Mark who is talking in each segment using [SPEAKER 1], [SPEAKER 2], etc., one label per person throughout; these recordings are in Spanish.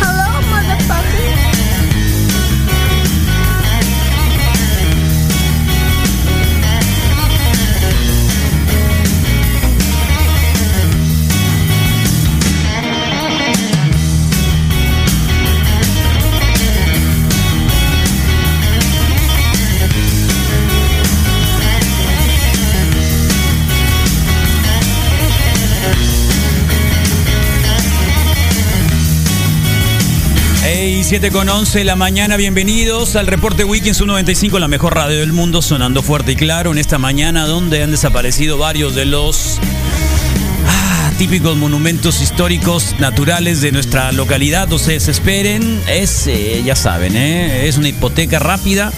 [SPEAKER 1] Hello, motherfucker.
[SPEAKER 2] Hey, 7 con 11 de la mañana, bienvenidos al Reporte Wiki en su 95, la mejor radio del mundo, sonando fuerte y claro en esta mañana donde han desaparecido varios de los ah, típicos monumentos históricos naturales de nuestra localidad. No se desesperen, es, eh, ya saben, eh, es una hipoteca rápida.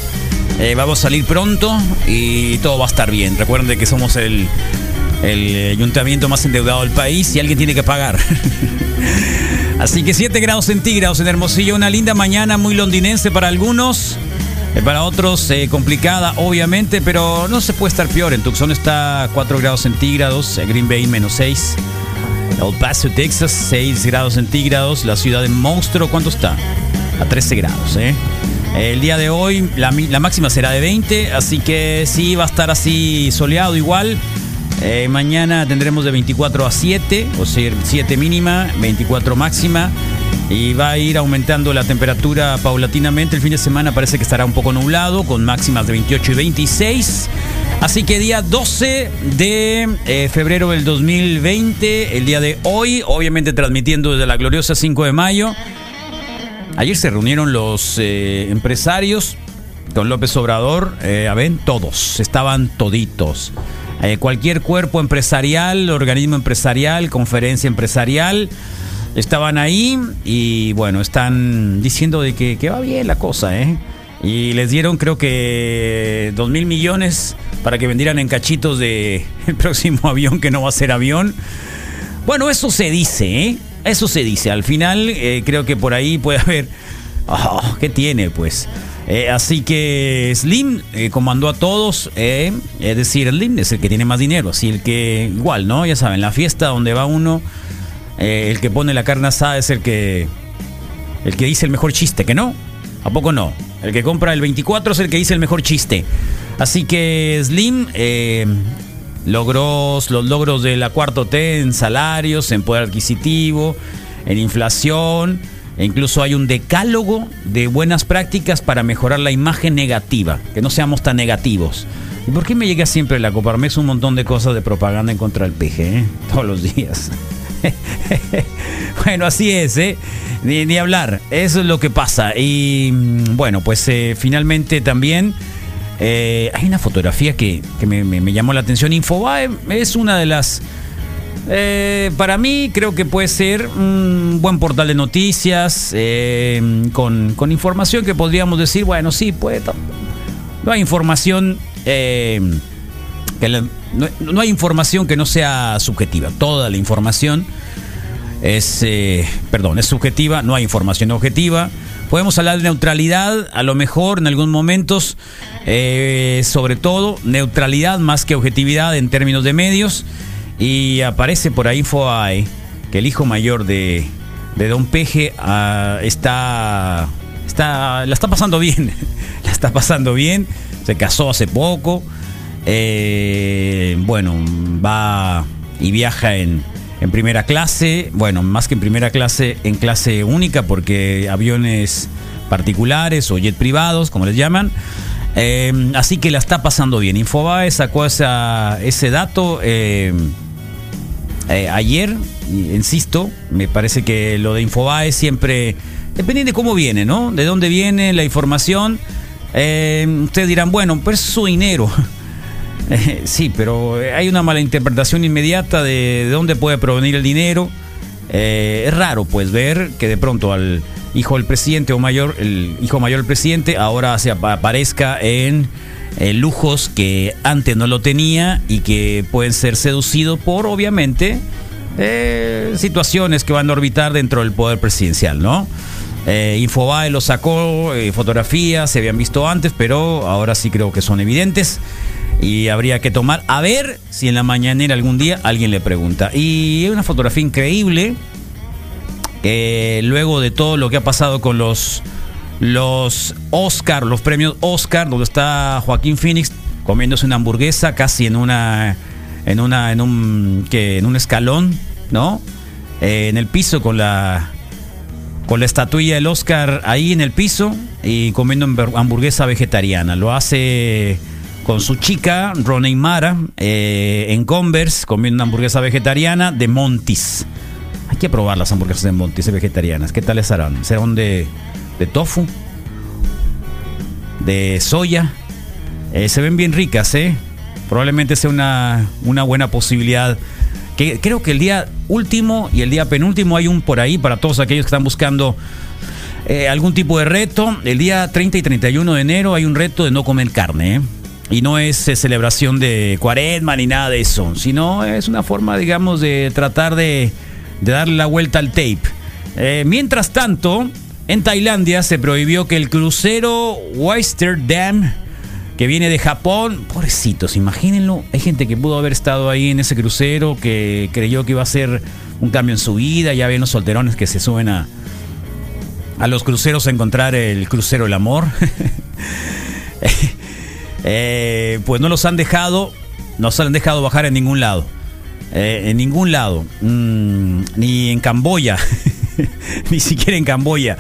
[SPEAKER 2] Eh, vamos a salir pronto y todo va a estar bien. Recuerden de que somos el, el eh, ayuntamiento más endeudado del país y alguien tiene que pagar. Así que 7 grados centígrados en Hermosillo, una linda mañana muy londinense para algunos, eh, para otros eh, complicada obviamente, pero no se puede estar peor. En Tucson está a 4 grados centígrados, eh, Green Bay menos 6, El Paso, Texas 6 grados centígrados, la ciudad de Monstruo, ¿cuánto está? A 13 grados, ¿eh? El día de hoy la, mi- la máxima será de 20, así que sí va a estar así soleado igual. Eh, mañana tendremos de 24 a 7, o sea, 7 mínima, 24 máxima. Y va a ir aumentando la temperatura paulatinamente. El fin de semana parece que estará un poco nublado, con máximas de 28 y 26. Así que día 12 de eh, febrero del 2020, el día de hoy, obviamente transmitiendo desde la gloriosa 5 de mayo. Ayer se reunieron los eh, empresarios con López Obrador, eh, a ver, todos, estaban toditos. Eh, cualquier cuerpo empresarial, organismo empresarial, conferencia empresarial, estaban ahí y bueno, están diciendo de que, que va bien la cosa, ¿eh? Y les dieron creo que dos mil millones para que vendieran en cachitos de el próximo avión que no va a ser avión. Bueno, eso se dice, ¿eh? Eso se dice. Al final eh, creo que por ahí puede haber... Oh, ¿Qué tiene, pues? Eh, así que Slim eh, comandó a todos, eh, es decir, Slim es el que tiene más dinero, así el que igual, ¿no? Ya saben, la fiesta donde va uno, eh, el que pone la carne asada es el que el que dice el mejor chiste, ¿que no? ¿A poco no? El que compra el 24 es el que dice el mejor chiste. Así que Slim eh, logró los logros de la cuarto T en salarios, en poder adquisitivo, en inflación. E incluso hay un decálogo de buenas prácticas para mejorar la imagen negativa, que no seamos tan negativos. ¿Y por qué me llega siempre la Coparmex un montón de cosas de propaganda en contra del PG? eh? Todos los días. bueno, así es, ¿eh? Ni, ni hablar. Eso es lo que pasa. Y mm, bueno, pues eh, finalmente también eh, hay una fotografía que, que me, me- me llamó la atención. Infobae es una de las... eh, para mí creo que puede ser un buen portal de noticias eh, con, con información que podríamos decir, bueno, sí, puede... to- No hay información... eh, que la- no, no hay información que no sea subjetiva. Toda la información es, eh, perdón, es subjetiva, no hay información objetiva. Podemos hablar de neutralidad, a lo mejor en algunos momentos, eh, sobre todo neutralidad más que objetividad en términos de medios. Y aparece por ahí Foae, que el hijo mayor de, de Don Peje ah, está, está, la está pasando bien, la está pasando bien, se casó hace poco, eh, bueno, va y viaja en, en primera clase. Bueno, más que en primera clase, en clase única, porque aviones particulares o jet privados, como les llaman. Eh, así que la está pasando bien. Infobae sacó esa- ese dato. eh, eh, ayer, y- insisto, me parece que lo de Infobae siempre, dependiendo de cómo viene, ¿no? De dónde viene la información, eh, ustedes dirán, bueno, pues es su dinero. Eh, sí, pero hay una mala interpretación inmediata de, de dónde puede provenir el dinero. Eh, es raro, pues, ver que de pronto al hijo del presidente o mayor, el hijo mayor del presidente, ahora se apa- aparezca en eh, lujos que antes no lo tenía y que pueden ser seducidos por, obviamente, eh, situaciones que van a orbitar dentro del poder presidencial, ¿no? Eh, Infobae lo sacó, eh, fotografías se habían visto antes, pero ahora sí creo que son evidentes. Y habría que tomar, a ver si en la mañanera algún día alguien le pregunta. Y es una fotografía increíble, que luego de todo lo que ha pasado con los, los Oscar, los premios Oscar, donde está Joaquín Phoenix comiéndose una hamburguesa casi en una en una en un que en un escalón, ¿no? Eh, en el piso con la con la estatuilla del Oscar ahí en el piso y comiendo hamber- hamburguesa vegetariana. Lo hace con su chica, Roney Mara, eh, en Converse, comiendo una hamburguesa vegetariana de Montis. Hay que probar las hamburguesas de Montis vegetarianas. ¿Qué tales harán? ¿Serán de, de tofu? ¿De soya? Eh, se ven bien ricas, ¿eh? Probablemente sea una, una buena posibilidad. Que, creo que el día último y el día penúltimo hay un por ahí para todos aquellos que están buscando eh, algún tipo de reto. El día 30 y 31 de enero hay un reto de no comer carne. ¿eh? Y no es eh, celebración de cuaresma ni nada de eso, sino es una forma, digamos, de tratar de, de darle la vuelta al tape. Eh, mientras tanto, en Tailandia se prohibió que el crucero Oyster Dam, que viene de Japón, pobrecitos, imagínenlo, hay gente que pudo haber estado ahí en ese crucero, que creyó que iba a ser un cambio en su vida, ya ven los solterones que se suben a, a los cruceros a encontrar el crucero del amor. Eh, pues no los han dejado, no se han dejado bajar en ningún lado. Eh, en ningún lado. Mm, ni en Camboya. ni siquiera en Camboya.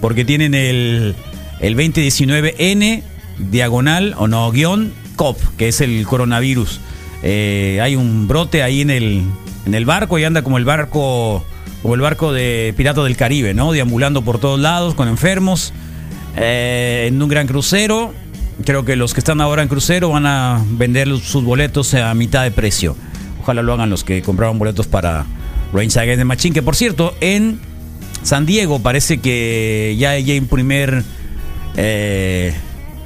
[SPEAKER 2] Porque tienen el, el 2019N diagonal o no guión COP, que es el coronavirus. Eh, hay un brote ahí en el, en el barco y anda como el barco como el barco de Pirata del Caribe, ¿no? Deambulando por todos lados con enfermos eh, en un gran crucero. Creo que los que están ahora en crucero van a vender los- sus boletos a mitad de precio. Ojalá lo hagan los que compraron boletos para Range Against de Machín, que por cierto, en San Diego parece que ya hay un primer. eh,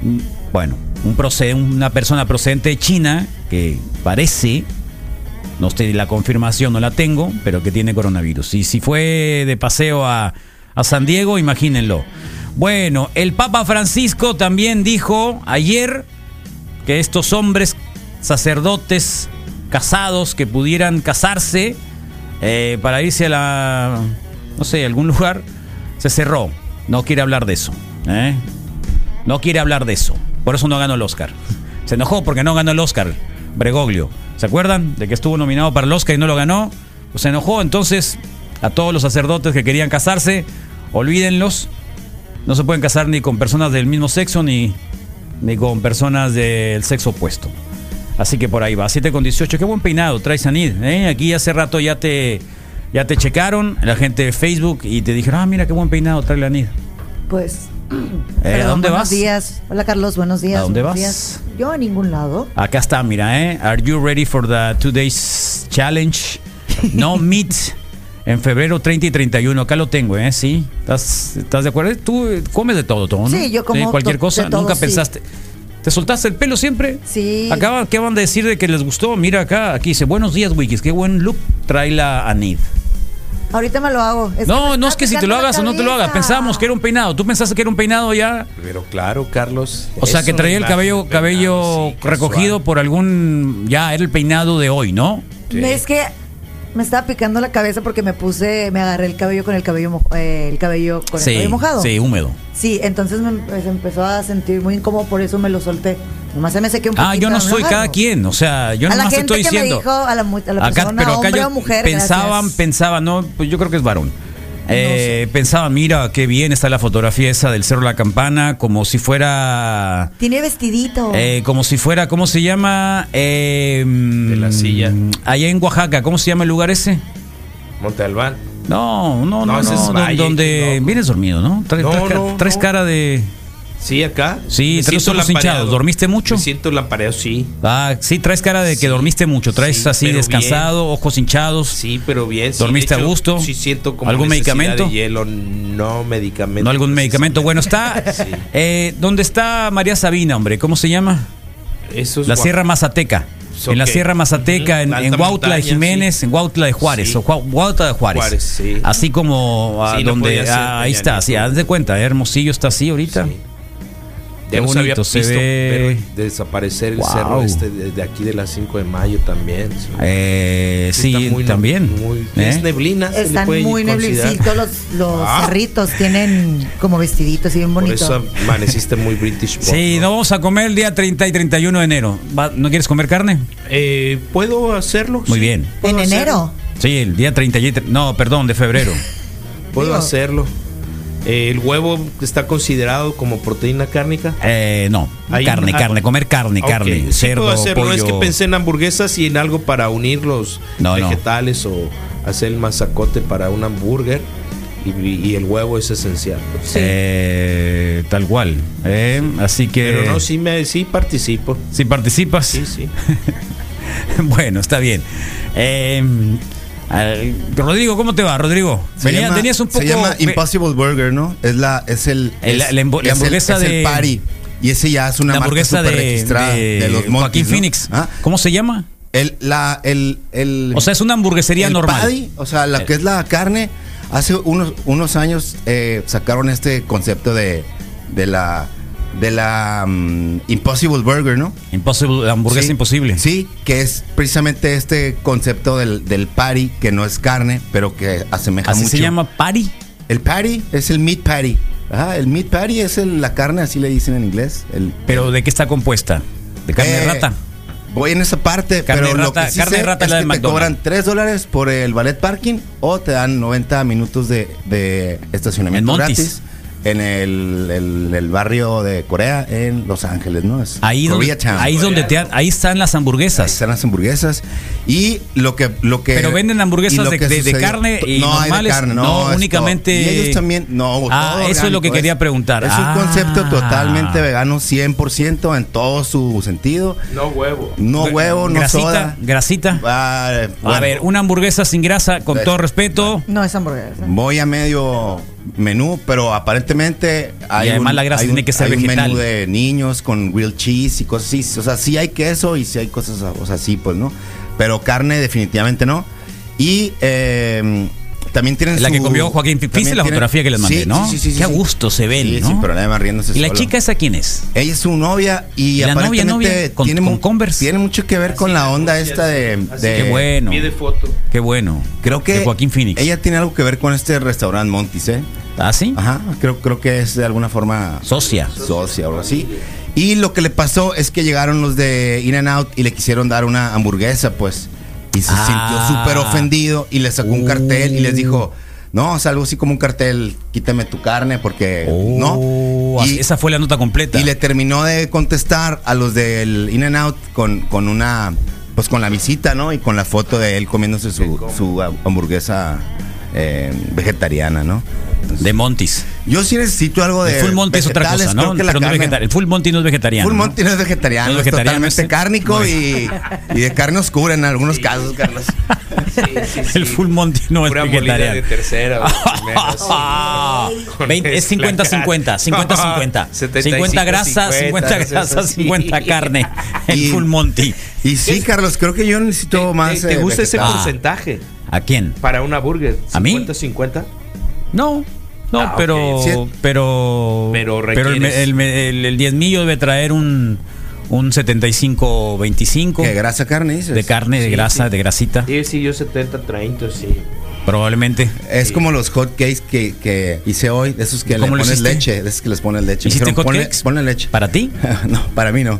[SPEAKER 2] mm, bueno, un proced- una persona procedente de China que parece no estoy la confirmación, no la tengo, pero que tiene coronavirus. Y si fue de paseo a, a San Diego, imagínenlo. Bueno, el Papa Francisco también dijo ayer que estos hombres sacerdotes casados que pudieran casarse eh, para irse a la, no sé, algún lugar, se cerró. No quiere hablar de eso. ¿eh? No quiere hablar de eso. Por eso no ganó el Oscar. Se enojó porque no ganó el Oscar. Bregoglio. ¿Se acuerdan? De que estuvo nominado para el Oscar y no lo ganó. Pues se enojó. Entonces, a todos los sacerdotes que querían casarse, olvídenlos. No se pueden casar ni con personas del mismo sexo ni, ni con personas del sexo opuesto. Así que por ahí va. 7 con 18. Qué buen peinado trae Sanid. ¿eh? Aquí hace rato ya te, ya te checaron la gente de Facebook y te dijeron, ah, mira qué buen peinado trae la Anid. ¿Eh?
[SPEAKER 3] Pues.
[SPEAKER 2] ¿a dónde
[SPEAKER 3] buenos
[SPEAKER 2] vas?
[SPEAKER 3] días. Hola Carlos, buenos días.
[SPEAKER 2] ¿A dónde
[SPEAKER 3] buenos
[SPEAKER 2] vas?
[SPEAKER 3] días. Yo a ningún lado.
[SPEAKER 2] Acá está, mira, ¿eh? Are you ready for the two days challenge? No meet en febrero 30 y 31. Acá lo tengo, ¿eh? Sí. ¿Estás, estás de acuerdo? Tú eh, comes de todo, todo, ¿no?
[SPEAKER 3] Sí, yo como
[SPEAKER 2] cualquier
[SPEAKER 3] to-
[SPEAKER 2] cosa.
[SPEAKER 3] de todo,
[SPEAKER 2] Nunca
[SPEAKER 3] sí.
[SPEAKER 2] pensaste. ¿Te soltaste el pelo siempre?
[SPEAKER 3] Sí.
[SPEAKER 2] Acaban, ¿Qué van a decir de que les gustó? Mira acá, aquí dice, buenos días, Wikis. Qué buen look trae la Anid.
[SPEAKER 3] Ahorita me lo hago. Es
[SPEAKER 2] No,
[SPEAKER 3] me
[SPEAKER 2] no
[SPEAKER 3] está
[SPEAKER 2] es que si te
[SPEAKER 3] picando
[SPEAKER 2] lo
[SPEAKER 3] la
[SPEAKER 2] hagas o no te lo hagas.
[SPEAKER 3] cabeza.
[SPEAKER 2] Pensábamos que era un peinado. ¿Tú pensaste que era un peinado ya?
[SPEAKER 4] Pero claro, Carlos.
[SPEAKER 2] O sea,
[SPEAKER 4] es
[SPEAKER 2] que
[SPEAKER 4] una
[SPEAKER 2] traía el
[SPEAKER 4] imagen
[SPEAKER 2] cabello,
[SPEAKER 4] de peinado,
[SPEAKER 2] cabello
[SPEAKER 4] sí, casual.
[SPEAKER 2] recogido por algún... Ya, era el peinado de hoy, ¿no?
[SPEAKER 4] Sí.
[SPEAKER 3] Es que me estaba picando la cabeza porque me puse, me agarré el cabello con el cabello, mo- eh, el cabello con el cabello mojado.
[SPEAKER 2] Sí, húmedo.
[SPEAKER 3] Sí, entonces me empe- se empezó a sentir muy incómodo, por eso me lo solté. Nomás se me sequé un poquito.
[SPEAKER 2] Ah, yo no
[SPEAKER 3] me lo
[SPEAKER 2] soy cada
[SPEAKER 3] agarro.
[SPEAKER 2] quien, o sea, yo
[SPEAKER 3] a la
[SPEAKER 2] nomás te
[SPEAKER 3] gente
[SPEAKER 2] estoy
[SPEAKER 3] que
[SPEAKER 2] diciendo.
[SPEAKER 3] me dijo, a la, mu- a la
[SPEAKER 2] acá,
[SPEAKER 3] persona,
[SPEAKER 2] pero acá
[SPEAKER 3] hombre
[SPEAKER 2] yo
[SPEAKER 3] o mujer,
[SPEAKER 2] pensaban,
[SPEAKER 3] gracias.
[SPEAKER 2] pensaban, no, pues yo creo que es varón. Eh, pensaba, mira, qué bien está la fotografía esa del Cerro La Campana, como si fuera...
[SPEAKER 3] Tiene vestidito.
[SPEAKER 2] eh, como si fuera, ¿cómo se llama? Eh, mm,
[SPEAKER 4] De la silla.
[SPEAKER 2] Allá en Oaxaca, ¿cómo se llama el lugar ese?
[SPEAKER 4] Monte Albán.
[SPEAKER 2] No, no, no,
[SPEAKER 4] No,
[SPEAKER 2] no,
[SPEAKER 4] ese es
[SPEAKER 2] don-
[SPEAKER 4] Valle,
[SPEAKER 2] donde
[SPEAKER 4] loco.
[SPEAKER 2] vienes dormido, ¿no? Tres,
[SPEAKER 4] No,
[SPEAKER 2] tres ca-
[SPEAKER 4] no,
[SPEAKER 2] tres
[SPEAKER 4] no.
[SPEAKER 2] cara de...
[SPEAKER 4] Sí, acá.
[SPEAKER 2] Sí,
[SPEAKER 4] Me
[SPEAKER 2] tenés
[SPEAKER 4] siento
[SPEAKER 2] ojos
[SPEAKER 4] lampareado.
[SPEAKER 2] hinchados. ¿Dormiste mucho?
[SPEAKER 4] Me siento lampareo, sí.
[SPEAKER 2] Ah, sí, traes cara de que dormiste mucho, traes
[SPEAKER 4] sí,
[SPEAKER 2] así
[SPEAKER 4] pero
[SPEAKER 2] descansado, ojos hinchados.
[SPEAKER 4] Sí, pero bien. sí,
[SPEAKER 2] ¿Dormiste
[SPEAKER 4] de
[SPEAKER 2] a gusto?
[SPEAKER 4] Sí, siento como
[SPEAKER 2] ¿Algún
[SPEAKER 4] necesidad
[SPEAKER 2] medicamento?
[SPEAKER 4] de hielo. No medicamento.
[SPEAKER 2] No algún medicamento. Bueno, está.
[SPEAKER 4] Sí.
[SPEAKER 2] eh, ¿Dónde está María Sabina, hombre? ¿Cómo se llama?
[SPEAKER 4] Eso es
[SPEAKER 2] La
[SPEAKER 4] guap-
[SPEAKER 2] Sierra Mazateca.
[SPEAKER 4] So-
[SPEAKER 2] En la
[SPEAKER 4] ok.
[SPEAKER 2] Sierra Mazateca,
[SPEAKER 4] Ujú.
[SPEAKER 2] en,
[SPEAKER 4] La
[SPEAKER 2] en
[SPEAKER 4] alta
[SPEAKER 2] Huautla de
[SPEAKER 4] montaña,
[SPEAKER 2] Jiménez,
[SPEAKER 4] sí.
[SPEAKER 2] en Huautla de Juárez,
[SPEAKER 4] Sí.
[SPEAKER 2] o Hua- Huautla de Juárez.
[SPEAKER 4] Juárez, sí.
[SPEAKER 2] Así como ah,
[SPEAKER 4] Sí, no
[SPEAKER 2] donde.
[SPEAKER 4] podía ser,
[SPEAKER 2] ah, ahí
[SPEAKER 4] Peña
[SPEAKER 2] está, sí,
[SPEAKER 4] Nieto.
[SPEAKER 2] haz de cuenta, eh, Hermosillo está así ahorita.
[SPEAKER 4] Sí.
[SPEAKER 2] Qué
[SPEAKER 4] Ya nos había
[SPEAKER 2] bonito, se
[SPEAKER 4] visto,
[SPEAKER 2] ve.
[SPEAKER 4] pero desaparecer
[SPEAKER 2] Wow.
[SPEAKER 4] el cerro este de, de aquí de las 5 de mayo también. sí.
[SPEAKER 2] Eh, sí,
[SPEAKER 4] Está muy-
[SPEAKER 2] también.
[SPEAKER 4] muy-
[SPEAKER 2] ¿eh?
[SPEAKER 4] Es neblina. se le
[SPEAKER 3] Están
[SPEAKER 4] puede
[SPEAKER 3] muy
[SPEAKER 4] considerar.
[SPEAKER 3] neblicitos los, los
[SPEAKER 4] Ah.
[SPEAKER 3] cerritos, tienen como vestiditos y bien
[SPEAKER 4] Por
[SPEAKER 3] bonitos.
[SPEAKER 4] eso amaneciste muy British. Pop,
[SPEAKER 2] Sí, no vamos a comer el día 30 y 31 de enero. Va- ¿No quieres comer carne?
[SPEAKER 4] Eh, ¿Puedo hacerlo?
[SPEAKER 2] Muy
[SPEAKER 4] Sí,
[SPEAKER 2] bien.
[SPEAKER 4] puedo
[SPEAKER 3] ¿En
[SPEAKER 4] hacerlo.
[SPEAKER 3] enero?
[SPEAKER 2] Sí, el día 30 y... tre- No, perdón, de febrero.
[SPEAKER 4] Puedo
[SPEAKER 3] Digo-
[SPEAKER 4] hacerlo. Eh, el huevo está considerado como proteína cárnica.
[SPEAKER 2] Eh, no,
[SPEAKER 4] Hay
[SPEAKER 2] carne,
[SPEAKER 4] una-
[SPEAKER 2] carne, comer carne,
[SPEAKER 4] ah, Ok,
[SPEAKER 2] carne,
[SPEAKER 4] sí
[SPEAKER 2] cerdo,
[SPEAKER 4] puedo hacerlo.
[SPEAKER 2] pollo.
[SPEAKER 4] Es que pensé en hamburguesas y en algo para unir los
[SPEAKER 2] No, no.
[SPEAKER 4] vegetales o hacer el mazacote para un hamburguer. Y, y el huevo es esencial.
[SPEAKER 2] Eh, tal cual. eh, Así que...
[SPEAKER 4] Pero no, sí, me, sí participo.
[SPEAKER 2] Si participas,
[SPEAKER 4] Sí, sí.
[SPEAKER 2] bueno, está bien. Eh, al- Rodrigo, ¿cómo te va, Rodrigo?
[SPEAKER 5] Se
[SPEAKER 2] Venía-
[SPEAKER 5] llama-
[SPEAKER 2] tenías un poco...
[SPEAKER 5] Se llama
[SPEAKER 2] ve-
[SPEAKER 5] Impossible Burger, ¿no? Es la es el
[SPEAKER 2] El-
[SPEAKER 5] es-
[SPEAKER 2] la embo- la
[SPEAKER 5] es el-
[SPEAKER 2] hamburguesa
[SPEAKER 5] es el
[SPEAKER 2] de-
[SPEAKER 5] party. Y ese ya es una
[SPEAKER 2] la
[SPEAKER 5] marca
[SPEAKER 2] hamburguesa de,
[SPEAKER 5] súper registrada
[SPEAKER 2] de
[SPEAKER 5] de los Monkeys,
[SPEAKER 2] Joaquín
[SPEAKER 5] ¿no?
[SPEAKER 2] Phoenix.
[SPEAKER 5] ¿Ah?
[SPEAKER 2] ¿Cómo se llama?
[SPEAKER 5] El la el el
[SPEAKER 2] O sea, es una hamburguesería
[SPEAKER 5] el
[SPEAKER 2] normal. Eh.
[SPEAKER 5] patty, o sea, la que es la carne hace unos unos años eh, sacaron este concepto de de la de la mm, Impossible Burger, ¿no?
[SPEAKER 2] Impossible, la hamburguesa
[SPEAKER 5] Sí,
[SPEAKER 2] imposible.
[SPEAKER 5] Sí, que es precisamente este concepto del, del patty, que no es carne, pero que asemeja
[SPEAKER 2] Así
[SPEAKER 5] mucho.
[SPEAKER 2] se llama Pari.
[SPEAKER 5] El patty es el meat patty. Ajá, el meat patty es el- la carne, así le dicen en inglés. El,
[SPEAKER 2] ¿Pero de qué está compuesta? ¿De carne de
[SPEAKER 5] Eh,
[SPEAKER 2] rata?
[SPEAKER 5] Voy en esa parte,
[SPEAKER 2] Carne de
[SPEAKER 5] pero lo
[SPEAKER 2] rata-
[SPEAKER 5] que sí
[SPEAKER 2] carne de
[SPEAKER 5] sé
[SPEAKER 2] rata
[SPEAKER 5] es
[SPEAKER 2] la
[SPEAKER 5] que
[SPEAKER 2] de
[SPEAKER 5] te
[SPEAKER 2] McDonald's.
[SPEAKER 5] cobran 3 dólares por el ballet parking o te dan 90 minutos de, de estacionamiento
[SPEAKER 2] En Montis.
[SPEAKER 5] gratis en el, el- el barrio de Corea, en Los Ángeles, ¿no? Es
[SPEAKER 2] Ahí donde,
[SPEAKER 5] Koreatown.
[SPEAKER 2] ahí donde te, ahí están las
[SPEAKER 5] Ahí
[SPEAKER 2] hamburguesas.
[SPEAKER 5] están las hamburguesas y lo que lo que
[SPEAKER 2] Pero venden hamburguesas
[SPEAKER 5] y lo
[SPEAKER 2] de-
[SPEAKER 5] que
[SPEAKER 2] de- de
[SPEAKER 5] sucedió-
[SPEAKER 2] carne y
[SPEAKER 5] no, hay de
[SPEAKER 2] normales,
[SPEAKER 5] carne, no,
[SPEAKER 2] no,
[SPEAKER 5] es todo.
[SPEAKER 2] únicamente-
[SPEAKER 5] y ellos también no
[SPEAKER 2] Ah,
[SPEAKER 5] todo
[SPEAKER 2] eso es lo que quería preguntar.
[SPEAKER 5] es
[SPEAKER 2] Ah.
[SPEAKER 5] un concepto totalmente vegano 100% en todo su sentido
[SPEAKER 4] No huevo.
[SPEAKER 5] no huevo no
[SPEAKER 2] grasita,
[SPEAKER 5] soda
[SPEAKER 2] grasita.
[SPEAKER 5] Ah, eh,
[SPEAKER 2] a
[SPEAKER 5] bueno, Pues,
[SPEAKER 2] ver, una hamburguesa sin grasa, con
[SPEAKER 5] Es-
[SPEAKER 2] todo respeto.
[SPEAKER 3] No es hamburguesa.
[SPEAKER 5] voy a medio menú pero aparentemente hay
[SPEAKER 2] además la grasa
[SPEAKER 5] hay
[SPEAKER 2] tiene que ser
[SPEAKER 5] hay un
[SPEAKER 2] vegetal.
[SPEAKER 5] menú de niños con grilled cheese y cosas así o sea sí hay queso y sí hay cosas o sea sí pues no pero carne definitivamente no y eh, también tienen
[SPEAKER 2] La que
[SPEAKER 5] su-
[SPEAKER 2] comió Joaquín. Viste
[SPEAKER 5] también
[SPEAKER 2] la
[SPEAKER 5] tienen-
[SPEAKER 2] fotografía que les mandé,
[SPEAKER 5] Sí,
[SPEAKER 2] ¿no?
[SPEAKER 5] sí, sí, sí,
[SPEAKER 2] Qué a
[SPEAKER 5] sí.
[SPEAKER 2] gusto se ven,
[SPEAKER 5] Sí,
[SPEAKER 2] ¿no?
[SPEAKER 5] sin problema riéndose
[SPEAKER 2] ¿Y la
[SPEAKER 5] solo.
[SPEAKER 2] chica esa quién es?
[SPEAKER 5] Ella es su novia y
[SPEAKER 2] ¿Y la novia,
[SPEAKER 5] aparentemente
[SPEAKER 2] novia? Con-
[SPEAKER 5] tiene,
[SPEAKER 2] con
[SPEAKER 5] mu-
[SPEAKER 2] Converse.
[SPEAKER 5] tiene mucho que ver con la onda esta de, de-
[SPEAKER 2] Qué bueno.
[SPEAKER 4] Pie de foto.
[SPEAKER 2] Qué bueno.
[SPEAKER 5] Creo que
[SPEAKER 2] De Joaquín Phoenix.
[SPEAKER 5] Ella tiene algo que ver con este restaurante Montis, ¿eh?
[SPEAKER 2] ¿Ah, sí?
[SPEAKER 5] Ajá, creo, creo que es de alguna forma
[SPEAKER 2] Socia.
[SPEAKER 5] socia o algo así. Y lo que le pasó es que llegaron los de In and Out y le quisieron dar una hamburguesa, pues. Y se
[SPEAKER 2] Ah.
[SPEAKER 5] sintió súper ofendido y le sacó un
[SPEAKER 2] Uh.
[SPEAKER 5] cartel y les dijo, no, o sea, algo así como un cartel, quítame tu carne porque
[SPEAKER 2] Oh,
[SPEAKER 5] no. Y,
[SPEAKER 2] esa fue la nota completa.
[SPEAKER 5] y le terminó de contestar a los del In and Out con, con una, pues con la visita, ¿no? Y con la foto de él comiéndose su, su hamburguesa eh, vegetariana, ¿no?
[SPEAKER 2] de Montis.
[SPEAKER 5] Yo sí necesito algo de.
[SPEAKER 2] el full Monty es otra
[SPEAKER 5] vegetales,
[SPEAKER 2] cosa,
[SPEAKER 5] creo
[SPEAKER 2] ¿no?
[SPEAKER 5] que la
[SPEAKER 2] Pero no es
[SPEAKER 5] carne-
[SPEAKER 2] vegetar- el full Monty no es vegetariano.
[SPEAKER 5] Full
[SPEAKER 2] ¿no?
[SPEAKER 5] Monty no es vegetariano,
[SPEAKER 2] No es
[SPEAKER 5] es
[SPEAKER 2] vegetariano,
[SPEAKER 5] totalmente
[SPEAKER 2] es-
[SPEAKER 5] cárnico y, y de carne oscura en algunos casos, Carlos.
[SPEAKER 2] El full Monty no es
[SPEAKER 4] Pura molida
[SPEAKER 2] vegetariano.
[SPEAKER 4] de tercera o primera, sí.
[SPEAKER 2] Ah,
[SPEAKER 4] Con
[SPEAKER 2] 20, es
[SPEAKER 4] mezcla.
[SPEAKER 2] 50-50, 50-50. 50 grasa, 50 grasa,
[SPEAKER 4] eso sí.
[SPEAKER 2] 50 carne. El
[SPEAKER 5] Y-
[SPEAKER 2] full Monty.
[SPEAKER 5] Y sí, Carlos, creo que yo
[SPEAKER 4] ¿Te,
[SPEAKER 5] necesito más.
[SPEAKER 4] te- te
[SPEAKER 5] eh,
[SPEAKER 4] gusta ese
[SPEAKER 5] vegetal.
[SPEAKER 4] porcentaje
[SPEAKER 2] ¿A quién?
[SPEAKER 4] para una burger?
[SPEAKER 2] ¿A mí?
[SPEAKER 4] 50-50.
[SPEAKER 2] No, no,
[SPEAKER 4] Ah, ok.
[SPEAKER 2] pero,
[SPEAKER 5] Sí.
[SPEAKER 2] pero,
[SPEAKER 4] Pero
[SPEAKER 2] el,
[SPEAKER 4] requieres-
[SPEAKER 2] me- el, me- el- el diezmillo debe traer un, un 75-25
[SPEAKER 5] ¿Qué grasa carne dices?
[SPEAKER 2] de carne, de
[SPEAKER 4] Sí,
[SPEAKER 2] grasa,
[SPEAKER 4] sí.
[SPEAKER 2] de grasita,
[SPEAKER 4] Sí, sí, yo 70-30, sí.
[SPEAKER 2] probablemente.
[SPEAKER 5] Es
[SPEAKER 4] Sí.
[SPEAKER 5] como los hot cakes que, que hice hoy, de esos que le
[SPEAKER 2] ¿Cómo lo
[SPEAKER 5] pones
[SPEAKER 2] hiciste?
[SPEAKER 5] leche, de esos que les pones leche. Me
[SPEAKER 2] ¿Hiciste
[SPEAKER 5] dijeron,
[SPEAKER 2] hot
[SPEAKER 5] ponle,
[SPEAKER 2] cakes?
[SPEAKER 5] ponle leche.
[SPEAKER 2] ¿Para ti?
[SPEAKER 5] no, para mí no.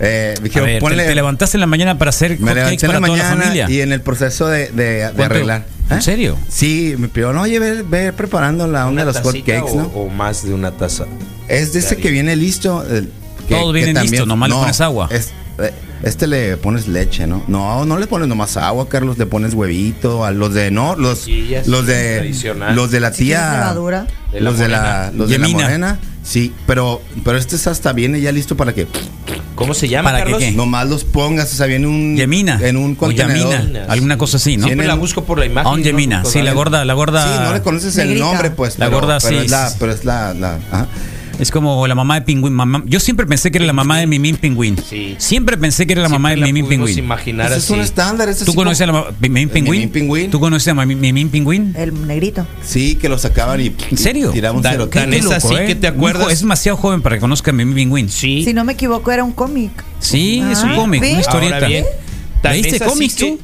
[SPEAKER 5] Eh, me
[SPEAKER 2] A
[SPEAKER 5] dijeron,
[SPEAKER 2] ver, te-
[SPEAKER 5] ponle.
[SPEAKER 2] te, levantaste en la mañana para hacer
[SPEAKER 5] me
[SPEAKER 2] hotcakes
[SPEAKER 5] levanté en
[SPEAKER 2] para
[SPEAKER 5] la
[SPEAKER 2] toda la
[SPEAKER 5] mañana
[SPEAKER 2] familia.
[SPEAKER 5] y en el proceso de, de- de
[SPEAKER 2] ¿Cuánto-
[SPEAKER 5] arreglar. ¿Eh?
[SPEAKER 2] ¿En serio?
[SPEAKER 5] Sí, me pidieron, oye, ve, ve preparando la, una, de las hot
[SPEAKER 4] tacita
[SPEAKER 5] cakes,
[SPEAKER 4] o,
[SPEAKER 5] ¿no?
[SPEAKER 4] o más de una taza.
[SPEAKER 5] Es de este que viene listo. el- que-
[SPEAKER 2] Todo
[SPEAKER 5] que
[SPEAKER 2] viene listo, nomás le pones agua.
[SPEAKER 5] es- eh, este le pones leche, ¿no? No, no le pones nomás agua, Carlos, le pones huevito, a los de no, los
[SPEAKER 4] Y ya es
[SPEAKER 5] los de
[SPEAKER 4] tradicional.
[SPEAKER 5] los de la
[SPEAKER 3] Si quieres
[SPEAKER 5] tía
[SPEAKER 3] levadura.
[SPEAKER 4] De la
[SPEAKER 5] los de la
[SPEAKER 4] morena.
[SPEAKER 5] los de la
[SPEAKER 2] Yemina.
[SPEAKER 5] morena. Sí, pero pero este es hasta viene ya listo para que
[SPEAKER 4] ¿Cómo se llama,
[SPEAKER 2] ¿Para qué
[SPEAKER 4] Carlos?
[SPEAKER 2] qué?
[SPEAKER 5] nomás los pongas, o sea, viene un
[SPEAKER 2] Yemina.
[SPEAKER 5] en un
[SPEAKER 2] O
[SPEAKER 5] contenedor.
[SPEAKER 2] Yamina, alguna cosa así, ¿no?
[SPEAKER 5] Sí, en
[SPEAKER 4] Siempre
[SPEAKER 5] el-
[SPEAKER 4] la busco por la imagen.
[SPEAKER 2] On
[SPEAKER 4] ¿no?
[SPEAKER 2] Yemina,
[SPEAKER 4] Porque
[SPEAKER 2] sí, la
[SPEAKER 4] vale.
[SPEAKER 2] gorda, la gorda.
[SPEAKER 5] Sí, no le conoces el
[SPEAKER 3] Negrita.
[SPEAKER 5] nombre, pues.
[SPEAKER 2] La
[SPEAKER 5] pero-
[SPEAKER 2] gorda,
[SPEAKER 5] pero
[SPEAKER 2] sí,
[SPEAKER 5] Es
[SPEAKER 2] sí,
[SPEAKER 5] la,
[SPEAKER 2] sí.
[SPEAKER 5] pero es la, la- ajá.
[SPEAKER 2] Es como la mamá de Pingüín. mamá- Yo siempre pensé que era la mamá de Mimín Pingüín.
[SPEAKER 4] Sí.
[SPEAKER 2] Siempre pensé que era la mamá
[SPEAKER 4] Siempre
[SPEAKER 2] de Mimín
[SPEAKER 4] pudimos
[SPEAKER 2] Pingüín.
[SPEAKER 4] imaginar
[SPEAKER 5] Ese es un
[SPEAKER 4] así.
[SPEAKER 5] estándar. ese es
[SPEAKER 2] ¿Tú
[SPEAKER 5] así como-
[SPEAKER 2] conoces a la mamá Mimín Pingüín?
[SPEAKER 5] Mimín Pingüín.
[SPEAKER 2] ¿Tú conoces a Mami- Mimín Pingüín?
[SPEAKER 3] El negrito.
[SPEAKER 5] Sí, que lo sacaban y
[SPEAKER 2] ¿En serio?
[SPEAKER 5] tiraban
[SPEAKER 2] Da-
[SPEAKER 5] cero.
[SPEAKER 2] qué
[SPEAKER 4] es así que te
[SPEAKER 2] Un
[SPEAKER 4] acuerdas.
[SPEAKER 2] jo- Es demasiado joven para que conozca a Mimín Pingüín.
[SPEAKER 4] Sí.
[SPEAKER 3] Si no me equivoco, era un cómic.
[SPEAKER 2] Sí,
[SPEAKER 3] Ah,
[SPEAKER 2] es un cómic,
[SPEAKER 3] ¿ves?
[SPEAKER 2] una historieta.
[SPEAKER 4] Ahora bien, tal
[SPEAKER 2] ¿Leíste
[SPEAKER 4] vez así
[SPEAKER 2] cómics
[SPEAKER 4] que-
[SPEAKER 2] tú?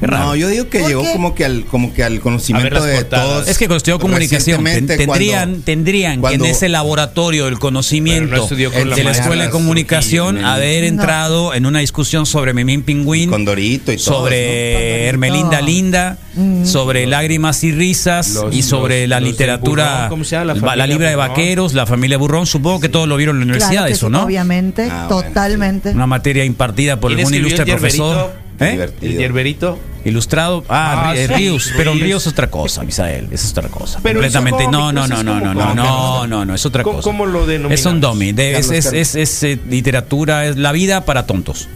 [SPEAKER 5] No, yo digo que
[SPEAKER 3] ¿Por
[SPEAKER 5] llegó
[SPEAKER 3] qué?
[SPEAKER 5] como que al como que al
[SPEAKER 4] A
[SPEAKER 5] conocimiento
[SPEAKER 4] ver las
[SPEAKER 5] de
[SPEAKER 4] portadas.
[SPEAKER 5] todos.
[SPEAKER 2] Es que estudió comunicación. Ten-
[SPEAKER 5] pues, recientemente,
[SPEAKER 2] tendrían
[SPEAKER 5] cuando-
[SPEAKER 2] tendrían
[SPEAKER 5] cuando-
[SPEAKER 2] que en ese laboratorio del conocimiento
[SPEAKER 4] Pero no estudió con
[SPEAKER 2] el
[SPEAKER 4] la
[SPEAKER 2] de la
[SPEAKER 4] maestra
[SPEAKER 2] escuela de comunicación
[SPEAKER 5] Trujillo,
[SPEAKER 2] haber
[SPEAKER 3] No.
[SPEAKER 2] entrado en una discusión sobre Mimín Pingüín,
[SPEAKER 5] con Dorito y todo.
[SPEAKER 2] sobre
[SPEAKER 3] ¿no? Con
[SPEAKER 2] Hermelinda
[SPEAKER 3] Dorito.
[SPEAKER 2] Linda, sobre Lágrimas y Risas
[SPEAKER 4] Mm. Los-
[SPEAKER 2] y sobre
[SPEAKER 4] los-
[SPEAKER 2] la
[SPEAKER 4] los del
[SPEAKER 2] literatura,
[SPEAKER 4] Burrón, ¿cómo se llama? La
[SPEAKER 2] va- la,
[SPEAKER 4] familia
[SPEAKER 2] libra de
[SPEAKER 4] Burrón.
[SPEAKER 2] vaqueros, la familia Burrón. Supongo que todos lo vieron en la universidad,
[SPEAKER 3] Claro que
[SPEAKER 2] eso,
[SPEAKER 3] sí,
[SPEAKER 2] ¿no?
[SPEAKER 3] Obviamente,
[SPEAKER 5] Ah, bueno,
[SPEAKER 3] totalmente.
[SPEAKER 2] Una materia impartida por
[SPEAKER 4] ¿Quién
[SPEAKER 2] algún
[SPEAKER 4] escribió
[SPEAKER 2] ilustre
[SPEAKER 4] el
[SPEAKER 2] profesor.
[SPEAKER 4] Yerberito?
[SPEAKER 2] ¿Eh?
[SPEAKER 4] El hierberito.
[SPEAKER 2] Ilustrado. Ah,
[SPEAKER 4] Ah,
[SPEAKER 2] Ri- eh,
[SPEAKER 4] sí,
[SPEAKER 2] Ríos. Pero
[SPEAKER 4] Ríos.
[SPEAKER 2] Ríos es otra cosa, Misael. Es otra cosa.
[SPEAKER 4] Pero
[SPEAKER 2] Completamente.
[SPEAKER 4] eso es
[SPEAKER 2] No,
[SPEAKER 4] cómico,
[SPEAKER 2] no,
[SPEAKER 4] eso
[SPEAKER 2] no,
[SPEAKER 4] es
[SPEAKER 2] no, no,
[SPEAKER 4] como
[SPEAKER 2] no,
[SPEAKER 4] cómico.
[SPEAKER 2] no, no, no, es otra
[SPEAKER 4] ¿Cómo-
[SPEAKER 2] cosa.
[SPEAKER 4] cómo lo denominas?
[SPEAKER 2] Es un dummy. de- es,
[SPEAKER 5] Carlos,
[SPEAKER 2] es,
[SPEAKER 5] Carlos.
[SPEAKER 2] es, es, eh, literatura, es la vida para tontos.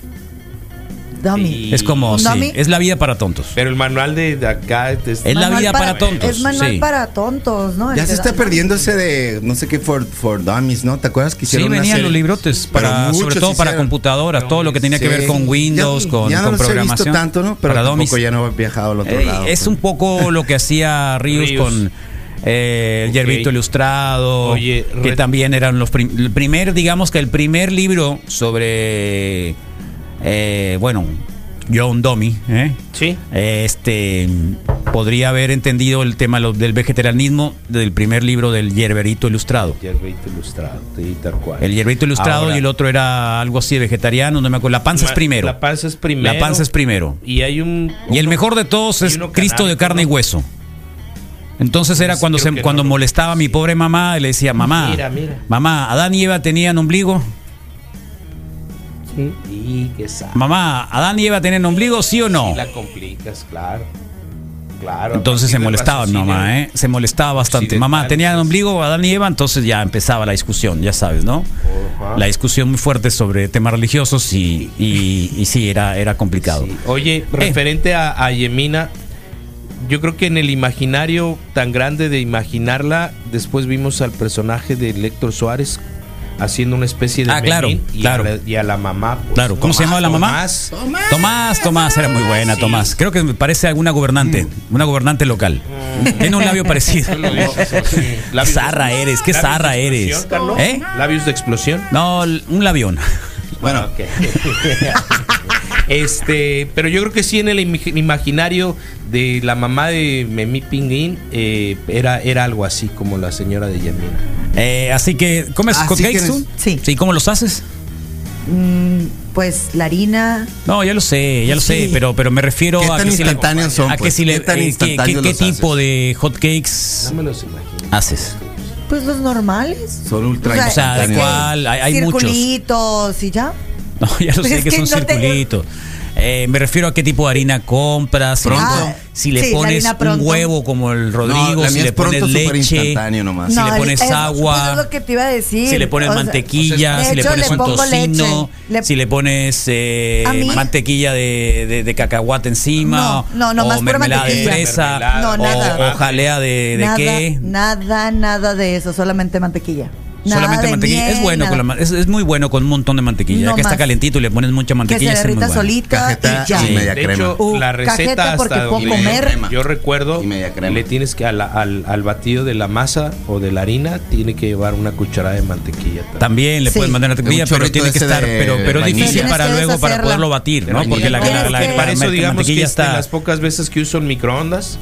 [SPEAKER 3] Dummy.
[SPEAKER 2] Es como,
[SPEAKER 3] ¿Un
[SPEAKER 2] sí,
[SPEAKER 3] dummy?
[SPEAKER 2] es la vida para tontos.
[SPEAKER 4] Pero el manual de de este acá es
[SPEAKER 2] Es la
[SPEAKER 3] Manual
[SPEAKER 2] vida para tontos,
[SPEAKER 3] Es manual
[SPEAKER 2] sí.
[SPEAKER 3] para tontos, ¿no? El
[SPEAKER 5] Ya
[SPEAKER 3] de
[SPEAKER 5] se está
[SPEAKER 3] Dummy.
[SPEAKER 5] perdiendo ese de no sé qué for, for dummies, ¿no? ¿Te acuerdas que
[SPEAKER 2] Sí,
[SPEAKER 5] hicieron una
[SPEAKER 2] venían
[SPEAKER 5] serie?
[SPEAKER 2] los librotes,
[SPEAKER 5] Pero
[SPEAKER 2] para,
[SPEAKER 5] muchos
[SPEAKER 2] sobre todo para
[SPEAKER 5] hicieron.
[SPEAKER 2] computadoras, todo lo que tenía que ver
[SPEAKER 5] Sí.
[SPEAKER 2] con Windows,
[SPEAKER 5] Ya-
[SPEAKER 2] con,
[SPEAKER 5] ya no
[SPEAKER 2] con
[SPEAKER 5] los he visto
[SPEAKER 2] programación.
[SPEAKER 5] tanto, ¿no? Pero
[SPEAKER 2] para dummies.
[SPEAKER 5] tampoco ya no he viajado al otro
[SPEAKER 2] Ey,
[SPEAKER 5] lado. pues.
[SPEAKER 2] es un poco lo que hacía Ríos,
[SPEAKER 4] Ríos.
[SPEAKER 2] con eh, el
[SPEAKER 4] Ok.
[SPEAKER 2] Yerbito Ilustrado,
[SPEAKER 4] Oye,
[SPEAKER 2] que
[SPEAKER 4] re-
[SPEAKER 2] también eran los prim- el primer, digamos que el primer libro sobre, eh, bueno, John Domi, ¿eh?
[SPEAKER 4] Sí.
[SPEAKER 2] este podría haber entendido el tema lo- del vegetarianismo del primer libro del Yerberito Ilustrado.
[SPEAKER 4] Hierberito ilustrado, sí, tal cual.
[SPEAKER 2] El Yerberito Ilustrado
[SPEAKER 4] Ahora,
[SPEAKER 2] y el otro era algo así vegetariano, no me acuerdo. La panza es
[SPEAKER 4] ma-
[SPEAKER 2] primero.
[SPEAKER 4] La panza es primero.
[SPEAKER 2] La panza es primero.
[SPEAKER 4] Y hay un.
[SPEAKER 2] Y el
[SPEAKER 4] uno-
[SPEAKER 2] mejor de todos
[SPEAKER 4] y
[SPEAKER 2] es
[SPEAKER 4] uno
[SPEAKER 2] Cristo de
[SPEAKER 4] canábico,
[SPEAKER 2] carne y
[SPEAKER 4] ¿no?
[SPEAKER 2] hueso. Entonces era
[SPEAKER 4] Pues
[SPEAKER 2] cuando
[SPEAKER 4] creo
[SPEAKER 2] se,
[SPEAKER 4] que
[SPEAKER 2] cuando
[SPEAKER 4] no.
[SPEAKER 2] molestaba a mi pobre mamá y le decía, mamá,
[SPEAKER 4] Mira, mira.
[SPEAKER 2] mamá, Adán y Eva tenían ombligo.
[SPEAKER 4] Y que sa-
[SPEAKER 2] Mamá, Adán y Eva tenían ombligo, sí o no.
[SPEAKER 4] Y la complicas, claro. Claro.
[SPEAKER 2] Entonces se molestaba mi mamá, ¿eh? Se molestaba bastante. Mamá,
[SPEAKER 4] occidental,
[SPEAKER 2] tenían
[SPEAKER 4] pues.
[SPEAKER 2] ombligo Adán y Eva, entonces ya empezaba la discusión, ya sabes, ¿no?
[SPEAKER 4] Ajá.
[SPEAKER 2] La discusión muy fuerte sobre temas religiosos y, y, y sí, era, era complicado.
[SPEAKER 4] Oye,
[SPEAKER 2] Eh.
[SPEAKER 4] referente a, a Yemina, yo creo que en el imaginario tan grande de imaginarla, después vimos al personaje de Héctor Suárez haciendo una especie de.
[SPEAKER 2] Ah, claro,
[SPEAKER 4] Memín y,
[SPEAKER 2] claro.
[SPEAKER 4] A la, y a la mamá. pues,
[SPEAKER 2] Claro, ¿cómo se llamaba la mamá?
[SPEAKER 4] Tomás.
[SPEAKER 2] Tomás, Tomás, era muy buena,
[SPEAKER 4] Sí.
[SPEAKER 2] Tomás. Creo que me parece alguna gobernante, una gobernante local. Tiene un labio parecido.
[SPEAKER 4] Yo Mm. lo digo, sí. Labios-
[SPEAKER 2] zarra eres, qué
[SPEAKER 4] labios
[SPEAKER 2] zarra
[SPEAKER 4] de
[SPEAKER 2] eres.
[SPEAKER 4] explosión, Carlos.
[SPEAKER 2] ¿Eh?
[SPEAKER 4] Labios de explosión.
[SPEAKER 2] No, l- un labión. Ah,
[SPEAKER 5] Bueno,
[SPEAKER 4] Ok. este, pero yo creo que sí en el imi- imaginario de la mamá de Memí Pinguín eh, era, era algo así como la señora de Yamina.
[SPEAKER 2] Eh, así que, ¿comes
[SPEAKER 5] Así
[SPEAKER 2] hotcakes
[SPEAKER 5] que
[SPEAKER 2] tú?
[SPEAKER 5] eres-
[SPEAKER 3] Sí.
[SPEAKER 2] Sí, ¿cómo los haces?
[SPEAKER 3] Mm, pues la harina.
[SPEAKER 2] No, ya lo sé, ya lo sé,
[SPEAKER 3] Sí.
[SPEAKER 2] pero, pero me refiero
[SPEAKER 5] ¿Qué
[SPEAKER 2] a
[SPEAKER 5] tan
[SPEAKER 2] que si le-
[SPEAKER 5] instantáneos son,
[SPEAKER 2] a que
[SPEAKER 5] pues?
[SPEAKER 2] si le-
[SPEAKER 5] ¿Qué tan
[SPEAKER 2] eh, ¿Qué,
[SPEAKER 5] instantáneos
[SPEAKER 2] qué
[SPEAKER 5] los
[SPEAKER 2] tipo
[SPEAKER 5] haces?
[SPEAKER 2] de hotcakes
[SPEAKER 4] No me los imagino.
[SPEAKER 2] haces?
[SPEAKER 3] Pues los normales.
[SPEAKER 5] Son ultra
[SPEAKER 2] O sea, ¿de
[SPEAKER 5] instantáneos.
[SPEAKER 2] cuál? Hay- hay muchos.
[SPEAKER 3] Circulitos y ya.
[SPEAKER 2] No, ya lo
[SPEAKER 3] Pues
[SPEAKER 2] sé
[SPEAKER 3] es
[SPEAKER 2] que
[SPEAKER 3] que
[SPEAKER 2] son
[SPEAKER 3] no tengo-
[SPEAKER 2] circulitos. Eh, me refiero a qué tipo de harina compras, si, le
[SPEAKER 5] Pronto.
[SPEAKER 2] pon- si le
[SPEAKER 3] Sí, la
[SPEAKER 2] pones
[SPEAKER 3] harina
[SPEAKER 2] un
[SPEAKER 3] pronto.
[SPEAKER 2] huevo como el Rodrigo,
[SPEAKER 5] la
[SPEAKER 2] si
[SPEAKER 5] mía
[SPEAKER 2] le
[SPEAKER 5] es pronto,
[SPEAKER 2] pones
[SPEAKER 5] súper
[SPEAKER 2] leche,
[SPEAKER 5] instantáneo nomás.
[SPEAKER 2] si
[SPEAKER 3] No,
[SPEAKER 2] le pones
[SPEAKER 3] es-
[SPEAKER 2] agua,
[SPEAKER 3] pues es lo que te iba a decir.
[SPEAKER 2] si le pones
[SPEAKER 3] O sea,
[SPEAKER 2] mantequilla,
[SPEAKER 3] de
[SPEAKER 2] si le
[SPEAKER 3] hecho,
[SPEAKER 2] pones un
[SPEAKER 3] pongo
[SPEAKER 2] tocino,
[SPEAKER 3] leche. Le-
[SPEAKER 2] si le pones eh,
[SPEAKER 3] A mí-
[SPEAKER 2] mantequilla de, de- de cacahuate encima,
[SPEAKER 3] No, no, no,
[SPEAKER 2] o
[SPEAKER 3] más pura
[SPEAKER 2] mermelada de
[SPEAKER 3] mantequilla.
[SPEAKER 2] fresa,
[SPEAKER 4] Mermelada,
[SPEAKER 3] No, nada.
[SPEAKER 2] o, o jalea de, de
[SPEAKER 3] nada,
[SPEAKER 2] qué.
[SPEAKER 3] Nada, nada de eso, solamente mantequilla. Nada
[SPEAKER 2] Solamente
[SPEAKER 3] de
[SPEAKER 2] mantequilla.
[SPEAKER 3] miel,
[SPEAKER 2] es bueno
[SPEAKER 3] nada.
[SPEAKER 2] con la ma- es, es muy bueno con un montón de mantequilla.
[SPEAKER 3] No
[SPEAKER 2] ya que está
[SPEAKER 3] más.
[SPEAKER 2] calentito y le pones mucha
[SPEAKER 3] Que se
[SPEAKER 2] mantequilla. es muy
[SPEAKER 3] derrita
[SPEAKER 2] bueno.
[SPEAKER 3] solita
[SPEAKER 5] Cajeta
[SPEAKER 3] y ya.
[SPEAKER 5] y media
[SPEAKER 4] de
[SPEAKER 5] crema.
[SPEAKER 4] hecho,
[SPEAKER 3] Uh,
[SPEAKER 4] la
[SPEAKER 3] cajeta
[SPEAKER 4] receta
[SPEAKER 3] porque
[SPEAKER 4] hasta
[SPEAKER 3] puedo
[SPEAKER 4] donde
[SPEAKER 3] comer.
[SPEAKER 4] yo recuerdo,
[SPEAKER 5] Y media crema.
[SPEAKER 4] le tienes que a la- al, al batido de la masa o de la harina, tiene que llevar una cucharada de mantequilla. también.
[SPEAKER 2] También le
[SPEAKER 3] Sí.
[SPEAKER 2] puedes mandar una tequilla,
[SPEAKER 5] Un
[SPEAKER 2] pero
[SPEAKER 5] chorrito
[SPEAKER 2] tiene que
[SPEAKER 5] ese
[SPEAKER 2] estar,
[SPEAKER 5] de
[SPEAKER 2] pero, pero es
[SPEAKER 5] vainilla.
[SPEAKER 2] difícil
[SPEAKER 3] Tienes
[SPEAKER 2] para
[SPEAKER 3] que
[SPEAKER 2] luego para
[SPEAKER 3] deshacerla.
[SPEAKER 2] poderlo batir, ¿no?
[SPEAKER 4] Pero
[SPEAKER 2] Porque la,
[SPEAKER 3] Tienes
[SPEAKER 2] la, la-
[SPEAKER 3] que-
[SPEAKER 2] la
[SPEAKER 4] para eso digamos que
[SPEAKER 2] mantequilla
[SPEAKER 4] este,
[SPEAKER 2] está
[SPEAKER 4] las pocas veces que uso el microondas,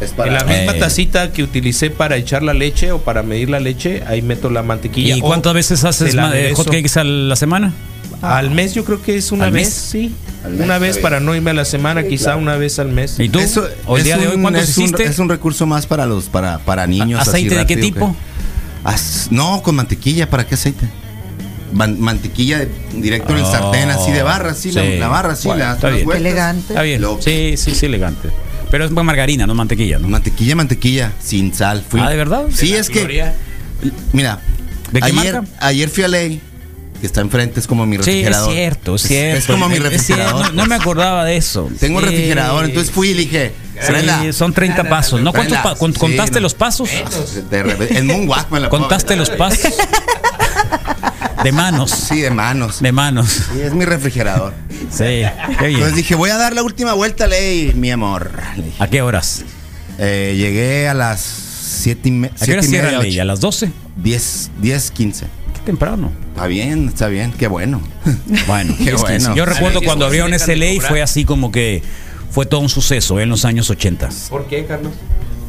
[SPEAKER 5] Es para-
[SPEAKER 4] en la misma
[SPEAKER 2] Eh.
[SPEAKER 4] tacita que utilicé para echar la leche o para medir la leche, ahí meto la mantequilla.
[SPEAKER 5] Oh,
[SPEAKER 2] ¿Y
[SPEAKER 4] o
[SPEAKER 2] cuántas veces
[SPEAKER 4] se
[SPEAKER 2] haces
[SPEAKER 4] la
[SPEAKER 2] ma- eh,
[SPEAKER 4] aderezo.
[SPEAKER 2] hotcakes a la semana?
[SPEAKER 4] Al mes yo creo que es una
[SPEAKER 2] ¿Al
[SPEAKER 4] vez,
[SPEAKER 2] mes?
[SPEAKER 4] sí.
[SPEAKER 5] Al mes,
[SPEAKER 4] una
[SPEAKER 5] está
[SPEAKER 4] vez
[SPEAKER 5] bien.
[SPEAKER 4] para no irme a la semana, quizá una vez al mes.
[SPEAKER 2] ¿Y tú?
[SPEAKER 5] Eso
[SPEAKER 2] ¿O el
[SPEAKER 5] es
[SPEAKER 2] día de hoy
[SPEAKER 5] un-
[SPEAKER 2] cuántos
[SPEAKER 5] es un-
[SPEAKER 2] hiciste?
[SPEAKER 5] es un recurso más para los para, para niños.
[SPEAKER 2] ¿A-
[SPEAKER 5] así
[SPEAKER 2] aceite de qué
[SPEAKER 5] rápido,
[SPEAKER 2] tipo?
[SPEAKER 5] que- As- no, con mantequilla. ¿Para qué aceite? Man- mantequilla de- directo en el
[SPEAKER 2] Oh,
[SPEAKER 5] sartén, así de barra, así la,
[SPEAKER 2] sí.
[SPEAKER 5] la barra, así
[SPEAKER 2] Bueno,
[SPEAKER 5] la.
[SPEAKER 2] está bien.
[SPEAKER 3] Qué elegante.
[SPEAKER 2] Está bien.
[SPEAKER 5] Lo-
[SPEAKER 2] Sí, sí, sí, elegante. Pero es margarina, no mantequilla, ¿no?
[SPEAKER 5] Mantequilla, mantequilla, sin sal. Fui.
[SPEAKER 2] Ah, ¿de verdad?
[SPEAKER 5] Sí,
[SPEAKER 2] De la
[SPEAKER 5] es que.
[SPEAKER 2] Gloria.
[SPEAKER 5] Mira,
[SPEAKER 2] ¿De qué
[SPEAKER 5] ayer,
[SPEAKER 2] marca?
[SPEAKER 5] ayer fui a Ley, que está enfrente, es como mi
[SPEAKER 2] Sí, es
[SPEAKER 5] refrigerador.
[SPEAKER 2] cierto, es
[SPEAKER 5] Es-
[SPEAKER 2] cierto.
[SPEAKER 5] Es como mi
[SPEAKER 2] Es cierto,
[SPEAKER 5] refrigerador. pues.
[SPEAKER 2] No, no me acordaba de eso.
[SPEAKER 5] Tengo un
[SPEAKER 2] Sí.
[SPEAKER 5] refrigerador, entonces fui y le dije.
[SPEAKER 2] Sí,
[SPEAKER 5] "Tráela".
[SPEAKER 2] son 30 pasos. ¿No? ¿Cuántos
[SPEAKER 5] Tráela.
[SPEAKER 2] pa- con-
[SPEAKER 5] Sí,
[SPEAKER 2] ¿Contaste
[SPEAKER 5] no. Ah, pues,
[SPEAKER 2] los pasos?
[SPEAKER 5] De revés. En Moonwalk me la pongo.
[SPEAKER 2] ¿Contaste los pasos? De manos.
[SPEAKER 5] Sí, de manos.
[SPEAKER 2] De manos.
[SPEAKER 5] Sí, es mi refrigerador.
[SPEAKER 2] Sí. Qué
[SPEAKER 5] Entonces
[SPEAKER 2] bien.
[SPEAKER 5] dije, voy a dar la última vuelta, Ley, mi amor. Le dije.
[SPEAKER 2] ¿A qué horas?
[SPEAKER 5] Eh, llegué a las 7 y, me-
[SPEAKER 2] ¿A qué
[SPEAKER 5] siete
[SPEAKER 2] horas
[SPEAKER 5] y media.
[SPEAKER 2] cierra ley? ¿A
[SPEAKER 5] ocho.
[SPEAKER 2] las 12?
[SPEAKER 5] 10, 10, 15.
[SPEAKER 2] Qué temprano.
[SPEAKER 5] Está bien, está bien, qué bueno.
[SPEAKER 2] Bueno,
[SPEAKER 5] Qué
[SPEAKER 2] es que
[SPEAKER 5] bueno.
[SPEAKER 2] yo recuerdo
[SPEAKER 4] Ay,
[SPEAKER 2] cuando
[SPEAKER 4] Dios,
[SPEAKER 2] abrieron
[SPEAKER 4] dejan
[SPEAKER 2] ese
[SPEAKER 4] de
[SPEAKER 2] ley
[SPEAKER 4] cobrar.
[SPEAKER 2] fue así como que fue todo un suceso en los años 80.
[SPEAKER 4] ¿Por qué, Carlos?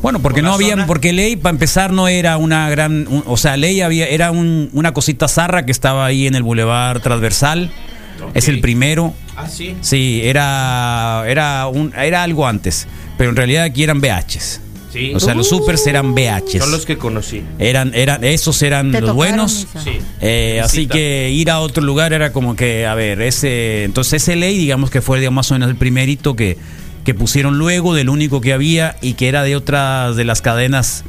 [SPEAKER 2] Bueno, porque
[SPEAKER 4] ¿Por
[SPEAKER 2] no
[SPEAKER 4] la
[SPEAKER 2] había,
[SPEAKER 4] zona?
[SPEAKER 2] porque ley para empezar no era una gran, un- o sea, ley había era un- una cosita zarra que estaba ahí en el bulevar transversal. Es
[SPEAKER 4] Ok.
[SPEAKER 2] el primero.
[SPEAKER 4] Ah, sí.
[SPEAKER 2] Sí, era era un era algo antes, pero en realidad aquí eran BHs.
[SPEAKER 4] Sí.
[SPEAKER 2] O sea, los supers eran BHs.
[SPEAKER 4] Son los que conocí.
[SPEAKER 2] Eran eran esos eran
[SPEAKER 3] Te
[SPEAKER 2] los
[SPEAKER 3] tocaron,
[SPEAKER 2] buenos.
[SPEAKER 3] Isa.
[SPEAKER 4] Sí.
[SPEAKER 2] Eh, así
[SPEAKER 4] Visita.
[SPEAKER 2] que ir a otro lugar era como que, a ver, ese, entonces ese ley, digamos que fue digamos, más o menos el primerito que, que pusieron luego del único que había y que era de otras de las cadenas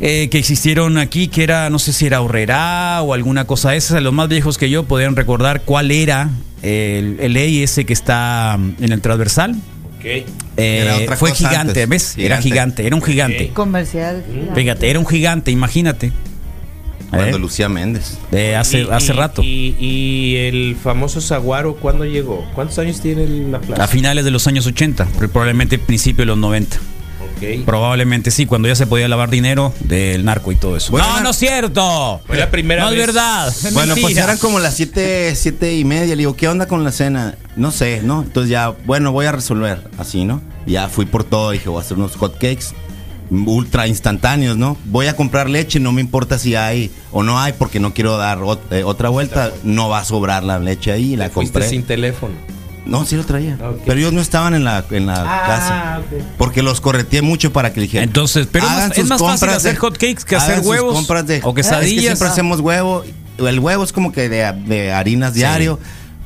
[SPEAKER 2] eh, que existieron aquí, que era, no sé si era Horrera o alguna cosa de esas, los más viejos que yo podían recordar cuál era el, el ley ese que está mm, en el transversal.
[SPEAKER 4] Ok.
[SPEAKER 2] Eh,
[SPEAKER 5] Era otra
[SPEAKER 2] fue
[SPEAKER 5] cosa
[SPEAKER 2] gigante,
[SPEAKER 5] antes.
[SPEAKER 2] ¿ves? Era
[SPEAKER 5] Gigante.
[SPEAKER 2] gigante, era un gigante.
[SPEAKER 3] Comercial.
[SPEAKER 2] Fíjate, era un gigante, imagínate.
[SPEAKER 5] Cuando
[SPEAKER 2] Eh,
[SPEAKER 5] Lucía Méndez.
[SPEAKER 2] de hace,
[SPEAKER 4] Y-
[SPEAKER 2] hace
[SPEAKER 4] y-
[SPEAKER 2] rato.
[SPEAKER 4] Y, y el famoso Zaguaro, ¿cuándo llegó? ¿Cuántos años tiene la plaza?
[SPEAKER 2] A finales de los años 80, pero probablemente principio de los 90.
[SPEAKER 4] Ok.
[SPEAKER 2] Probablemente sí, cuando ya se podía lavar dinero del narco y todo eso.
[SPEAKER 5] Bueno,
[SPEAKER 2] no,
[SPEAKER 5] Ana-
[SPEAKER 2] no es cierto.
[SPEAKER 4] Fue la primera
[SPEAKER 2] No es
[SPEAKER 4] vez.
[SPEAKER 2] verdad. es
[SPEAKER 5] Bueno, pues
[SPEAKER 2] mentira.
[SPEAKER 5] eran como las 7, 7 y media. Le digo, ¿qué onda con la cena? No sé, ¿no? Entonces ya, bueno, voy a resolver. Así, ¿no? Ya fui por todo. Dije, voy a hacer unos hot cakes ultra instantáneos, ¿no? Voy a comprar leche. No me importa si hay o no hay porque no quiero dar ot- eh, otra vuelta. No va a sobrar la leche ahí. La
[SPEAKER 4] Te fuiste
[SPEAKER 5] compré.
[SPEAKER 4] sin teléfono.
[SPEAKER 5] No, sí lo traía.
[SPEAKER 4] Ok.
[SPEAKER 5] Pero ellos no estaban en la, en la casa. Porque los correteé mucho para que dijeran.
[SPEAKER 2] Entonces, pero es más- es más fácil hacer hot cakes que hacer huevos o quesadillas.
[SPEAKER 5] Es que siempre hacemos huevo. El huevo es como que de, de harinas diario.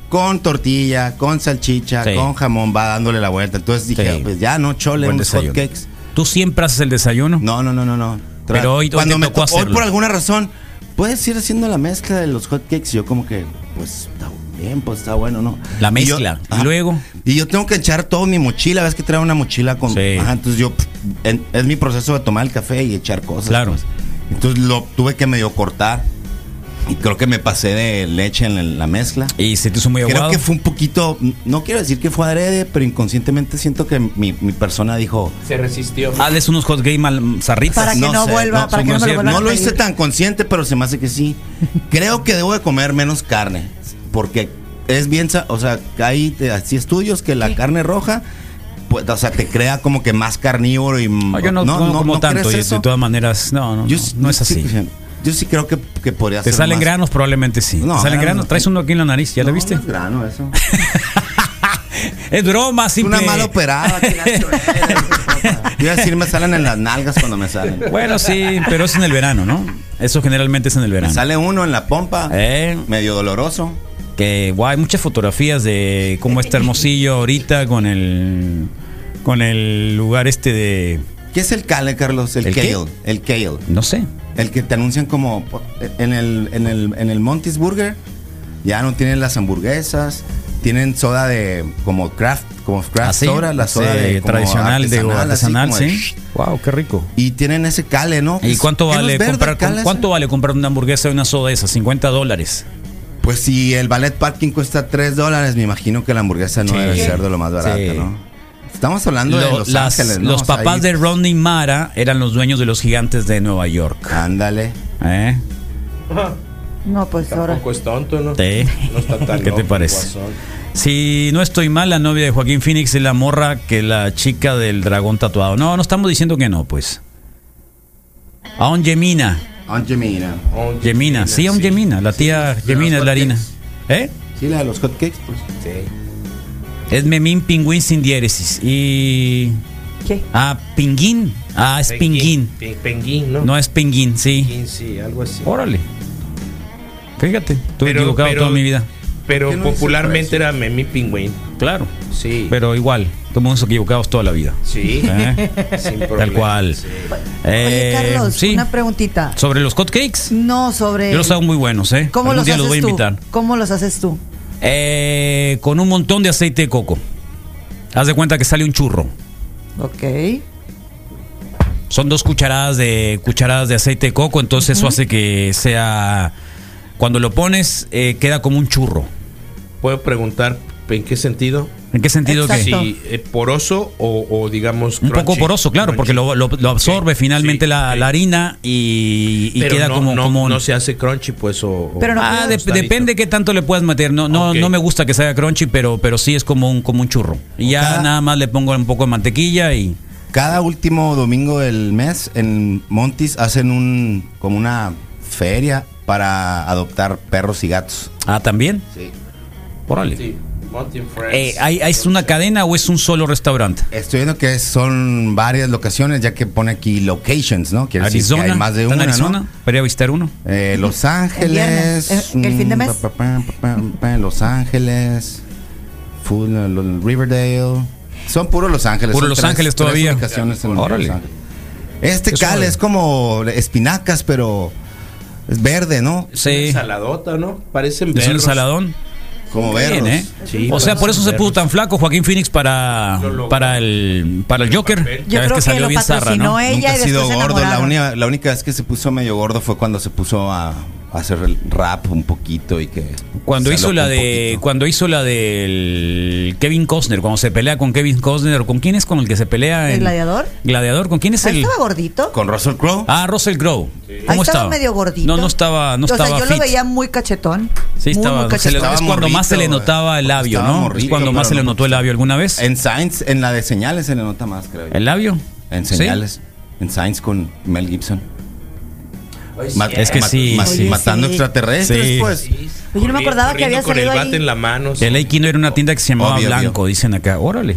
[SPEAKER 5] Con tortilla, con salchicha,
[SPEAKER 2] Sí.
[SPEAKER 5] con jamón, va dándole la vuelta. Entonces dije,
[SPEAKER 2] Sí.
[SPEAKER 5] pues ya no, chole,
[SPEAKER 2] Buen
[SPEAKER 5] unos hot
[SPEAKER 2] desayuno.
[SPEAKER 5] cakes.
[SPEAKER 2] ¿Tú siempre haces el desayuno?
[SPEAKER 5] No, no, no, no, no. Tra-
[SPEAKER 2] Pero hoy- hoy te tocó
[SPEAKER 5] to-
[SPEAKER 2] hacerlo.
[SPEAKER 5] por alguna razón, puedes ir haciendo la mezcla de los hot cakes. Y yo como que, pues está bien, pues está bueno, ¿no?
[SPEAKER 2] La
[SPEAKER 5] Y yo-
[SPEAKER 2] mezcla. ¿Y
[SPEAKER 5] ajá.
[SPEAKER 2] luego?
[SPEAKER 5] Y yo tengo que echar todo mi mochila. Ves que trae una mochila con...
[SPEAKER 2] Sí.
[SPEAKER 5] Ajá, entonces yo... pff, en- es mi proceso de tomar el café y echar cosas.
[SPEAKER 2] Claro.
[SPEAKER 5] pues. Entonces lo tuve que medio cortar. Y creo que me pasé de leche en el- la mezcla.
[SPEAKER 2] Y se te hizo muy
[SPEAKER 5] Creo
[SPEAKER 2] aguado.
[SPEAKER 5] que fue un poquito, no quiero decir que fue adrede, pero inconscientemente siento que mi, mi persona dijo,
[SPEAKER 4] Se resistió.
[SPEAKER 2] Hazles unos hot game al zarritas.
[SPEAKER 3] Para que no vuelva, para que no me lo
[SPEAKER 5] sé,
[SPEAKER 3] vuelvan a
[SPEAKER 5] lo hice
[SPEAKER 3] pedir.
[SPEAKER 5] tan consciente, pero se me hace que sí. Creo que debo de comer menos carne, porque es bien, sa- o sea, hay te- así estudios que la carne roja, pues, o sea, te crea como que más carnívoro y
[SPEAKER 2] No, Ah, yo no, no como tanto,
[SPEAKER 5] crees
[SPEAKER 2] y
[SPEAKER 5] eso?
[SPEAKER 2] de todas maneras, no, no,
[SPEAKER 5] Yo
[SPEAKER 2] no,
[SPEAKER 5] sí-
[SPEAKER 2] no es
[SPEAKER 5] sí-
[SPEAKER 2] así.
[SPEAKER 5] yo sí creo que, que podría
[SPEAKER 2] ¿Te
[SPEAKER 5] ser
[SPEAKER 2] salen
[SPEAKER 5] más.
[SPEAKER 2] granos? Probablemente sí.
[SPEAKER 5] No,
[SPEAKER 2] ¿Te salen
[SPEAKER 5] granos
[SPEAKER 2] granos?
[SPEAKER 5] no.
[SPEAKER 2] Traes uno aquí en la nariz, ¿ya lo
[SPEAKER 5] No,
[SPEAKER 2] viste?
[SPEAKER 5] no es grano eso.
[SPEAKER 2] Es broma,
[SPEAKER 5] Es
[SPEAKER 2] simple.
[SPEAKER 5] una mal operada. qué gacho eres, papá. Yo iba a decir, me salen en las nalgas cuando me salen.
[SPEAKER 2] Bueno, sí, pero es en el verano, ¿no? Eso generalmente es en el
[SPEAKER 5] Me
[SPEAKER 2] verano.
[SPEAKER 5] sale uno en la pompa,
[SPEAKER 2] Eh,
[SPEAKER 5] medio doloroso.
[SPEAKER 2] que guau, hay muchas fotografías de cómo está Hermosillo ahorita con el con el lugar este de
[SPEAKER 5] ¿Qué es el cale, Carlos? El,
[SPEAKER 2] ¿El qué?
[SPEAKER 5] kale. El kale.
[SPEAKER 2] no sé.
[SPEAKER 5] El que te anuncian como en el, en el, en el Monty's Burger. Ya no tienen las hamburguesas. Tienen soda de como craft, como craft
[SPEAKER 2] Así,
[SPEAKER 5] soda, la soda
[SPEAKER 2] ¿Ah, sí,
[SPEAKER 5] de, como
[SPEAKER 2] tradicional, digo,
[SPEAKER 5] así
[SPEAKER 2] artesanal,
[SPEAKER 5] como de-
[SPEAKER 2] sí. Wow, qué rico.
[SPEAKER 5] Y tienen ese cale, ¿no?
[SPEAKER 2] ¿Y cuánto
[SPEAKER 5] ¿Qué no es
[SPEAKER 2] vale
[SPEAKER 5] verde el
[SPEAKER 2] comprar
[SPEAKER 5] cale ese?
[SPEAKER 2] cuánto vale comprar una hamburguesa y una soda esa? 50 dólares.
[SPEAKER 5] Pues si el ballet parking cuesta 3 dólares, me imagino que la hamburguesa no
[SPEAKER 2] Sí.
[SPEAKER 5] debe ser de lo más barato,
[SPEAKER 2] Sí.
[SPEAKER 5] ¿no? Estamos hablando de
[SPEAKER 2] Lo-
[SPEAKER 5] Los
[SPEAKER 2] las-
[SPEAKER 5] Ángeles, ¿no?
[SPEAKER 2] Los
[SPEAKER 5] O sea,
[SPEAKER 2] papás
[SPEAKER 5] ahí-
[SPEAKER 2] de Rodney Mara eran los dueños de los gigantes de Nueva York.
[SPEAKER 5] Ándale.
[SPEAKER 2] ¿Eh?
[SPEAKER 3] No, pues ahora.
[SPEAKER 4] Tampoco es tonto, ¿no?
[SPEAKER 2] Sí.
[SPEAKER 4] No está tan
[SPEAKER 2] ¿Qué te
[SPEAKER 4] loco,
[SPEAKER 2] parece?
[SPEAKER 4] guasón.
[SPEAKER 2] Si no estoy mal, la novia de Joaquín Phoenix es la morra que la chica del dragón tatuado. No, no estamos diciendo que no, pues. Aon Yemina.
[SPEAKER 5] Angemina.
[SPEAKER 4] Oh,
[SPEAKER 2] Yemina, sí, Aon Yemina. La tía Yemina es la harina. ¿Eh?
[SPEAKER 5] Sí, la de los hotcakes, pues.
[SPEAKER 4] Sí.
[SPEAKER 2] Es Memín Pingüín sin diéresis. Y.
[SPEAKER 3] ¿Qué?
[SPEAKER 2] Ah, Pinguín. Ah, es Pinguín.
[SPEAKER 4] Pe- Penguín, ¿no?
[SPEAKER 2] No es Pinguín, sí.
[SPEAKER 4] Penguín, sí, algo así.
[SPEAKER 2] Órale. Fíjate, estuve
[SPEAKER 4] Pero-
[SPEAKER 2] equivocado
[SPEAKER 4] pero-
[SPEAKER 2] toda mi vida.
[SPEAKER 4] Pero
[SPEAKER 5] ¿Qué no dice
[SPEAKER 4] popularmente era Memi Pingüín.
[SPEAKER 2] Claro.
[SPEAKER 4] Sí.
[SPEAKER 2] Pero igual, estamos equivocados toda la vida.
[SPEAKER 4] sí.
[SPEAKER 2] ¿eh?
[SPEAKER 4] Sin
[SPEAKER 2] Tal
[SPEAKER 4] problema,
[SPEAKER 2] cual.
[SPEAKER 4] sí.
[SPEAKER 2] Eh,
[SPEAKER 3] Oye, Carlos,
[SPEAKER 2] sí.
[SPEAKER 3] una preguntita.
[SPEAKER 2] Sobre los cupcakes.
[SPEAKER 3] No, sobre.
[SPEAKER 2] Yo los hago muy buenos, ¿eh?
[SPEAKER 3] ¿Cómo
[SPEAKER 2] Algún
[SPEAKER 3] los
[SPEAKER 2] día
[SPEAKER 3] haces
[SPEAKER 2] los voy a
[SPEAKER 3] tú?
[SPEAKER 2] invitar.
[SPEAKER 3] ¿Cómo los haces tú?
[SPEAKER 2] Eh, con un montón de aceite de coco. Haz de cuenta que sale un churro.
[SPEAKER 3] Ok.
[SPEAKER 2] Son dos cucharadas de cucharadas de aceite de coco, entonces eso hace que sea cuando lo pones eh, queda como un churro.
[SPEAKER 4] Puedo preguntar en qué sentido.
[SPEAKER 2] ¿En qué sentido que?
[SPEAKER 3] Exacto.
[SPEAKER 4] Si eh, poroso o, o digamos.
[SPEAKER 2] Un poco
[SPEAKER 4] crunchy,
[SPEAKER 2] poroso, claro,
[SPEAKER 4] crunchy.
[SPEAKER 2] porque lo, lo- lo absorbe
[SPEAKER 4] Ok,
[SPEAKER 2] finalmente
[SPEAKER 4] sí,
[SPEAKER 2] la,
[SPEAKER 4] ok.
[SPEAKER 2] la harina y, y
[SPEAKER 4] Pero
[SPEAKER 2] queda
[SPEAKER 4] no,
[SPEAKER 2] como,
[SPEAKER 4] no,
[SPEAKER 2] como un-
[SPEAKER 4] no se hace crunchy, pues. O, o-
[SPEAKER 3] Pero no
[SPEAKER 2] ah,
[SPEAKER 3] queda
[SPEAKER 2] de-
[SPEAKER 4] tostadito.
[SPEAKER 2] depende qué tanto le puedas meter. No, no,
[SPEAKER 4] Ok.
[SPEAKER 2] no me gusta que sea crunchy, pero, pero sí es como un, como un churro. Y ya
[SPEAKER 5] Cada-
[SPEAKER 2] nada más le pongo un poco de mantequilla y
[SPEAKER 5] Cada último domingo del mes en Montis hacen un como una feria para adoptar perros y gatos.
[SPEAKER 2] ah, también.
[SPEAKER 5] Sí.
[SPEAKER 2] Órale.
[SPEAKER 4] Sí, Mountain Friends.
[SPEAKER 2] Eh, ¿hay- hay- ¿Es una cadena o es un solo restaurante?
[SPEAKER 5] Estoy viendo que son varias locaciones, ya que pone aquí locations, ¿no? Quiere
[SPEAKER 2] Arizona,
[SPEAKER 5] decir que hay más de
[SPEAKER 2] ¿Está
[SPEAKER 5] una,
[SPEAKER 2] en Arizona?
[SPEAKER 5] ¿no?
[SPEAKER 2] ¿Para ir a visitar uno?
[SPEAKER 5] Eh, Los
[SPEAKER 3] viernes,
[SPEAKER 5] Ángeles. mm,
[SPEAKER 3] el- el fin de mes.
[SPEAKER 5] pa, pa, pa, pa, pa, Los Ángeles. Full, eh, lo- Riverdale. Son puros Los Ángeles.
[SPEAKER 2] Puro
[SPEAKER 5] son
[SPEAKER 2] Los
[SPEAKER 5] tres-
[SPEAKER 2] Ángeles
[SPEAKER 5] tres
[SPEAKER 2] todavía.
[SPEAKER 5] ubicaciones en
[SPEAKER 2] Órale.
[SPEAKER 5] Los Ángeles. Este
[SPEAKER 2] Qué
[SPEAKER 5] cal
[SPEAKER 2] suave.
[SPEAKER 5] es como espinacas, pero es verde, ¿no?
[SPEAKER 4] Es una
[SPEAKER 2] Sí.
[SPEAKER 4] ensaladota, ¿no? Parecen
[SPEAKER 2] Es un
[SPEAKER 4] berros.
[SPEAKER 2] saladón.
[SPEAKER 5] Como verde.
[SPEAKER 2] Bien, ¿eh?
[SPEAKER 4] Sí,
[SPEAKER 2] o sea,
[SPEAKER 4] pues,
[SPEAKER 2] por eso se
[SPEAKER 4] verlos.
[SPEAKER 2] puso tan flaco Joaquín Phoenix para,
[SPEAKER 4] Lo logró.
[SPEAKER 2] para, el, para el Joker.
[SPEAKER 3] Yo
[SPEAKER 2] Ya ves
[SPEAKER 3] creo que,
[SPEAKER 2] salió
[SPEAKER 3] lo
[SPEAKER 2] bien zarra,
[SPEAKER 3] patrocinó
[SPEAKER 2] ¿no?
[SPEAKER 3] ella
[SPEAKER 5] Nunca ha
[SPEAKER 3] y después
[SPEAKER 5] sido
[SPEAKER 3] se
[SPEAKER 5] gordo. La
[SPEAKER 3] enamoraron. ¿Ah,
[SPEAKER 5] única, la única vez que se puso medio gordo fue cuando se puso a, a hacer el rap un poquito y que.
[SPEAKER 2] Cuando
[SPEAKER 5] se
[SPEAKER 2] hizo
[SPEAKER 5] alocó
[SPEAKER 2] la
[SPEAKER 5] un
[SPEAKER 2] de
[SPEAKER 5] poquito.
[SPEAKER 2] cuando hizo la del Kevin Costner, cuando se pelea con Kevin Costner, ¿con quién es con el que se pelea?
[SPEAKER 3] ¿El
[SPEAKER 2] en-
[SPEAKER 3] gladiador?
[SPEAKER 2] Gladiador, ¿con quién es
[SPEAKER 3] Ahí
[SPEAKER 2] el
[SPEAKER 3] estaba gordito.
[SPEAKER 5] Con Russell Crowe.
[SPEAKER 2] Ah, Russell Crowe.
[SPEAKER 3] Ahí
[SPEAKER 2] ¿Cómo
[SPEAKER 3] estaba,
[SPEAKER 2] estaba?
[SPEAKER 3] medio gordito.
[SPEAKER 2] No, no estaba, no
[SPEAKER 3] o
[SPEAKER 2] estaba
[SPEAKER 3] sea, yo
[SPEAKER 2] fit.
[SPEAKER 3] lo veía muy cachetón.
[SPEAKER 2] Sí,
[SPEAKER 3] Muy,
[SPEAKER 2] estaba.
[SPEAKER 3] muy
[SPEAKER 2] se le-
[SPEAKER 3] cachetón.
[SPEAKER 5] Estaba
[SPEAKER 2] es cuando más se le
[SPEAKER 5] morrito,
[SPEAKER 2] notaba el
[SPEAKER 5] güey.
[SPEAKER 2] labio,
[SPEAKER 5] Estaba
[SPEAKER 2] ¿no?
[SPEAKER 5] morrito,
[SPEAKER 2] es cuando más
[SPEAKER 5] pero
[SPEAKER 2] se le
[SPEAKER 5] no-
[SPEAKER 2] notó el labio alguna vez.
[SPEAKER 5] En Science, en la de señales se le nota más, creo. yo.
[SPEAKER 2] ¿El labio?
[SPEAKER 5] En
[SPEAKER 2] ¿Sí?
[SPEAKER 5] señales. En Science con Mel Gibson. Ma-
[SPEAKER 2] Es que
[SPEAKER 5] ma-
[SPEAKER 2] sí,
[SPEAKER 5] ma-
[SPEAKER 2] sí.
[SPEAKER 5] matando
[SPEAKER 3] Sí.
[SPEAKER 5] extraterrestres,
[SPEAKER 2] Sí.
[SPEAKER 5] pues.
[SPEAKER 3] Oye, no me acordaba que
[SPEAKER 4] Corriendo
[SPEAKER 3] había
[SPEAKER 4] con el
[SPEAKER 3] salido
[SPEAKER 4] bate
[SPEAKER 3] ahí.
[SPEAKER 4] en la mano. sí.
[SPEAKER 2] El Aikino era una tienda que se llamaba
[SPEAKER 5] Obvio, obvio.
[SPEAKER 2] Blanco, dicen acá. Órale,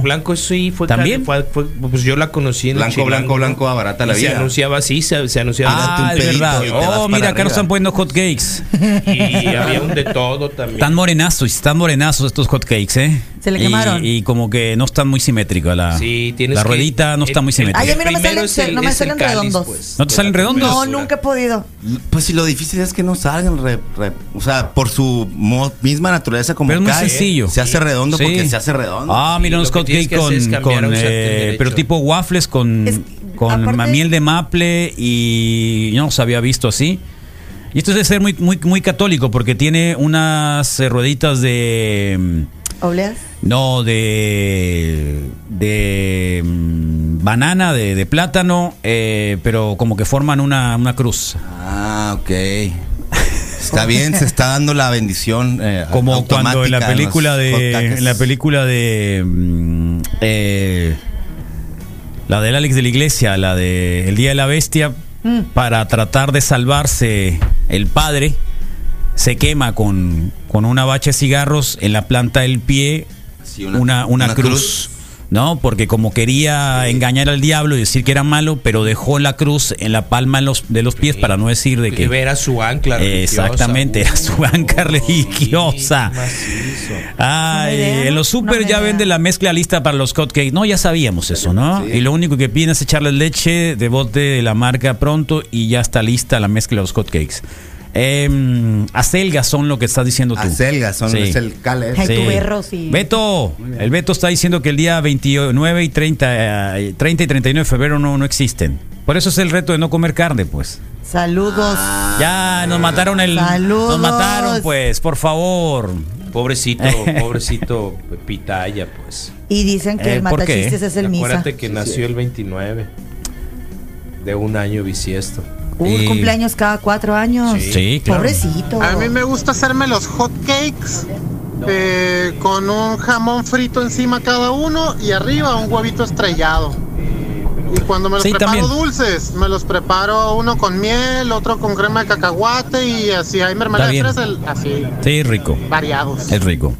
[SPEAKER 2] Blanco.
[SPEAKER 4] Blanco, sí, fue
[SPEAKER 2] ¿También?
[SPEAKER 4] fue- fue- pues yo la conocí en
[SPEAKER 5] Blanco,
[SPEAKER 4] Chilango,
[SPEAKER 5] blanco,
[SPEAKER 4] ¿no?
[SPEAKER 5] blanco, abarata la
[SPEAKER 4] Y Se
[SPEAKER 5] vida.
[SPEAKER 4] anunciaba así, se, se anunciaba.
[SPEAKER 2] Ah,
[SPEAKER 5] Date un
[SPEAKER 2] es
[SPEAKER 5] pedito
[SPEAKER 2] verdad.
[SPEAKER 5] y te vas
[SPEAKER 2] Oh,
[SPEAKER 5] para
[SPEAKER 2] mira, acá
[SPEAKER 5] arriba.
[SPEAKER 2] nos están poniendo hot cakes.
[SPEAKER 4] Y había un de todo también.
[SPEAKER 2] Están morenazos, están morenazos estos hotcakes, ¿eh?
[SPEAKER 3] Se le
[SPEAKER 2] Y-
[SPEAKER 3] quemaron.
[SPEAKER 2] Y, como que no están muy simétricos. La,
[SPEAKER 4] Sí, tienes
[SPEAKER 2] la
[SPEAKER 4] que-
[SPEAKER 2] ruedita no está
[SPEAKER 4] el-
[SPEAKER 2] muy
[SPEAKER 4] el
[SPEAKER 2] simétrica.
[SPEAKER 3] Ay, a mí no me
[SPEAKER 4] primero
[SPEAKER 3] salen-
[SPEAKER 4] es el-
[SPEAKER 3] no me
[SPEAKER 4] es el
[SPEAKER 3] salen
[SPEAKER 4] cáliz,
[SPEAKER 3] redondos.
[SPEAKER 4] pues,
[SPEAKER 2] ¿No te
[SPEAKER 4] de
[SPEAKER 2] salen
[SPEAKER 4] la
[SPEAKER 2] redondos?
[SPEAKER 3] No,
[SPEAKER 4] temperatura.
[SPEAKER 3] nunca he podido.
[SPEAKER 5] Pues si lo difícil es que no salgan, re- re- o sea, por su mo- misma naturaleza como
[SPEAKER 2] Pero es muy
[SPEAKER 4] ¿eh?
[SPEAKER 5] cae,
[SPEAKER 2] sencillo.
[SPEAKER 5] Se hace redondo
[SPEAKER 2] Sí.
[SPEAKER 5] porque se hace redondo.
[SPEAKER 2] Ah, mira,
[SPEAKER 4] Sí,
[SPEAKER 2] unos
[SPEAKER 4] lo que tienes
[SPEAKER 2] cupcakes
[SPEAKER 4] que hacer es
[SPEAKER 2] con,
[SPEAKER 4] cambiar a
[SPEAKER 2] con,
[SPEAKER 4] un sartén
[SPEAKER 2] eh,
[SPEAKER 4] derecho.
[SPEAKER 2] pero tipo waffles con,
[SPEAKER 3] Es-
[SPEAKER 2] con
[SPEAKER 3] aparte-
[SPEAKER 2] ma- miel de maple y yo no los había visto así. Y esto debe ser muy, muy, muy católico porque tiene unas eh, rueditas de... mm,
[SPEAKER 3] ¿Obleas?
[SPEAKER 2] No, de. de. mm, banana, de, de plátano, eh, pero como que forman una, una cruz.
[SPEAKER 5] Ah, ok. Está bien, se está dando la bendición. eh,
[SPEAKER 2] Como cuando en
[SPEAKER 5] automática
[SPEAKER 2] la
[SPEAKER 5] los
[SPEAKER 2] película de.
[SPEAKER 5] hotcakes.
[SPEAKER 2] en la película de. mm, eh, la del Alex de la Iglesia, la de El Día de la Bestia, para tratar de salvarse el padre, se quema con, con una bacha de cigarros en la planta del pie
[SPEAKER 5] Sí,
[SPEAKER 2] una, una, cruz, ¿no? Porque como quería engañar al diablo y decir que era malo, pero dejó la cruz en la palma de los, de los pies para no decir de
[SPEAKER 4] Que
[SPEAKER 2] que...
[SPEAKER 4] era su ancla religiosa.
[SPEAKER 2] Exactamente, era su banca religiosa.
[SPEAKER 4] Sí, macizo.
[SPEAKER 2] Ay,
[SPEAKER 3] Buena idea,
[SPEAKER 2] en los
[SPEAKER 3] ¿no?
[SPEAKER 2] super
[SPEAKER 3] Buena
[SPEAKER 2] ya
[SPEAKER 3] idea.
[SPEAKER 2] vende la mezcla lista para los cupcakes. No, ya sabíamos eso, ¿no?
[SPEAKER 5] Sí.
[SPEAKER 2] Y lo único que piden es echarle leche de bote de la marca pronto y ya está lista la mezcla de los cupcakes. Em, acelgas son lo que estás diciendo tú.
[SPEAKER 5] Acelgas son,
[SPEAKER 2] Sí.
[SPEAKER 5] es el cale.
[SPEAKER 3] Ay, tu berro, sí.
[SPEAKER 2] Beto, el Beto está diciendo que el día 29 y 30, eh, 30 y 39 de febrero no, no existen. Por eso es el reto de no comer carne, pues.
[SPEAKER 3] Saludos.
[SPEAKER 2] Ah. Ya nos mataron el.
[SPEAKER 3] Saludos.
[SPEAKER 2] Nos mataron, pues, por favor.
[SPEAKER 4] Pobrecito, pobrecito Pitaya, pues.
[SPEAKER 3] Y dicen que
[SPEAKER 2] Eh,
[SPEAKER 3] el
[SPEAKER 2] ¿por qué?
[SPEAKER 3] matachistes es el misa.
[SPEAKER 4] Acuérdate que nació el 29 de un año bisiesto.
[SPEAKER 3] Un
[SPEAKER 2] Y-
[SPEAKER 3] Uh, cumpleaños cada cuatro años.
[SPEAKER 2] Sí, sí, claro.
[SPEAKER 3] Pobrecito.
[SPEAKER 6] A mí me gusta hacerme los hot cakes eh, con un jamón frito encima cada uno y arriba un huevito estrellado. Y cuando me los
[SPEAKER 2] Sí,
[SPEAKER 6] preparo
[SPEAKER 2] también.
[SPEAKER 6] dulces, me los preparo uno con miel, otro con crema de cacahuate y así hay mermelada de
[SPEAKER 2] Está
[SPEAKER 6] fresa, el- así
[SPEAKER 2] Sí, rico.
[SPEAKER 6] variados.
[SPEAKER 2] Es rico.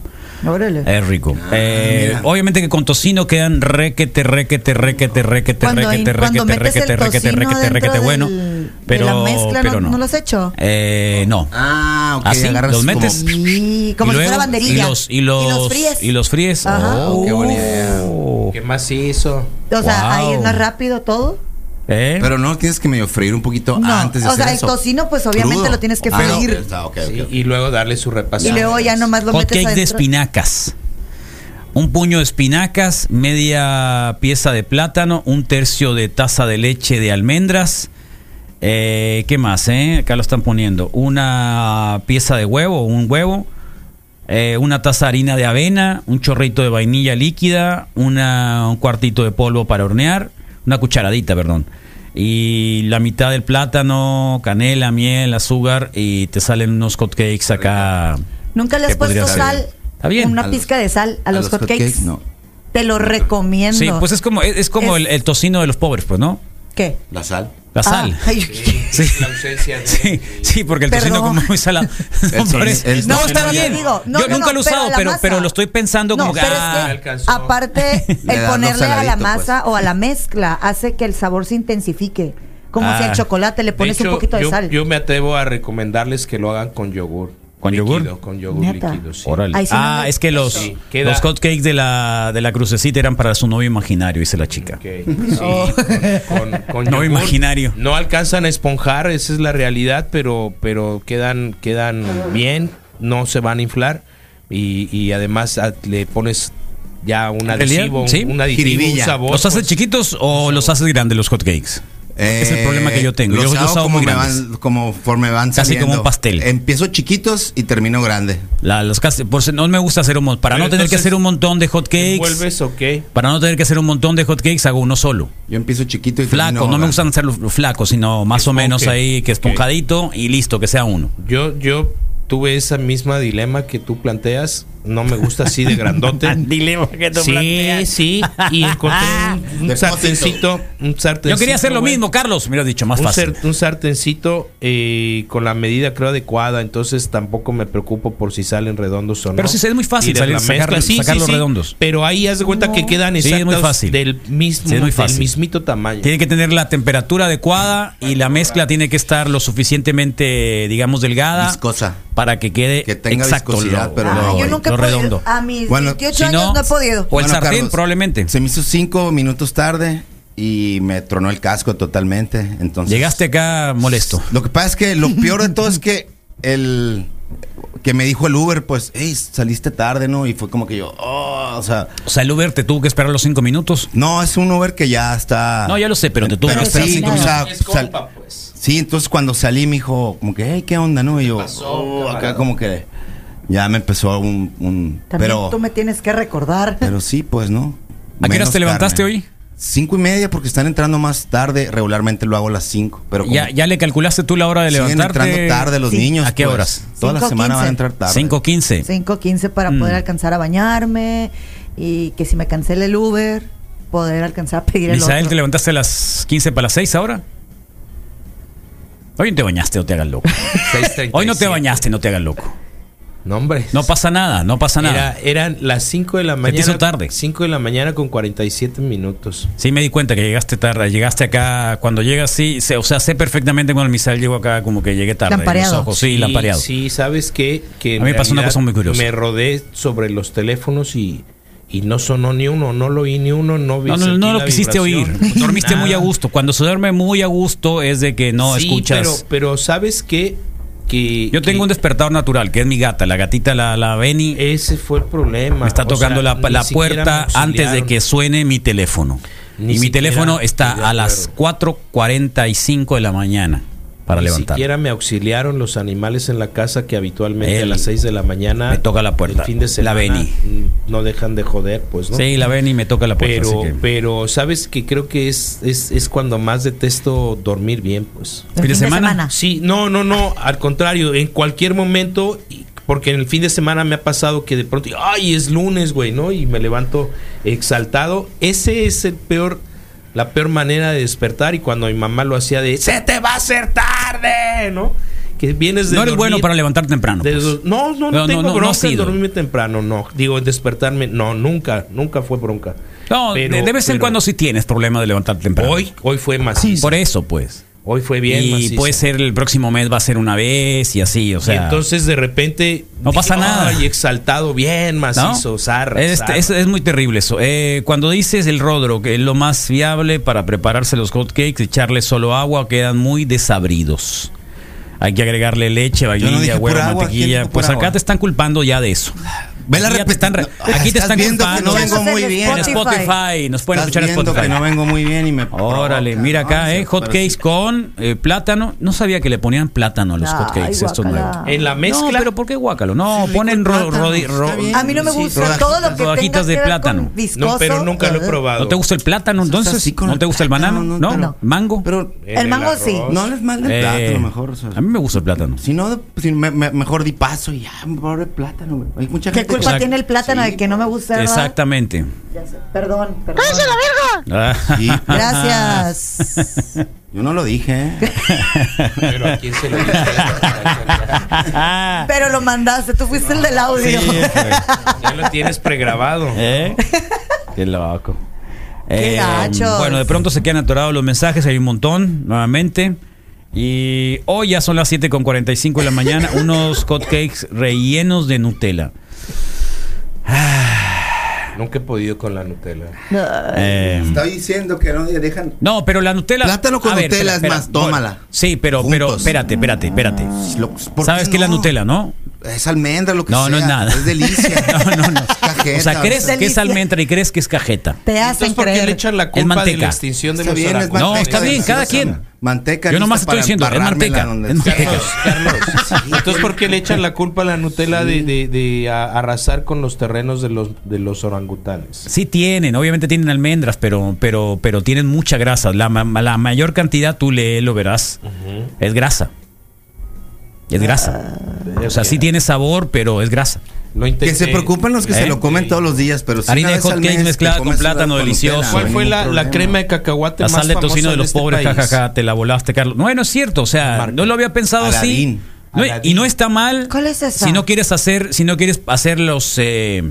[SPEAKER 3] Órale.
[SPEAKER 2] Es rico.
[SPEAKER 3] Ah,
[SPEAKER 2] Eh, obviamente que con tocino quedan requete, requete, requete, requete,
[SPEAKER 3] Cuando,
[SPEAKER 2] requete,
[SPEAKER 3] cuando
[SPEAKER 2] requete,
[SPEAKER 3] metes
[SPEAKER 2] requete,
[SPEAKER 3] el
[SPEAKER 2] requete,
[SPEAKER 3] tocino
[SPEAKER 2] requete, requete,
[SPEAKER 3] dentro
[SPEAKER 2] bueno.
[SPEAKER 3] del-
[SPEAKER 2] Pero,
[SPEAKER 3] de la mezcla,
[SPEAKER 2] pero
[SPEAKER 3] ¿no- no lo has hecho?
[SPEAKER 2] Eh, no.
[SPEAKER 5] Ah, ok.
[SPEAKER 2] Así,
[SPEAKER 5] agarras
[SPEAKER 2] los
[SPEAKER 5] como-
[SPEAKER 2] metes.
[SPEAKER 3] Y como
[SPEAKER 2] Y
[SPEAKER 3] si fuera
[SPEAKER 2] luego-
[SPEAKER 3] banderilla.
[SPEAKER 2] Y los, y los,
[SPEAKER 3] fríes.
[SPEAKER 2] Y los fríes.
[SPEAKER 3] Ajá.
[SPEAKER 2] Oh,
[SPEAKER 3] qué buena
[SPEAKER 4] idea. ¿Qué más hizo?
[SPEAKER 3] o sea,
[SPEAKER 2] Wow.
[SPEAKER 3] ahí es más rápido todo.
[SPEAKER 2] ¿Eh?
[SPEAKER 5] Pero no, tienes que medio freír un poquito
[SPEAKER 3] Em, No,
[SPEAKER 5] antes de
[SPEAKER 3] o
[SPEAKER 5] hacer
[SPEAKER 3] sea, el
[SPEAKER 5] eso.
[SPEAKER 3] tocino, pues, obviamente lo tienes que
[SPEAKER 5] Ah, no,
[SPEAKER 3] freír.
[SPEAKER 5] ah, ok, ok,
[SPEAKER 4] Sí,
[SPEAKER 5] ok.
[SPEAKER 4] y luego darle su
[SPEAKER 3] Y
[SPEAKER 4] repasada.
[SPEAKER 3] luego ya nomás lo
[SPEAKER 2] Hot
[SPEAKER 3] metes
[SPEAKER 2] cake de
[SPEAKER 3] adentro.
[SPEAKER 2] espinacas. Un puño de espinacas, media pieza de plátano, un tercio de taza de leche de almendras. Eh, ¿Qué más? eh? Acá lo están poniendo. Una pieza de huevo, un huevo. eh, una taza de harina de avena, un chorrito de vainilla líquida, una, un cuartito de polvo para hornear, una cucharadita, perdón. Y la mitad del plátano, canela, miel, azúcar y te salen unos cupcakes acá.
[SPEAKER 3] Nunca le has
[SPEAKER 2] ¿Qué podría
[SPEAKER 3] puesto
[SPEAKER 2] ser?
[SPEAKER 3] sal.
[SPEAKER 2] Está bien.
[SPEAKER 3] Una
[SPEAKER 5] A los-
[SPEAKER 3] pizca de sal a, los, hotcakes.
[SPEAKER 5] hotcakes, no.
[SPEAKER 3] Te lo recomiendo.
[SPEAKER 2] Sí, pues es como, es, es como
[SPEAKER 3] Es-
[SPEAKER 2] El, el tocino de los pobres, pues, ¿no?
[SPEAKER 3] ¿Qué?
[SPEAKER 5] La sal.
[SPEAKER 2] La sal.
[SPEAKER 3] Ah, ay,
[SPEAKER 2] Sí.
[SPEAKER 4] La ausencia de-
[SPEAKER 2] Sí, sí, porque el tocino
[SPEAKER 3] Perdón.
[SPEAKER 2] como es muy salado. No,
[SPEAKER 5] El
[SPEAKER 2] pero
[SPEAKER 5] tocino-
[SPEAKER 2] es-
[SPEAKER 5] el
[SPEAKER 2] no,
[SPEAKER 5] tocino
[SPEAKER 2] está
[SPEAKER 5] no
[SPEAKER 2] bien.
[SPEAKER 5] le-
[SPEAKER 3] digo, no,
[SPEAKER 2] Yo
[SPEAKER 3] no,
[SPEAKER 2] nunca
[SPEAKER 3] no,
[SPEAKER 2] lo he
[SPEAKER 3] pero a
[SPEAKER 2] usado,
[SPEAKER 3] la
[SPEAKER 2] pero,
[SPEAKER 3] masa.
[SPEAKER 2] pero lo estoy pensando
[SPEAKER 3] No,
[SPEAKER 2] como que.
[SPEAKER 3] pero
[SPEAKER 2] ah,
[SPEAKER 3] es que
[SPEAKER 4] alcanzó.
[SPEAKER 3] aparte
[SPEAKER 5] Le
[SPEAKER 3] el
[SPEAKER 5] das
[SPEAKER 3] ponerle a la
[SPEAKER 5] saladito,
[SPEAKER 2] pues.
[SPEAKER 3] masa o a la mezcla hace que el sabor se intensifique. Como si
[SPEAKER 2] Ah.
[SPEAKER 3] al chocolate le pones
[SPEAKER 4] hecho,
[SPEAKER 3] un poquito de
[SPEAKER 4] yo,
[SPEAKER 3] sal.
[SPEAKER 4] Yo me atrevo a recomendarles que lo hagan con yogur.
[SPEAKER 2] ¿Con
[SPEAKER 4] líquido,
[SPEAKER 2] yogur?
[SPEAKER 4] Con yogur
[SPEAKER 3] Neta.
[SPEAKER 4] líquido, sí.
[SPEAKER 2] Órale.
[SPEAKER 3] Ay, sí, no
[SPEAKER 2] ah,
[SPEAKER 3] me-
[SPEAKER 2] es que los,
[SPEAKER 4] Sí, queda-
[SPEAKER 2] los hotcakes de la, de la crucecita eran para su novio imaginario, dice la chica.
[SPEAKER 4] Ok, sí, con- con- con
[SPEAKER 2] No
[SPEAKER 4] yogur.
[SPEAKER 2] imaginario.
[SPEAKER 4] No alcanzan a esponjar, esa es la realidad, pero, pero quedan, quedan bien, no se van a inflar y, y además a- le pones ya un
[SPEAKER 2] realidad,
[SPEAKER 4] adhesivo, un-
[SPEAKER 2] sí.
[SPEAKER 4] un adhesivo, un
[SPEAKER 5] Jiribilla.
[SPEAKER 4] sabor.
[SPEAKER 2] ¿Los haces
[SPEAKER 4] pues,
[SPEAKER 2] chiquitos o los haces grandes los hotcakes? es el
[SPEAKER 5] Eh,
[SPEAKER 2] problema que yo tengo.
[SPEAKER 5] Los
[SPEAKER 2] Yo los
[SPEAKER 5] hago
[SPEAKER 2] hago
[SPEAKER 5] como
[SPEAKER 2] muy
[SPEAKER 5] me
[SPEAKER 2] grandes.
[SPEAKER 5] van, como me van
[SPEAKER 2] Casi
[SPEAKER 5] saliendo.
[SPEAKER 2] como un pastel.
[SPEAKER 5] Empiezo chiquitos y termino grande.
[SPEAKER 2] La- los cas- por si- no me gusta hacer un montón. Para
[SPEAKER 4] Pero
[SPEAKER 2] no tener que
[SPEAKER 4] entonces,
[SPEAKER 2] hacer un montón de hotcakes.
[SPEAKER 4] envuelves, ok.
[SPEAKER 2] Para no tener que hacer un montón de hotcakes, hago uno solo.
[SPEAKER 5] Yo empiezo chiquito y
[SPEAKER 2] Flaco, no,
[SPEAKER 5] termino
[SPEAKER 2] me
[SPEAKER 5] grande.
[SPEAKER 2] gustan hacerlo flaco, sino más o
[SPEAKER 4] Esponje.
[SPEAKER 2] menos ahí que
[SPEAKER 4] Ok.
[SPEAKER 2] esponjadito y listo, que sea uno.
[SPEAKER 4] Yo, yo tuve esa misma dilema que tú planteas. No me gusta así de grandote. dilema que tú sí, Sí, Y encontré un- un,
[SPEAKER 5] Depósito.
[SPEAKER 4] sartencito, un sartencito.
[SPEAKER 2] Ah. Yo quería hacer lo
[SPEAKER 4] güey.
[SPEAKER 2] mismo, Carlos, me lo has dicho, más
[SPEAKER 4] Un,
[SPEAKER 2] fácil.
[SPEAKER 4] cer- un sartencito eh, con la medida creo adecuada, entonces tampoco me preocupo por si salen redondos o no.
[SPEAKER 2] Pero sí, es muy fácil
[SPEAKER 4] Tiras
[SPEAKER 2] salir-
[SPEAKER 4] la mezcla.
[SPEAKER 2] sacar- sacar los redondos.
[SPEAKER 4] Pero ahí haz de cuenta que quedan
[SPEAKER 2] Sí, es muy
[SPEAKER 4] exactos
[SPEAKER 2] fácil.
[SPEAKER 4] del mismo,
[SPEAKER 2] Sí, es muy fácil.
[SPEAKER 4] del mismito tamaño.
[SPEAKER 2] Tiene que tener la temperatura adecuada y la mezcla tiene que estar lo suficientemente, digamos, delgada.
[SPEAKER 5] Viscosa.
[SPEAKER 2] Para que quede
[SPEAKER 5] Que tenga
[SPEAKER 2] exacto
[SPEAKER 5] viscosidad,
[SPEAKER 2] lo,
[SPEAKER 5] pero
[SPEAKER 3] Ah,
[SPEAKER 5] no,
[SPEAKER 2] lo-
[SPEAKER 3] yo
[SPEAKER 5] güey,
[SPEAKER 3] nunca he
[SPEAKER 2] lo
[SPEAKER 3] podido.
[SPEAKER 2] redondo.
[SPEAKER 3] A mis
[SPEAKER 5] Bueno,
[SPEAKER 3] 28
[SPEAKER 2] si no- pues,
[SPEAKER 3] años no he podido.
[SPEAKER 2] O el sartén, probablemente.
[SPEAKER 5] Se me hizo cinco minutos tarde y me tronó el casco totalmente. Entonces.
[SPEAKER 2] Llegaste acá molesto.
[SPEAKER 5] Lo que pasa es que lo peor de todo es que el que me dijo el Uber, pues, hey, saliste tarde, ¿no? Y fue como que yo, oh, o sea,
[SPEAKER 2] O sea, el Uber te tuvo que esperar los cinco minutos.
[SPEAKER 5] no, es un Uber que ya está.
[SPEAKER 2] No, ya lo sé, pero te tuvo que
[SPEAKER 5] Pero
[SPEAKER 2] esperar
[SPEAKER 5] sí,
[SPEAKER 2] cinco
[SPEAKER 5] o
[SPEAKER 2] minutos.
[SPEAKER 5] sea, sal- sí, entonces cuando salí me dijo, como que, hey, ¿qué onda, no? Y yo, "Oh", acá como que ya me empezó un. un-
[SPEAKER 3] También
[SPEAKER 5] pero,
[SPEAKER 3] tú me tienes que recordar.
[SPEAKER 5] pero sí, pues, ¿no?
[SPEAKER 2] ¿A qué horas
[SPEAKER 5] Menos
[SPEAKER 2] te levantaste
[SPEAKER 5] carne.
[SPEAKER 2] hoy?
[SPEAKER 5] Cinco y media, porque están entrando más tarde. Regularmente lo hago a las cinco, pero como
[SPEAKER 2] ¿Ya, ya le calculaste tú la hora de
[SPEAKER 5] siguen
[SPEAKER 2] levantarte?
[SPEAKER 5] entrando tarde los
[SPEAKER 3] Sí.
[SPEAKER 5] niños.
[SPEAKER 2] ¿A qué
[SPEAKER 5] pues,
[SPEAKER 2] horas?
[SPEAKER 5] Toda la
[SPEAKER 3] 5:15.
[SPEAKER 5] semana van a entrar tarde.
[SPEAKER 2] 5.15.
[SPEAKER 3] 5.15 para
[SPEAKER 2] Mm.
[SPEAKER 3] poder alcanzar a bañarme y que si me cancele el Uber, poder alcanzar a pedir el
[SPEAKER 2] Misael,
[SPEAKER 3] otro.
[SPEAKER 2] ¿te levantaste a las 15 para las 6 ahora? Hoy no te bañaste, no te hagas loco. Hoy no te bañaste, no te hagas loco.
[SPEAKER 4] No, hombre.
[SPEAKER 2] No pasa nada, no pasa nada.
[SPEAKER 4] Era- eran las 5 de la
[SPEAKER 2] te
[SPEAKER 4] mañana.
[SPEAKER 2] hizo tarde.
[SPEAKER 4] 5 de la mañana con 47 minutos.
[SPEAKER 2] Sí, me di cuenta que llegaste tarde, llegaste acá, cuando llegas, sí, sé- o sea, sé perfectamente cuando el Misael llegó acá, como que llegué tarde.
[SPEAKER 3] Lampareado.
[SPEAKER 2] los ojos, sí, lampareado.
[SPEAKER 4] Sí, sabes qué? que en
[SPEAKER 2] A mí me pasó una
[SPEAKER 4] realidad
[SPEAKER 2] cosa muy curiosa.
[SPEAKER 4] Me rodé sobre los teléfonos y, y no sonó ni uno, no lo oí ni uno, no vi.
[SPEAKER 2] No, no, no,
[SPEAKER 4] sentí
[SPEAKER 2] lo
[SPEAKER 4] la
[SPEAKER 2] quisiste
[SPEAKER 4] vibración,
[SPEAKER 2] oír. Dormiste
[SPEAKER 4] nada.
[SPEAKER 2] muy a gusto. Cuando se duerme muy a gusto es de que no
[SPEAKER 4] Sí,
[SPEAKER 2] escuchas.
[SPEAKER 4] Pero, pero sabes qué? que
[SPEAKER 2] Yo tengo un
[SPEAKER 4] que
[SPEAKER 2] despertador natural, que es mi gata, la gatita, la, la Benny.
[SPEAKER 4] ese fue el problema.
[SPEAKER 2] Me está
[SPEAKER 4] O
[SPEAKER 2] tocando
[SPEAKER 4] sea,
[SPEAKER 2] la,
[SPEAKER 4] ni
[SPEAKER 2] la
[SPEAKER 4] siquiera
[SPEAKER 2] puerta
[SPEAKER 4] me
[SPEAKER 2] antes de
[SPEAKER 4] auxiliaron.
[SPEAKER 2] que suene mi teléfono.
[SPEAKER 4] Ni
[SPEAKER 2] y mi
[SPEAKER 4] siquiera
[SPEAKER 2] teléfono está
[SPEAKER 4] estoy de
[SPEAKER 2] a las
[SPEAKER 4] acuerdo.
[SPEAKER 2] 4.45 de la mañana para
[SPEAKER 4] Ni
[SPEAKER 2] levantar.
[SPEAKER 4] siquiera me auxiliaron los animales en la casa que habitualmente a
[SPEAKER 2] Él.
[SPEAKER 4] las 6 de la mañana.
[SPEAKER 2] Me toca la puerta.
[SPEAKER 4] El fin de
[SPEAKER 2] La
[SPEAKER 4] semana.
[SPEAKER 2] Beni.
[SPEAKER 4] mm, No dejan de joder, pues, ¿no?
[SPEAKER 2] Sí, la Benny me toca la puerta.
[SPEAKER 4] pero,
[SPEAKER 2] así que-
[SPEAKER 4] pero sabes que creo que es, es, es cuando más detesto dormir bien, pues.
[SPEAKER 3] El
[SPEAKER 2] fin de semana?
[SPEAKER 4] Sí, no, no, no, al contrario, en cualquier momento, y- porque en el fin de semana me ha pasado que de pronto, ay, es lunes, güey, ¿no? Y me levanto exaltado. Ese es el peor, la peor manera de despertar y cuando mi mamá lo hacía de, se te va a hacer tarde, ¿no? que vienes de
[SPEAKER 2] No eres
[SPEAKER 4] dormir-
[SPEAKER 2] bueno para levantar temprano.
[SPEAKER 4] de
[SPEAKER 2] pues.
[SPEAKER 4] do- no, no,
[SPEAKER 2] No,
[SPEAKER 4] no,
[SPEAKER 2] no,
[SPEAKER 4] tengo
[SPEAKER 2] no, no ha
[SPEAKER 4] bronca en
[SPEAKER 2] sido.
[SPEAKER 4] dormirme temprano, no. Digo, en despertarme, no, nunca, nunca fue bronca.
[SPEAKER 2] No, de-
[SPEAKER 4] Pero-
[SPEAKER 2] de, vez en
[SPEAKER 4] pero
[SPEAKER 2] cuando sí tienes problema de levantar temprano.
[SPEAKER 4] Hoy, hoy fue macizo.
[SPEAKER 2] Por eso, pues.
[SPEAKER 4] Hoy fue bien
[SPEAKER 2] y pues
[SPEAKER 4] macizo.
[SPEAKER 2] puede ser el próximo mes va a ser una vez y así, o
[SPEAKER 4] Y
[SPEAKER 2] sea.
[SPEAKER 4] entonces de repente.
[SPEAKER 2] No pasa nada.
[SPEAKER 4] Y exaltado, bien
[SPEAKER 2] ¿no?
[SPEAKER 4] macizo, zarra,
[SPEAKER 2] es, este,
[SPEAKER 4] zarra.
[SPEAKER 2] es- es muy terrible eso. Eh, cuando dices el rodro, que es lo más fiable para prepararse los hot cakes, echarle solo agua, quedan muy desabridos. Hay que agregarle leche,
[SPEAKER 5] dije
[SPEAKER 2] vainilla,
[SPEAKER 5] pura
[SPEAKER 2] huevo,
[SPEAKER 5] agua, ¿quién
[SPEAKER 2] mantequilla.
[SPEAKER 5] dijo
[SPEAKER 2] Pues
[SPEAKER 5] pura
[SPEAKER 2] acá
[SPEAKER 5] agua?
[SPEAKER 2] te están culpando ya de eso.
[SPEAKER 5] Ve la
[SPEAKER 2] Aquí ya te
[SPEAKER 5] repet-
[SPEAKER 2] están re-
[SPEAKER 5] no,
[SPEAKER 2] aquí te
[SPEAKER 5] estás
[SPEAKER 2] están
[SPEAKER 5] viendo que
[SPEAKER 2] culpando.
[SPEAKER 5] no vengo muy
[SPEAKER 3] Escuchándose en
[SPEAKER 5] bien.
[SPEAKER 2] En Spotify, nos pueden
[SPEAKER 5] Estás
[SPEAKER 2] escuchar en
[SPEAKER 5] viendo
[SPEAKER 2] Spotify.
[SPEAKER 5] que no vengo muy bien y me
[SPEAKER 2] Órale,
[SPEAKER 5] provoca.
[SPEAKER 2] mira
[SPEAKER 5] No,
[SPEAKER 2] acá,
[SPEAKER 5] no
[SPEAKER 2] ¿eh?
[SPEAKER 5] sé,
[SPEAKER 2] Hot
[SPEAKER 5] pero
[SPEAKER 2] cakes
[SPEAKER 5] sí.
[SPEAKER 2] con eh, plátano. No sabía que le ponían plátano a los
[SPEAKER 3] Ay,
[SPEAKER 2] hot cakes, esto
[SPEAKER 3] guácala.
[SPEAKER 2] nuevo.
[SPEAKER 4] En la mezcla.
[SPEAKER 2] No, pero ¿por qué guácalo? No,
[SPEAKER 5] Sí,
[SPEAKER 2] ponen
[SPEAKER 5] rico el
[SPEAKER 2] ro-
[SPEAKER 5] plátano,
[SPEAKER 2] rodi- ro-
[SPEAKER 5] está bien.
[SPEAKER 3] A mí no me
[SPEAKER 5] Sí,
[SPEAKER 3] gusta
[SPEAKER 5] rodajitas-
[SPEAKER 3] todo lo que
[SPEAKER 2] rodajitas
[SPEAKER 3] tenga
[SPEAKER 2] de
[SPEAKER 3] que ver
[SPEAKER 2] plátano.
[SPEAKER 3] con viscoso. Eh.
[SPEAKER 4] No, pero nunca lo he
[SPEAKER 3] Ugh.
[SPEAKER 4] probado.
[SPEAKER 2] ¿No te gusta el plátano
[SPEAKER 5] Estás
[SPEAKER 2] entonces?
[SPEAKER 5] así con
[SPEAKER 2] ¿No
[SPEAKER 5] el
[SPEAKER 2] te gusta el banano?
[SPEAKER 5] plátano,
[SPEAKER 2] ¿No?
[SPEAKER 5] no,
[SPEAKER 3] no.
[SPEAKER 2] ¿Mango?
[SPEAKER 5] Pero
[SPEAKER 4] En
[SPEAKER 3] El mango
[SPEAKER 4] arroz.
[SPEAKER 3] sí.
[SPEAKER 5] no les mal del
[SPEAKER 2] Eh,
[SPEAKER 5] plátano, mejor. o sea,
[SPEAKER 2] a mí me gusta el plátano.
[SPEAKER 5] Si no, si me- me- mejor di paso y ya, pobre plátano, güey. Hay mucha
[SPEAKER 3] ¿Qué
[SPEAKER 5] gente
[SPEAKER 3] culpa
[SPEAKER 5] que-
[SPEAKER 3] tiene el plátano de que no me gusta? verdad?
[SPEAKER 2] Exactamente.
[SPEAKER 3] Ya sé. Perdón, perdón.
[SPEAKER 5] Sí.
[SPEAKER 3] Gracias.
[SPEAKER 5] Yo no lo dije, ¿eh?
[SPEAKER 4] Pero ¿a quién se lo dice?
[SPEAKER 3] Pero lo mandaste, tú fuiste el del audio.
[SPEAKER 4] Ya lo tienes pregrabado.
[SPEAKER 2] ¿Eh? Qué loco. Eh,
[SPEAKER 3] Qué gachos.
[SPEAKER 2] bueno, de pronto se quedan atorados los mensajes, hay un montón, nuevamente. Y hoy ya son las 7.45 de la mañana, unos hotcakes rellenos de Nutella.
[SPEAKER 4] Nunca he podido con la Nutella.
[SPEAKER 2] Eh,
[SPEAKER 5] Está diciendo que no dejan.
[SPEAKER 2] no, pero la Nutella...
[SPEAKER 5] Plátano con
[SPEAKER 2] A ver,
[SPEAKER 5] Nutella,
[SPEAKER 2] espera,
[SPEAKER 5] es
[SPEAKER 2] espera,
[SPEAKER 5] más, tómala.
[SPEAKER 2] Sí, pero, pero,
[SPEAKER 5] Juntos.
[SPEAKER 2] espérate, espérate, espérate.
[SPEAKER 5] Lo- ¿por
[SPEAKER 2] ¿Sabes qué es la Nutella, no?
[SPEAKER 5] Es almendra, lo que
[SPEAKER 2] No,
[SPEAKER 5] sea.
[SPEAKER 2] no es nada.
[SPEAKER 5] Es delicia.
[SPEAKER 2] No, no, no.
[SPEAKER 5] Es cajeta,
[SPEAKER 2] o sea, crees
[SPEAKER 5] sea,
[SPEAKER 2] que es
[SPEAKER 3] Delicia.
[SPEAKER 2] almendra y crees que es cajeta.
[SPEAKER 3] Te
[SPEAKER 4] Entonces,
[SPEAKER 3] hacen
[SPEAKER 4] ¿por qué
[SPEAKER 3] creer.
[SPEAKER 4] le echan la
[SPEAKER 2] Es
[SPEAKER 4] culpa de
[SPEAKER 2] manteca.
[SPEAKER 4] la extinción de
[SPEAKER 5] está
[SPEAKER 4] los
[SPEAKER 5] bien, es
[SPEAKER 4] arapahoes?
[SPEAKER 2] No,
[SPEAKER 5] manteca
[SPEAKER 2] está bien,
[SPEAKER 5] deliciosa.
[SPEAKER 2] cada quien.
[SPEAKER 5] Manteca.
[SPEAKER 2] Yo
[SPEAKER 5] lista
[SPEAKER 2] nomás estoy
[SPEAKER 5] para
[SPEAKER 2] diciendo, es
[SPEAKER 5] embarrármela
[SPEAKER 2] manteca,
[SPEAKER 5] donde
[SPEAKER 2] es
[SPEAKER 5] sea.
[SPEAKER 2] manteca.
[SPEAKER 4] Carlos, Carlos. Entonces, ¿por qué le echan la culpa a la Nutella de, de- de a- arrasar con los terrenos de los, de los orangutanes?
[SPEAKER 2] Sí tienen, obviamente tienen almendras, pero, pero, pero tienen mucha grasa. La, ma- la mayor cantidad, tú le lo verás, es grasa. Es grasa.
[SPEAKER 4] Ah,
[SPEAKER 2] o sea, sí tiene sabor, pero es grasa.
[SPEAKER 4] Lo
[SPEAKER 5] Que se
[SPEAKER 4] intenté.
[SPEAKER 5] preocupan los que
[SPEAKER 2] Eh.
[SPEAKER 5] se lo comen todos los días, pero si
[SPEAKER 2] Harina de hot cakes mezclada con plátano delicioso.
[SPEAKER 4] ¿Cuál
[SPEAKER 2] No,
[SPEAKER 4] fue la, la crema de cacahuate
[SPEAKER 2] La
[SPEAKER 4] más
[SPEAKER 2] sal de
[SPEAKER 4] famosa
[SPEAKER 2] tocino de los
[SPEAKER 4] este
[SPEAKER 2] pobres,
[SPEAKER 4] país?
[SPEAKER 2] jajaja, te la volaste, Carlos. No, no es cierto, o sea,
[SPEAKER 4] Marca.
[SPEAKER 2] no lo había pensado así.
[SPEAKER 5] Aladín.
[SPEAKER 2] No,
[SPEAKER 4] Aladín.
[SPEAKER 2] y no está mal.
[SPEAKER 3] ¿Cuál es esa?
[SPEAKER 2] Si no quieres hacer, si no quieres hacer los eh,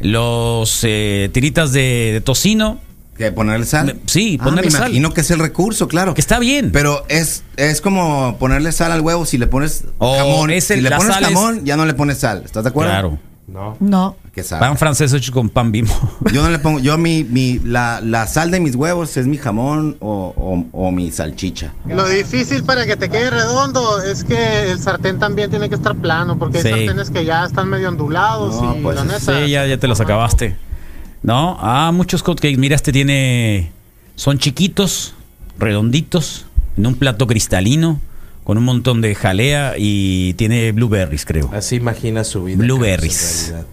[SPEAKER 2] los eh, tiritas de, de tocino,
[SPEAKER 5] Que ponerle sal.
[SPEAKER 2] Me- sí,
[SPEAKER 5] Ah,
[SPEAKER 2] ponerle
[SPEAKER 5] me
[SPEAKER 2] sal.
[SPEAKER 5] imagino que es el recurso, claro.
[SPEAKER 2] que está bien.
[SPEAKER 5] Pero es, es como ponerle sal al huevo si le pones
[SPEAKER 2] Oh,
[SPEAKER 5] jamón.
[SPEAKER 2] es el-
[SPEAKER 5] si le
[SPEAKER 2] la
[SPEAKER 5] pones
[SPEAKER 2] sal es-
[SPEAKER 5] jamón, ya no le pones sal. ¿Estás de acuerdo?
[SPEAKER 2] claro.
[SPEAKER 4] No.
[SPEAKER 3] No.
[SPEAKER 5] Que sabe.
[SPEAKER 2] Pan francés hecho con pan bimbo.
[SPEAKER 5] Yo no le pongo, yo mi, mi la, la sal de mis huevos es mi jamón o, o- o mi salchicha.
[SPEAKER 6] Lo difícil para que te quede redondo es que el sartén también tiene que estar plano, porque hay
[SPEAKER 2] Sí.
[SPEAKER 6] sartenes que ya están medio ondulados
[SPEAKER 5] No,
[SPEAKER 6] y
[SPEAKER 5] pues,
[SPEAKER 6] la neta.
[SPEAKER 2] Sí, ya, ya te los acabaste. No, ah, muchos hotcakes. Mira, este tiene. Son chiquitos, redonditos, en un plato cristalino, con un montón de jalea y tiene blueberries, creo.
[SPEAKER 4] Así imagina su vida.
[SPEAKER 2] Blueberries.
[SPEAKER 4] Carlos, en realidad.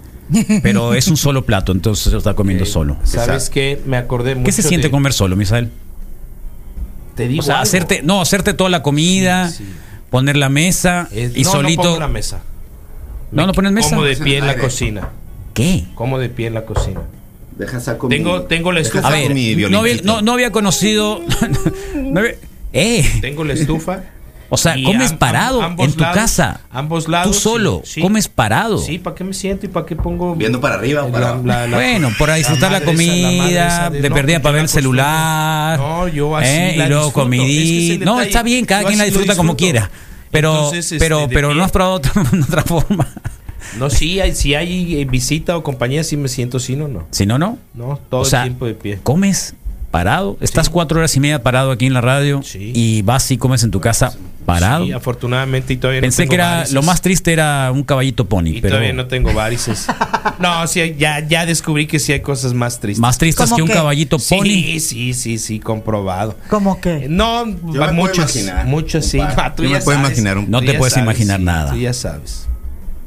[SPEAKER 2] Pero es un solo plato, entonces se lo está comiendo
[SPEAKER 4] Ok.
[SPEAKER 2] solo.
[SPEAKER 4] ¿Sabes qué? Me acordé mucho
[SPEAKER 2] ¿Qué se siente
[SPEAKER 4] de-
[SPEAKER 2] comer solo, Misael?
[SPEAKER 4] Te digo
[SPEAKER 2] O sea,
[SPEAKER 4] algo.
[SPEAKER 2] hacerte, no, hacerte toda la comida,
[SPEAKER 4] Sí, sí.
[SPEAKER 2] poner la mesa
[SPEAKER 4] Es-
[SPEAKER 2] y
[SPEAKER 4] no, No
[SPEAKER 2] solito.
[SPEAKER 4] pongo la mesa.
[SPEAKER 2] ¿No, no pones mesa?
[SPEAKER 4] Como de pie en la
[SPEAKER 5] Aire.
[SPEAKER 4] cocina.
[SPEAKER 2] ¿Qué?
[SPEAKER 4] Como de pie en la cocina.
[SPEAKER 5] Deja saco
[SPEAKER 4] Tengo-
[SPEAKER 5] mi-
[SPEAKER 4] tengo la
[SPEAKER 5] deja
[SPEAKER 4] estufa.
[SPEAKER 2] A
[SPEAKER 5] saco
[SPEAKER 2] ver,
[SPEAKER 5] mi
[SPEAKER 2] no había,
[SPEAKER 5] violincito.
[SPEAKER 2] no- no había conocido. no había- ¡Eh!
[SPEAKER 4] Tengo la estufa.
[SPEAKER 2] O sea,
[SPEAKER 4] y
[SPEAKER 2] comes
[SPEAKER 4] am-
[SPEAKER 2] parado
[SPEAKER 4] am- ambos
[SPEAKER 2] en tu
[SPEAKER 4] lados-
[SPEAKER 2] casa.
[SPEAKER 4] Ambos lados.
[SPEAKER 2] Tú solo,
[SPEAKER 4] sí, sí.
[SPEAKER 2] comes parado.
[SPEAKER 4] Sí, ¿para qué me siento y para qué pongo.
[SPEAKER 5] Viendo para arriba o
[SPEAKER 4] la-
[SPEAKER 5] para
[SPEAKER 4] la- la-
[SPEAKER 2] bueno, por ahí disfrutar la,
[SPEAKER 4] madre esa- la madre
[SPEAKER 2] comida,
[SPEAKER 4] esa
[SPEAKER 2] de
[SPEAKER 4] no,
[SPEAKER 2] perdida
[SPEAKER 4] yo
[SPEAKER 2] para
[SPEAKER 4] la
[SPEAKER 2] ver el
[SPEAKER 4] acostumbro.
[SPEAKER 2] celular.
[SPEAKER 4] No, yo así.
[SPEAKER 2] ¿eh?
[SPEAKER 4] la
[SPEAKER 2] y luego
[SPEAKER 4] disfruto.
[SPEAKER 2] comidí.
[SPEAKER 4] Es que es el
[SPEAKER 2] no,
[SPEAKER 4] detalle.
[SPEAKER 2] está bien, cada
[SPEAKER 4] Yo
[SPEAKER 2] quien la
[SPEAKER 4] así lo
[SPEAKER 2] disfruta como
[SPEAKER 4] disfruto.
[SPEAKER 2] quiera. Pero,
[SPEAKER 4] Entonces, este,
[SPEAKER 2] pero,
[SPEAKER 4] de
[SPEAKER 2] pero no
[SPEAKER 4] pie-
[SPEAKER 2] has probado otra, otra forma.
[SPEAKER 4] No, sí, hay, si hay eh, visita o compañía, sí me siento sino, no.
[SPEAKER 2] Si no, no.
[SPEAKER 4] No, todo
[SPEAKER 2] O sea,
[SPEAKER 4] el tiempo de pie.
[SPEAKER 2] Comes parado, estás cuatro horas y media parado aquí en la radio
[SPEAKER 4] Sí.
[SPEAKER 2] y vas y comes en tu casa parado.
[SPEAKER 4] Sí, afortunadamente y todavía no
[SPEAKER 2] Pensé
[SPEAKER 4] tengo
[SPEAKER 2] que era
[SPEAKER 4] varices.
[SPEAKER 2] lo más triste era un caballito pony,
[SPEAKER 4] Y
[SPEAKER 2] pero
[SPEAKER 4] todavía no tengo varices. no, sí, hay- ya, ya descubrí que sí hay cosas más tristes.
[SPEAKER 2] más triste
[SPEAKER 3] ¿Cómo
[SPEAKER 2] que un
[SPEAKER 3] qué?
[SPEAKER 2] caballito pony.
[SPEAKER 4] Sí, sí, sí, sí, comprobado. Eh,
[SPEAKER 3] ¿Cómo que?
[SPEAKER 4] No,
[SPEAKER 5] Yo me puedo
[SPEAKER 4] muchas,
[SPEAKER 5] imaginar.
[SPEAKER 4] muchas sí.
[SPEAKER 5] Un par.
[SPEAKER 4] Ah, tú
[SPEAKER 5] Yo me
[SPEAKER 4] ya
[SPEAKER 5] puedo
[SPEAKER 4] sabes.
[SPEAKER 5] imaginar un
[SPEAKER 2] No
[SPEAKER 4] Tú
[SPEAKER 2] te
[SPEAKER 4] ya
[SPEAKER 2] puedes imaginar
[SPEAKER 4] sí,
[SPEAKER 2] nada.
[SPEAKER 4] Tú ya sabes.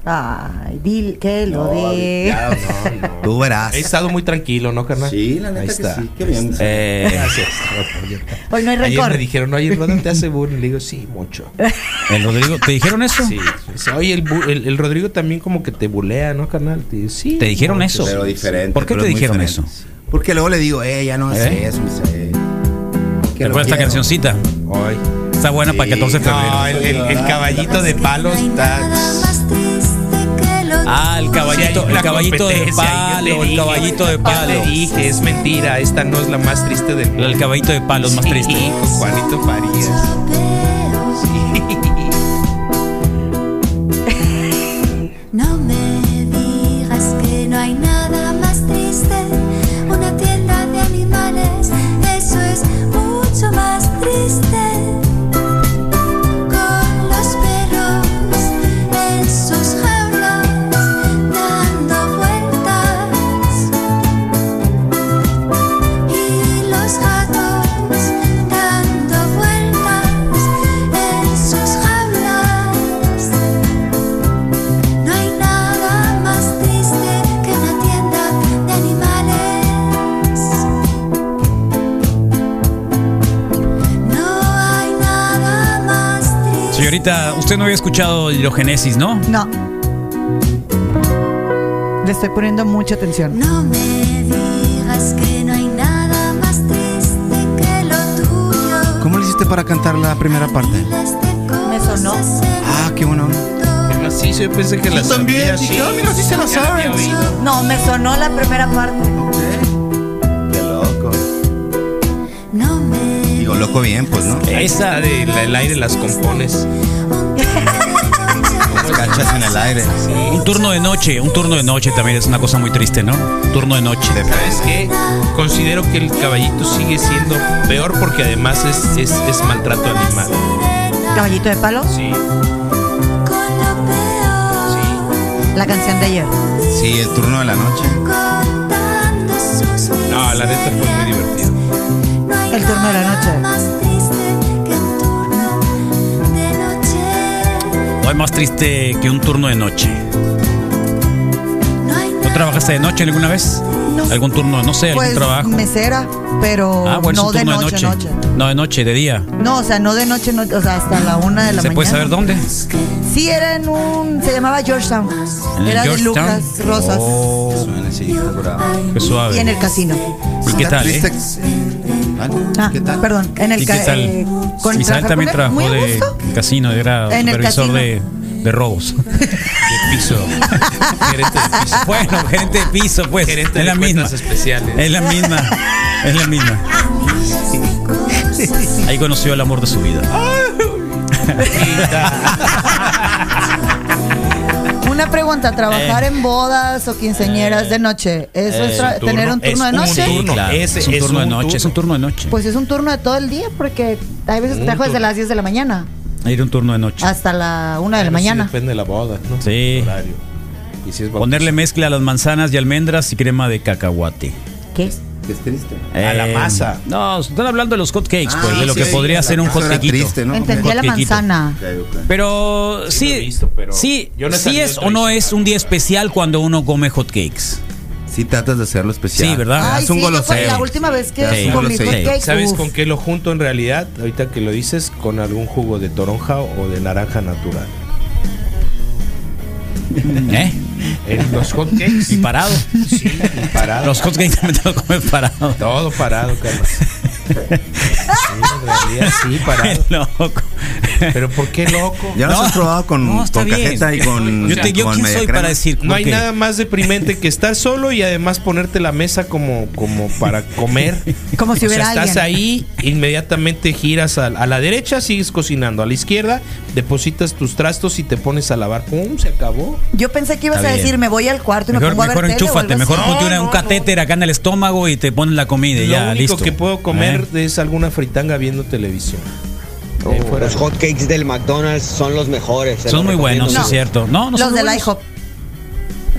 [SPEAKER 3] Ay, dil, que lo
[SPEAKER 5] No,
[SPEAKER 3] de.
[SPEAKER 5] ya, no, no. Tú verás.
[SPEAKER 4] He estado muy tranquilo, ¿no, carnal?
[SPEAKER 5] Sí, la neta
[SPEAKER 4] Ahí
[SPEAKER 5] que
[SPEAKER 4] está.
[SPEAKER 5] sí, qué bien.
[SPEAKER 2] Eh,
[SPEAKER 4] Gracias.
[SPEAKER 3] Hoy no hay
[SPEAKER 4] Ayer
[SPEAKER 3] rencor.
[SPEAKER 4] me dijeron, no, el Rodrigo te hace bullying. Le digo, sí, mucho.
[SPEAKER 2] el Rodrigo, ¿te dijeron eso?
[SPEAKER 4] Sí. Dice, Oye, el, bu- el- el Rodrigo también como que te bulea, ¿no, carnal? Te digo, sí.
[SPEAKER 2] ¿Te dijeron
[SPEAKER 4] mucho.
[SPEAKER 2] eso?
[SPEAKER 5] Pero diferente.
[SPEAKER 2] ¿Por qué
[SPEAKER 5] pero
[SPEAKER 2] te
[SPEAKER 5] muy
[SPEAKER 2] dijeron
[SPEAKER 5] diferente.
[SPEAKER 2] eso?
[SPEAKER 5] Porque luego le digo, eh, ya no haces
[SPEAKER 2] ¿Eh?
[SPEAKER 5] eso, Misael. Que
[SPEAKER 2] ¿Recuerdas
[SPEAKER 5] lo
[SPEAKER 2] esta
[SPEAKER 5] quiero.
[SPEAKER 2] cancioncita?
[SPEAKER 4] Ay,
[SPEAKER 2] está buena para el 14 de febrero.
[SPEAKER 4] No, el, el- el caballito de palos está.
[SPEAKER 2] Ah, el caballito,
[SPEAKER 4] Sí, hay
[SPEAKER 2] el
[SPEAKER 4] una
[SPEAKER 2] caballito de
[SPEAKER 4] competencia ahí, yo te
[SPEAKER 2] palo, el
[SPEAKER 4] dije,
[SPEAKER 2] caballito de
[SPEAKER 4] yo
[SPEAKER 2] palo.
[SPEAKER 4] Te dije, es mentira. Esta no es la más triste del
[SPEAKER 2] El caballito de palo es más
[SPEAKER 4] Sí,
[SPEAKER 2] triste.
[SPEAKER 4] con Juanito Farías.
[SPEAKER 1] No me digas que no hay nada más triste. Una tienda de animales, eso es mucho más triste. Con los perros en sus jaulas, dando vueltas. Y los gatos dando vueltas en sus jaulas. No hay nada más triste que una tienda de animales. No hay nada más triste.
[SPEAKER 2] Señorita, usted no había escuchado hidrogenesis, ¿no?
[SPEAKER 3] No. Le estoy poniendo mucha atención.
[SPEAKER 1] No me digas que no hay nada más triste que lo tuyo.
[SPEAKER 5] ¿Cómo le hiciste para cantar la primera parte?
[SPEAKER 1] Miles de
[SPEAKER 3] Me sonó.
[SPEAKER 1] cosas en
[SPEAKER 5] Ah, qué bueno.
[SPEAKER 4] Qué macizo, yo "Ah, pensé que la sabía, sí.
[SPEAKER 5] se la
[SPEAKER 4] Ya la había oído.
[SPEAKER 3] No, me sonó la primera parte.
[SPEAKER 5] Qué loco.
[SPEAKER 1] No me
[SPEAKER 5] Digo, loco bien, pues, ¿no?
[SPEAKER 4] Esa de la- el aire las compones.
[SPEAKER 5] Cachas en el aire.
[SPEAKER 2] Eh, Un turno de noche, un turno de noche también es una cosa muy triste, ¿no? Turno de noche.
[SPEAKER 4] ¿Sabes qué? Considero que el caballito sigue siendo peor porque además es, es, es maltrato animal.
[SPEAKER 3] Caballito de palo,
[SPEAKER 4] Sí.
[SPEAKER 1] con lo peor
[SPEAKER 3] la canción de ayer.
[SPEAKER 5] Sí, el turno de la noche.
[SPEAKER 1] contando sus
[SPEAKER 4] No, la neta fue muy divertido.
[SPEAKER 1] No hay
[SPEAKER 3] El turno de la
[SPEAKER 1] nada
[SPEAKER 3] noche.
[SPEAKER 1] Más triste que un turno de noche.
[SPEAKER 2] No hay más triste que un turno de noche.
[SPEAKER 1] No hay
[SPEAKER 2] ¿No
[SPEAKER 1] nada
[SPEAKER 2] trabajaste de noche alguna vez?
[SPEAKER 3] No.
[SPEAKER 2] ¿Algún turno? No sé, algún
[SPEAKER 3] Pues
[SPEAKER 2] trabajo.
[SPEAKER 3] mesera, pero
[SPEAKER 2] Ah, bueno, es
[SPEAKER 3] no
[SPEAKER 2] un
[SPEAKER 3] de
[SPEAKER 2] turno
[SPEAKER 3] noche, noche.
[SPEAKER 2] No, de noche, de día.
[SPEAKER 3] No, o sea, no de noche, no- o sea, hasta la una de la
[SPEAKER 2] ¿Se
[SPEAKER 3] mañana.
[SPEAKER 2] puede saber dónde?
[SPEAKER 3] Sí, era en un. Se llamaba Georgetown.
[SPEAKER 5] ¿En el
[SPEAKER 3] Era de
[SPEAKER 2] Georgetown? Oh,
[SPEAKER 3] Lucas Rosas.
[SPEAKER 5] Suena así, bravo.
[SPEAKER 2] Qué suave.
[SPEAKER 3] Y en el casino.
[SPEAKER 2] ¿Y qué tal, eh?
[SPEAKER 5] ¿Viste? Vale,
[SPEAKER 3] Ah,
[SPEAKER 5] ¿Qué tal?
[SPEAKER 3] Perdón, en el eh,
[SPEAKER 2] ¿Y qué
[SPEAKER 3] casino.
[SPEAKER 2] tal? Isabel también trabajó
[SPEAKER 3] muy a
[SPEAKER 2] de
[SPEAKER 3] gusto.
[SPEAKER 2] casino, era
[SPEAKER 3] En el
[SPEAKER 2] supervisor
[SPEAKER 3] casino.
[SPEAKER 2] de, de robos.
[SPEAKER 4] De piso. Gerente de piso.
[SPEAKER 2] bueno, gerente de piso, pues.
[SPEAKER 4] Gerente
[SPEAKER 2] es
[SPEAKER 4] de
[SPEAKER 2] la misma.
[SPEAKER 4] cuentas especiales.
[SPEAKER 2] Es la misma. Es la misma. Ahí conoció el amor de su vida.
[SPEAKER 3] Una pregunta: ¿trabajar en bodas o quinceñeras de noche? ¿Eso es tra-
[SPEAKER 4] turno,
[SPEAKER 3] tener un turno de
[SPEAKER 4] es un
[SPEAKER 3] noche?
[SPEAKER 4] turno.
[SPEAKER 2] Sí, claro,
[SPEAKER 4] Ese
[SPEAKER 2] es un
[SPEAKER 4] es
[SPEAKER 2] turno de
[SPEAKER 4] un
[SPEAKER 2] noche.
[SPEAKER 4] turno.
[SPEAKER 2] Es un turno de noche.
[SPEAKER 3] Pues es un turno de todo el día, porque hay veces que
[SPEAKER 4] Un
[SPEAKER 3] trabajo desde
[SPEAKER 4] turno.
[SPEAKER 3] las 10 de la mañana
[SPEAKER 2] Era un turno de noche.
[SPEAKER 4] Ah.
[SPEAKER 3] hasta la una de la
[SPEAKER 4] Bueno, sí,
[SPEAKER 3] mañana.
[SPEAKER 4] depende de la boda, ¿no?
[SPEAKER 2] Sí.
[SPEAKER 4] El horario. Y si es bautizo.
[SPEAKER 2] Ponerle mezcla a las manzanas y almendras y crema de cacahuate.
[SPEAKER 3] ¿Qué?
[SPEAKER 5] Qué triste.
[SPEAKER 4] A la
[SPEAKER 2] Eh,
[SPEAKER 4] masa.
[SPEAKER 2] No, están hablando de los hot cakes, pues,
[SPEAKER 5] Ah,
[SPEAKER 2] de lo
[SPEAKER 5] sí,
[SPEAKER 2] que
[SPEAKER 5] sí,
[SPEAKER 2] podría
[SPEAKER 5] la
[SPEAKER 2] ser un
[SPEAKER 5] masa
[SPEAKER 2] hot
[SPEAKER 5] era
[SPEAKER 2] cake.
[SPEAKER 5] triste, ¿no?
[SPEAKER 3] Entendía la
[SPEAKER 2] Hot cakeito.
[SPEAKER 3] manzana.
[SPEAKER 5] Ok, ok.
[SPEAKER 2] Pero
[SPEAKER 4] Sí,
[SPEAKER 2] sí,
[SPEAKER 4] lo he visto, pero
[SPEAKER 2] sí,
[SPEAKER 4] yo no he
[SPEAKER 2] sí
[SPEAKER 4] salido
[SPEAKER 2] es o no es un día especial cuando uno come hot cakes.
[SPEAKER 5] Sí tratas de hacerlo especial.
[SPEAKER 2] Sí, ¿verdad? Ah,
[SPEAKER 3] Ay,
[SPEAKER 5] Es un
[SPEAKER 3] sí, yo fue
[SPEAKER 5] goloseo.
[SPEAKER 3] la última vez que
[SPEAKER 5] Sí.
[SPEAKER 3] comí
[SPEAKER 5] Sí.
[SPEAKER 3] hotcakes,
[SPEAKER 4] ¿Sabes
[SPEAKER 3] uf.
[SPEAKER 4] con qué lo junto en realidad? Ahorita que lo dices, con algún jugo de toronja o de naranja natural.
[SPEAKER 2] ¿Eh?
[SPEAKER 4] En los hotcakes.
[SPEAKER 2] Y parado.
[SPEAKER 4] Sí, y parado.
[SPEAKER 2] Los hot cakes también te lo comen parado.
[SPEAKER 4] Todo parado, Carlos. Sí, en realidad, sí, parado.
[SPEAKER 2] Loco.
[SPEAKER 4] Pero ¿por qué loco?
[SPEAKER 5] ¿Ya los
[SPEAKER 2] No.
[SPEAKER 5] has probado con,
[SPEAKER 2] No, está
[SPEAKER 5] con
[SPEAKER 2] bien.
[SPEAKER 5] cajeta y con,
[SPEAKER 2] Yo, te, yo
[SPEAKER 5] Mm, con
[SPEAKER 2] quién
[SPEAKER 5] media
[SPEAKER 2] soy
[SPEAKER 5] crema?
[SPEAKER 2] para decir
[SPEAKER 4] No hay
[SPEAKER 2] porque-
[SPEAKER 4] nada más deprimente que estar solo y además ponerte la mesa como, como para comer.
[SPEAKER 3] Como si
[SPEAKER 4] O sea,
[SPEAKER 3] hubiera
[SPEAKER 4] estás
[SPEAKER 3] alguien.
[SPEAKER 4] ahí, inmediatamente giras a, a la derecha, sigues cocinando. A la izquierda, depositas tus trastos y te pones a lavar. ¡Pum! Se acabó.
[SPEAKER 3] Yo pensé que ibas
[SPEAKER 2] Está
[SPEAKER 3] a
[SPEAKER 2] bien.
[SPEAKER 3] decir, me voy al cuarto y me
[SPEAKER 2] Mejor,
[SPEAKER 3] pongo a ver
[SPEAKER 2] mejor
[SPEAKER 3] tele o
[SPEAKER 2] enchúfate,
[SPEAKER 3] algo
[SPEAKER 2] mejor
[SPEAKER 3] así.
[SPEAKER 2] ponte una- un catéter acá en el estómago y te ponen la comida y
[SPEAKER 4] Lo
[SPEAKER 2] ya,
[SPEAKER 4] único
[SPEAKER 2] listo. ¿Eh?
[SPEAKER 4] que puedo comer
[SPEAKER 5] ¿Eh?
[SPEAKER 4] es alguna fritanga viendo televisión.
[SPEAKER 5] Oh,
[SPEAKER 4] De ahí fuera,
[SPEAKER 7] Los hotcakes del McDonald's son los mejores.
[SPEAKER 2] ¿Eh?
[SPEAKER 7] se
[SPEAKER 2] Son
[SPEAKER 7] los
[SPEAKER 2] muy buenos,
[SPEAKER 7] recomiendo.
[SPEAKER 2] es cierto. No, no
[SPEAKER 3] Los
[SPEAKER 2] son
[SPEAKER 3] del
[SPEAKER 2] buenos.
[SPEAKER 3] IHOP.